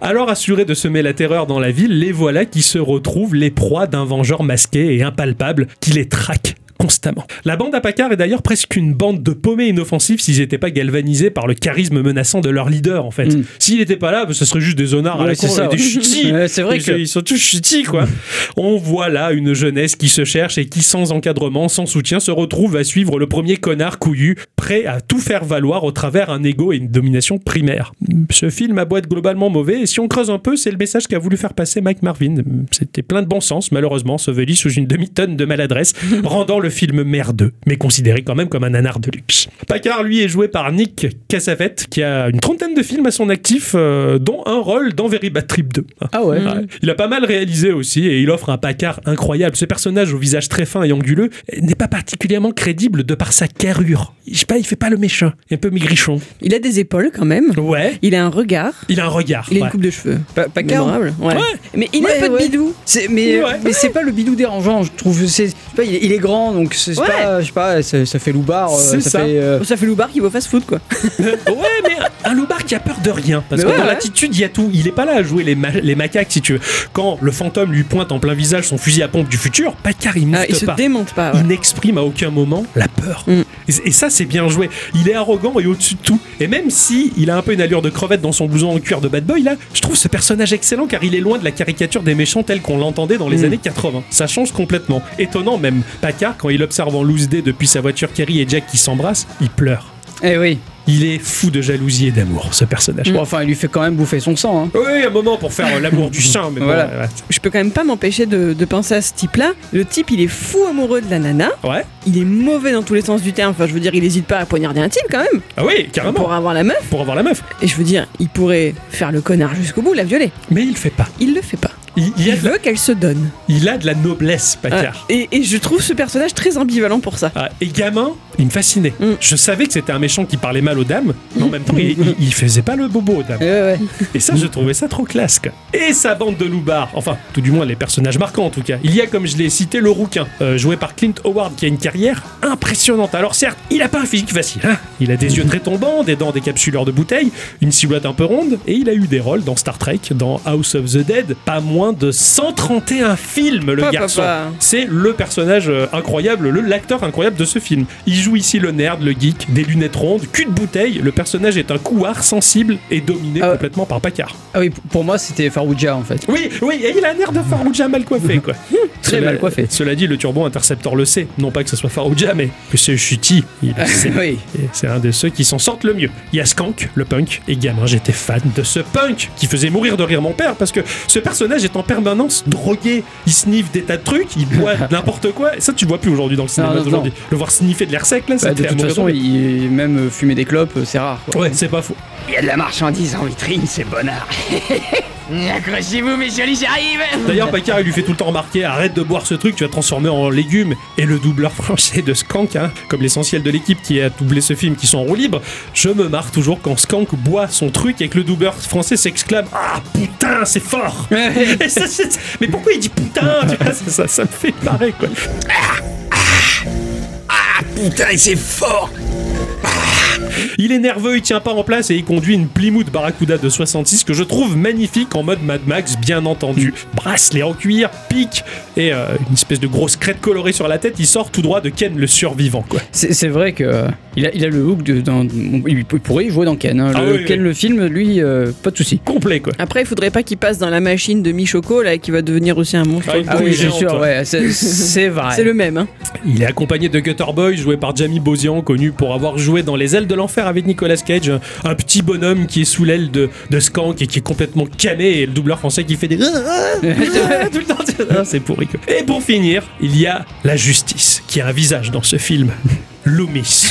B: Alors assurés de semer la terreur dans la ville, les voilà qui se retrouvent les proies d'un vengeur masqué et impalpable qui les traque constamment. La bande à Packard est d'ailleurs presque une bande de paumés inoffensifs s'ils n'étaient pas galvanisés par le charisme menaçant de leur leader en fait. S'il n'était pas là, ce serait juste des honnards à
C: Hmm. Ouais,
B: la
C: c'est
B: con,
C: ça,
B: et des
C: ouais.
B: chutis.
C: Ouais, c'est vrai
B: Ils-
C: que-
B: ils sont tous chutis quoi. On voit là une jeunesse qui se cherche et qui sans encadrement, sans soutien, se retrouve à suivre le premier connard couillu, prêt à tout faire valoir au travers un ego et une domination primaire. Ce film aboie de globalement mauvais et si on creuse un peu, c'est le message qu'a voulu faire passer Mike Marvin. C'était plein de bon sens, malheureusement, enseveli sous une demi-tonne de maladresse, rendant le film merdeux, mais considéré quand même comme un anard de luxe. Packard, lui, est joué par Nick Cassavetes, qui a une trentaine de films à son actif, euh, dont un rôle dans Very Bad Trip 2.
C: Ah
N: Mm.
C: ouais.
B: Il a pas mal réalisé aussi, et il offre un Packard incroyable. Ce personnage au visage très fin et anguleux euh, n'est pas particulièrement crédible de par sa carrure. Je sais pas, il fait pas le méchant. Il est un peu maigrichon.
N: Il a des épaules quand même.
B: Ouais.
N: Il a un regard.
B: Il a un regard.
N: Il a une
B: ouais.
N: coupe de cheveux.
C: Pas, pas Carl
N: Mémorable. Ouais.
B: Ouais.
N: Mais il a
C: Ouais,
N: un peu
C: ouais.
N: de bidou.
C: C'est- mais euh,
N: Ouais.
C: mais c'est pas le bidou dérangeant, je trouve. C'est, je sais pas, il, est- il est grand, donc c'est c'est
N: Ouais.
C: pas, je sais pas, ça, ça fait loupard. euh,
B: C'est ça.
C: fait, euh,
N: Ça fait loubar qui va au fast-food quoi.
B: ouais, mais un, un loupard qui a peur de rien. Parce
N: Mais
B: que
N: ouais,
B: dans
N: ouais.
B: l'attitude, il y a tout. Il est pas là à jouer les, ma- les macaques, si tu veux. Quand le fantôme lui pointe en plein visage son fusil à pompe du futur, Packard, il
N: Ah,
B: n'ouvre
N: il se
B: pas. Mm.
N: démonte pas. ouais.
B: Il n'exprime à aucun moment la peur.
C: Mm.
B: Et c- Et ça, c'est bien joué. Il est arrogant et au-dessus de tout. Et même si il a un peu une allure de crevette dans son blouson en cuir de bad boy, là, je trouve ce personnage excellent car il est loin de la caricature des méchants telle qu'on l'entendait dans les
C: Mm.
B: années 80. Ça change complètement. Étonnant même. Packard, quand il observe en loose day depuis sa voiture Kerry et Jack qui s'embrassent, il pleure.
C: Eh oui.
B: Il est fou de jalousie et d'amour, ce personnage.
C: Bon, enfin, il lui fait quand même bouffer son sang. hein.
B: Oui, un moment pour faire euh, l'amour du chien, mais bon,
C: Voilà.
B: ouais,
N: Je peux quand même pas m'empêcher de, de penser à ce type-là. Le type, il est fou amoureux de la nana.
B: ouais. Ouais.
N: Il est mauvais dans tous les sens du terme. Enfin, je veux dire, il hésite pas à poignarder un type quand même
B: Ah oui, carrément.
N: pour avoir la meuf.
B: Pour avoir la meuf.
N: Et je veux dire, il pourrait faire le connard jusqu'au bout, la violer.
B: Mais il le fait pas.
N: Il le fait pas.
B: Il, il a,
N: Il
B: de la,
N: veut qu'elle se donne.
B: il a de la noblesse, Packard.
N: Ah, et, et je trouve ce personnage très ambivalent pour ça.
B: Ah, et gamin, il me fascinait.
N: Mm.
B: Je savais que c'était un méchant qui parlait mal aux dames, mais en même temps, il, il- il faisait pas le bobo aux dames.
C: Eh ouais.
B: Et ça, je trouvais ça trop classe. quoi. Et sa bande de loupards, enfin, tout du moins les personnages marquants en tout cas. Il y a, comme je l'ai cité, le rouquin, euh, joué par Clint Howard, qui a une carrière impressionnante. Alors certes, il a pas un physique facile. hein. Il a des yeux très tombants, des dents décapsuleurs de bouteilles, une silhouette un peu ronde, et il a eu des rôles dans Star Trek, dans House of the Dead, pas moins de 131 films, le
N: Pas,
B: garçon.
N: papa.
B: C'est le personnage euh, incroyable, le l'acteur incroyable de ce film. Il joue ici le nerd, le geek, des lunettes rondes, cul de bouteille. Le personnage est un couard sensible et dominé
C: Ah ouais.
B: complètement par Packard.
C: Ah oui, p- pour moi, c'était Farouja en fait.
B: Oui, oui, et il a un air de Farouja mal coiffé, quoi.
C: Très
B: Cela-
C: mal coiffé.
B: Cela dit, le turbo interceptor le sait. Non pas que ce soit Farouja, mais que c'est Chuti. Il le sait.
C: oui.
B: Et C'est un de ceux qui s'en sortent le mieux. Il y a Skank, le punk, et gamin, j'étais fan de ce punk qui faisait mourir de rire mon père parce que ce personnage est en permanence drogué. Il sniffe des tas de trucs, il boit n'importe quoi. Et ça, tu le vois plus aujourd'hui dans le cinéma
C: non, non.
B: d'aujourd'hui. Le voir sniffer de l'air sec, là,
C: Bah,
B: c'était
C: de
B: à
C: toute
B: mourir
C: façon,
B: de rire.
C: il, même euh, fumer des clopes, euh, c'est rare. Quoi.
B: Ouais, c'est pas faux.
J: Il y a de la marchandise en vitrine, c'est bonnard. Accrochez-vous, mes jolis, j'arrive
B: D'ailleurs, Packard, il lui fait tout le temps remarquer arrête de boire ce truc, tu vas te transformer en légumes. Et le doubleur français de Skank, hein, comme l'essentiel de l'équipe qui a doublé ce film, qui sont en roue libre, je me marre toujours quand Skank boit son truc et que le doubleur français s'exclame Ah putain, c'est fort Et ça, c'est- Mais pourquoi il dit putain tu vois, ça, ça, ça me fait marrer quoi.
J: Ah, Putain, c'est fort Ah.
B: Il est nerveux, il tient pas en place et il conduit une Plymouth Barracuda de 66 que je trouve magnifique en mode Mad Max, bien entendu. Bracelet en cuir, pique et euh, une espèce de grosse crête colorée sur la tête. Il sort tout droit de Ken le survivant, quoi.
C: C'est c'est vrai que euh, il a, il a le hook de. dans- il peut- pourrait y jouer dans Ken. hein.
B: Ah
C: le,
B: oui, oui,
C: Ken,
B: oui.
C: le film, lui, euh, pas de souci.
B: Complet, quoi.
N: Après, il faudrait pas qu'il passe dans la machine de Michoko là, qui va devenir aussi un monstre.
B: Ah oui,
C: Ah oui, c'est
B: géante,
C: sûr,
B: ouais.
C: ouais, c'est- c'est vrai.
N: C'est le même. Hein.
B: Il est accompagné de Gutter Boy, joué par Jamie Bosian, connu pour avoir joué dans Les Ailes de l'Enfer avec Nicolas Cage, un, un petit bonhomme qui est sous l'aile de, de Skank et qui est complètement camé, et le doubleur français qui fait des... tout le temps, tu- Ah, c'est pourri. quoi. Et pour finir, il y a la justice, qui a un visage dans ce film. Loomis,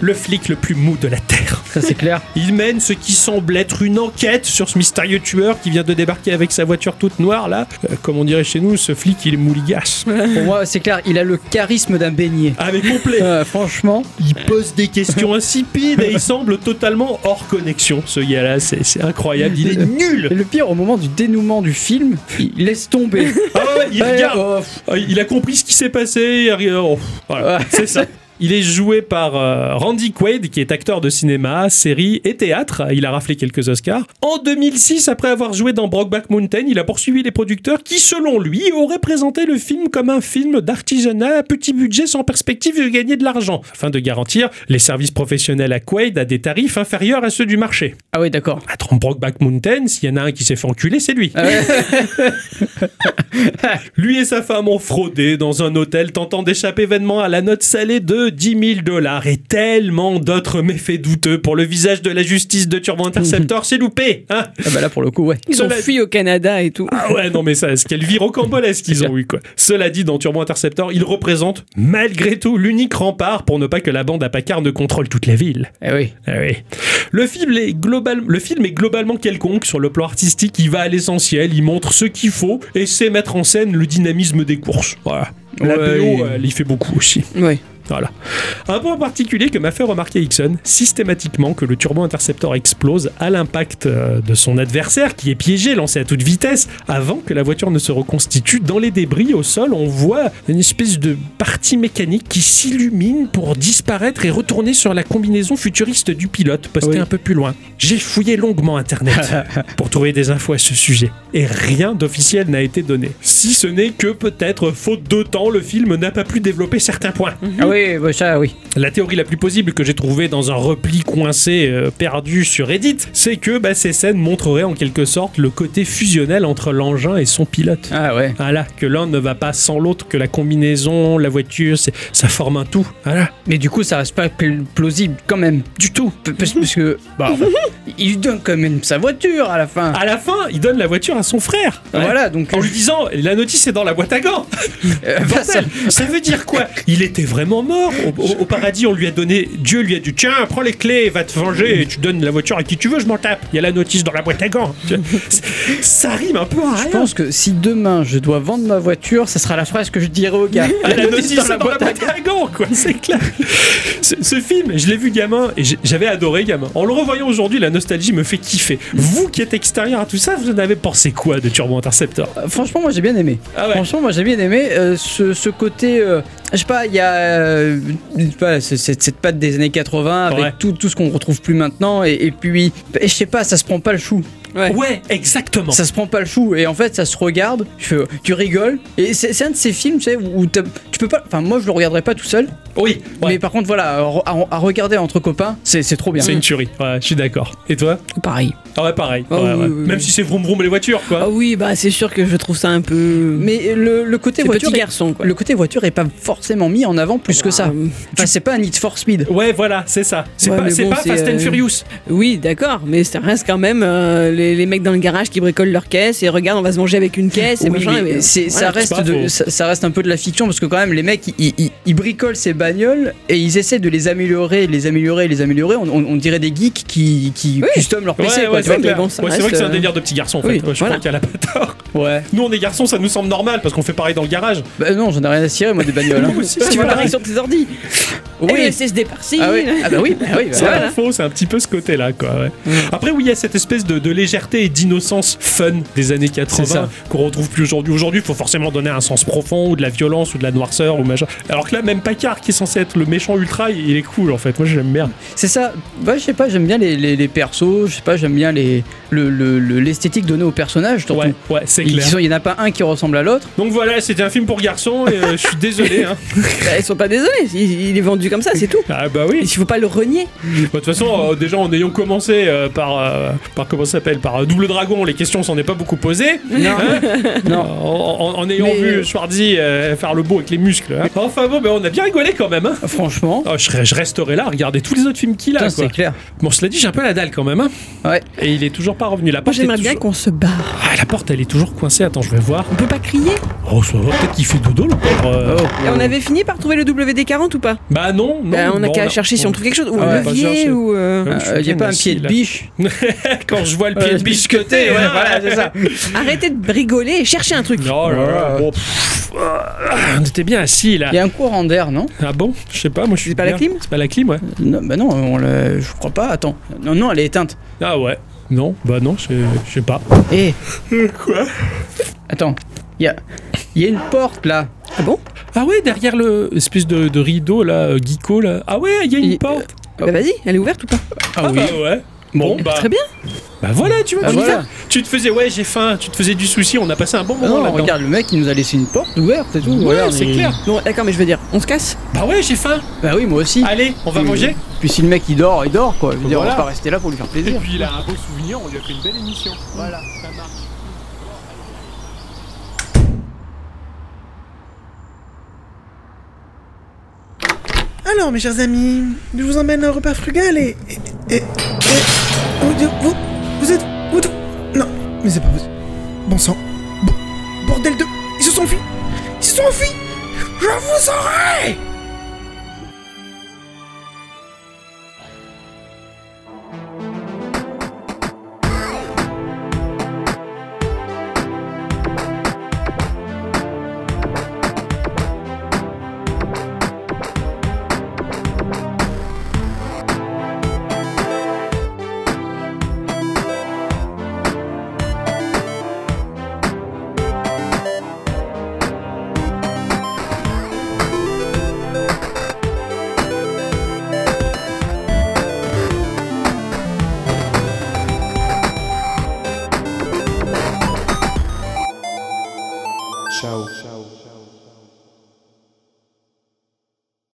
B: le flic le plus mou de la Terre.
C: Ça, c'est clair.
B: Il mène ce qui semble être une enquête sur ce mystérieux tueur qui vient de débarquer avec sa voiture toute noire, là. Euh, comme on dirait chez nous, ce flic, il est mouligasse.
C: Pour moi, c'est clair, il a le charisme d'un beignet.
B: Ah mais complet
C: Euh, franchement,
B: Il pose des questions insipides et il semble totalement hors connexion. Ce gars-là, c'est c'est incroyable. Il est
C: et
B: nul.
C: le pire, au moment du dénouement du film, il laisse tomber.
B: Ah ouais, il
C: Ouais,
B: regarde.
C: oh, pff,
B: Ah, Il a compris ce qui s'est passé. il regarde. Oh, voilà,
C: Ouais.
B: c'est ça. Il est joué par euh, Randy Quaid, qui est acteur de cinéma, série et théâtre. Il a raflé quelques Oscars. En 2006, après avoir joué dans Brokeback Mountain, il a poursuivi les producteurs qui, selon lui, auraient présenté le film comme un film d'artisanat à petit budget sans perspective de gagner de l'argent, afin de garantir les services professionnels à Quaid à des tarifs inférieurs à ceux du marché.
C: Ah oui, d'accord.
B: Attends, Brokeback Mountain, s'il y en a un qui s'est fait enculer, c'est lui.
C: Ah ouais.
B: Lui et sa femme ont fraudé dans un hôtel, tentant d'échapper vainement à la note salée de 10 000 dollars et tellement d'autres méfaits douteux pour le visage de la justice de Turbo Interceptor, c'est loupé. hein.
C: Ah bah là pour le coup, ouais.
N: Ils ont
B: Cela-
N: fui au Canada et tout.
B: Ah ouais, non mais ça, ce quel vire rocambolesque qu'ils ont eu quoi. Cela dit, dans Turbo Interceptor, il représente malgré tout l'unique rempart pour ne pas que la bande à Packard ne contrôle toute la ville.
C: Eh oui.
B: Ah oui. Le film, est global... le film est globalement quelconque sur le plan artistique, il va à l'essentiel, il montre ce qu'il faut et sait mettre en scène le dynamisme des courses. Voilà. La
C: Ouais.
B: BO, elle y fait beaucoup aussi.
N: Ouais.
B: Voilà. Un point particulier que m'a fait remarquer Hickson, systématiquement que le turbo interceptor explose à l'impact euh, de son adversaire qui est piégé, lancé à toute vitesse, avant que la voiture ne se reconstitue. Dans les débris au sol, on voit une espèce de partie mécanique qui s'illumine pour disparaître et retourner sur la combinaison futuriste du pilote, postée
C: Oui.
B: un peu plus loin. J'ai fouillé longuement Internet pour trouver des infos à ce sujet, et rien d'officiel n'a été donné. Si ce n'est que peut-être, faute de temps, le film n'a pas pu développer certains points.
C: Ah oui, bah ça oui.
B: La théorie la plus possible que j'ai trouvée dans un repli coincé euh, perdu sur Reddit, c'est que bah, ces scènes montreraient en quelque sorte le côté fusionnel entre l'engin et son pilote.
C: Ah ouais.
B: Voilà, que l'un ne va pas sans l'autre, que la combinaison, la voiture, c'est- ça forme un tout. Voilà.
C: Mais du coup, ça reste pas pl- plausible quand même.
B: Du tout.
C: P- Parce, parce que bah, il lui donne quand même sa voiture à la fin.
B: À la fin, il donne la voiture à son frère.
C: Voilà, donc
B: Ah, En lui disant, la notice est dans la boîte à gants.
C: euh, bah, ça-
B: Bordel, ça veut dire quoi Il était vraiment mort. Au, au- au paradis, on lui a donné. Dieu lui a dit Tiens, prends les clés, va te venger, et tu donnes la voiture à qui tu veux, je m'en tape. Il y a la notice dans la boîte à gants. C'est- ça rime un peu à rien.
C: Je pense que si demain je dois vendre ma voiture, ça sera la phrase que je dirai au gars.
B: Ah, la notice dans la boîte à gants, quoi, c'est clair. Ce, ce film, je l'ai vu gamin et j'ai- j'avais adoré gamin. En le revoyant aujourd'hui, la nostalgie me fait kiffer. Vous qui êtes extérieur à tout ça, vous en avez pensé quoi de Turbo Interceptor
C: Euh, Franchement, moi j'ai bien aimé.
B: Ah ouais.
C: Franchement, moi j'ai bien aimé euh, ce, ce côté. euh, je sais pas, il y a euh, je sais pas, c'est- c'est- cette patte des années 80 avec
B: Ouais.
C: tout, tout ce qu'on retrouve plus maintenant. Et, et puis, et je sais pas, ça se prend pas le chou.
N: Ouais.
B: Ouais, exactement.
C: Ça se prend pas le chou. Et en fait, ça se regarde. Tu, fais, euh, tu rigoles. Et c'est c'est un de ces films, tu sais, où t'as- tu peux pas. Enfin, moi je le regarderai pas tout seul.
B: Oui, ouais,
C: Mais par contre, voilà, à, à- à regarder entre copains, c'est c'est trop bien.
B: c'est une tuerie. Ouais, je suis d'accord. Et toi
N: Pareil.
B: Ah ouais, pareil.
N: Ah
B: Ouais,
N: oui,
B: ouais.
N: oui,
B: Même
N: oui.
B: si c'est vroom vroom les voitures, quoi.
N: Ah oui, bah c'est sûr que je trouve ça un peu.
C: Mais le, le côté
N: C'est
C: voiture.
N: petit
C: est-
N: garçon quoi.
C: le côté voiture est pas forcément mis en avant plus que ça.
N: Ah,
C: Enfin, c'est pas un Need for Speed.
B: Ouais, voilà, c'est ça. C'est
N: Ouais,
B: pas,
N: mais
B: c'est
N: bon,
B: pas
N: c'est,
B: Fast and
N: euh,
B: Furious.
N: Oui, d'accord, mais ça reste quand même euh, les, les mecs dans le garage qui bricolent leur caisse et regarde, on va se manger avec une caisse et
C: Oui,
N: machin.
C: mais
N: mais-
C: c'est- ça,
N: hein. voilà.
B: c'est
C: reste
B: pas
C: de,
B: faux.
C: ça, ça reste un peu de la fiction parce que quand même les mecs ils, ils- ils- ils bricolent ces bagnoles et ils essaient de les améliorer, les améliorer, les améliorer. On, on- on dirait des geeks qui, qui customent leur
B: Ouais,
C: PC.
B: ouais,
C: quoi, tu
B: c'est
C: vois.
B: clair.
N: bon, ça
B: Ouais, c'est
N: reste,
B: vrai que c'est un
N: euh,
B: délire de petit garçon, en fait.
N: oui,
B: Ouais, je
N: voilà.
B: crois qu'elle a pas tort.
C: Ouais.
B: Nous, on est garçons, ça nous semble normal parce qu'on fait pareil dans le garage.
C: Bah non, j'en ai rien à cirer moi des bagnoles. hein.
N: Si tu veux la réaction de tes ordi.
C: Oui.
N: Oui, c'est ce départ-ci.
C: Ah, oui. ah bah oui, bah oui. bah
B: C'est
C: voilà.
N: hein.
B: pas faux, c'est un petit peu ce côté-là, quoi. ouais.
N: Mm.
B: Après, oui, il y a cette espèce de, de légèreté et d'innocence fun des années
C: C'est
B: 80
C: ça.
B: qu'on retrouve plus aujourd'hui. Aujourd'hui, il faut forcément donner un sens profond ou de la violence ou de la noirceur ou machin. Alors que là, même Packard, qui est censé être le méchant ultra, il est cool en fait. Moi, j'aime bien.
C: C'est ça. Bah, je sais pas, j'aime bien les, les- les persos, je sais pas, j'aime bien les le- le- le- l'esthétique donnée aux personnages. surtout.
B: Ouais, ouais, c'est
C: Ils
B: clair.
C: sont- Il y en a pas un qui ressemble à l'autre.
B: Donc voilà, c'était un film pour garçons et euh, je suis désolé. Hein.
N: Bah, ils sont pas désolés, il, il est vendu comme ça, c'est tout.
B: Ah bah oui.
N: Il faut pas le renier.
B: Bah, De toute façon, euh, déjà en ayant commencé euh, par euh, par comment ça s'appelle par euh, Double Dragon, les questions s'en est pas beaucoup posées.
C: Non.
B: En,
C: non.
B: en- en ayant
C: Mais-
B: vu Schwarzy euh, faire le beau avec les muscles. hein. Enfin bon, bah, on a bien rigolé quand même. hein.
C: Franchement.
B: Oh, je, serais- je resterai là, à regarder tous les autres films qu'il
C: Putain,
B: a.
C: Ah, c'est
B: Quoi.
C: clair.
B: Bon, cela dit, j'ai un peu la dalle quand même. hein.
C: Ouais. Euh,
B: Et il est toujours pas revenu. La
N: Moi
B: porte, est
N: j'aimerais bien
B: toujours...
N: qu'on se barre.
B: Ah, la porte, elle est toujours coincée. Attends, je vais voir.
N: On peut pas crier
B: Oh, ça va. Peut-être qu'il fait dodo le pauvre, euh.
C: Oh.
N: Et on avait fini par trouver le WD-40 ou pas
B: Bah non, non.
N: Bah, On a
B: bon,
N: qu'à chercher si on trouve quelque chose. Ou
B: Ah ouais,
N: un
B: pas
N: levier
B: chercher.
N: ou. euh,
B: Ouais, Ah, je suis
C: Il y a
B: bien
C: pas un
B: assis,
C: pied de
B: là.
C: biche.
B: Quand je vois le pied de biche que t'es,
C: ouais,
B: hein.
C: voilà, c'est ça.
N: Arrêtez de rigoler et cherchez un truc.
B: Oh là là, bon, pff, ah, on était bien assis là.
C: Il y a un courant d'air, non
B: Ah bon Je sais pas, moi je suis.
N: C'est pas la
B: bien.
N: clim
B: C'est pas la clim, ouais.
C: Non, bah non, on l'a- je crois pas. Attends, non, non, elle est éteinte.
B: Ah ouais. Non, bah non, je je sais pas.
C: Eh Quoi Attends, il y a, il y a une porte là.
N: Ah bon
B: Ah ouais, derrière le espèce de, de rideau là, euh, geeko là. Ah ouais, il y a une
C: Il-
B: porte.
N: Bah
C: Oh.
N: vas-y, elle est ouverte ou pas
B: Ah, bah ouais. Bon, bah,
N: Très bien.
B: bah voilà, tu vois,
C: Ah,
B: tu,
C: voilà.
B: disais- tu te faisais, ouais, j'ai faim, tu te faisais du souci, on a passé un bon
C: Ah
B: moment
C: non,
B: là-dedans.
C: regarde, le mec il nous a laissé une porte ouverte et tout.
B: Ouais,
C: voilà, on
B: c'est
C: est-
B: clair.
N: Bon, d'accord, mais je veux dire, on se casse
B: Bah ouais, j'ai faim.
C: Bah oui, moi aussi.
B: Allez, on va
C: Puis- euh,
B: manger.
C: Puis si le mec il dort, il dort quoi. Je veux dire, on
B: Voilà.
C: va pas rester là pour lui faire plaisir.
B: puis il a un beau souvenir, on lui a fait une belle émission. Voilà.
E: Alors, Ah mes chers amis, je vous emmène un repas frugal et. et. et. et- oh, Dieu, vous. vous êtes. vous tous- Non, mais c'est pas possible. Bon sang. Bo- bordel de. Ils se sont enfuis Ils se sont enfuis Je vous aurai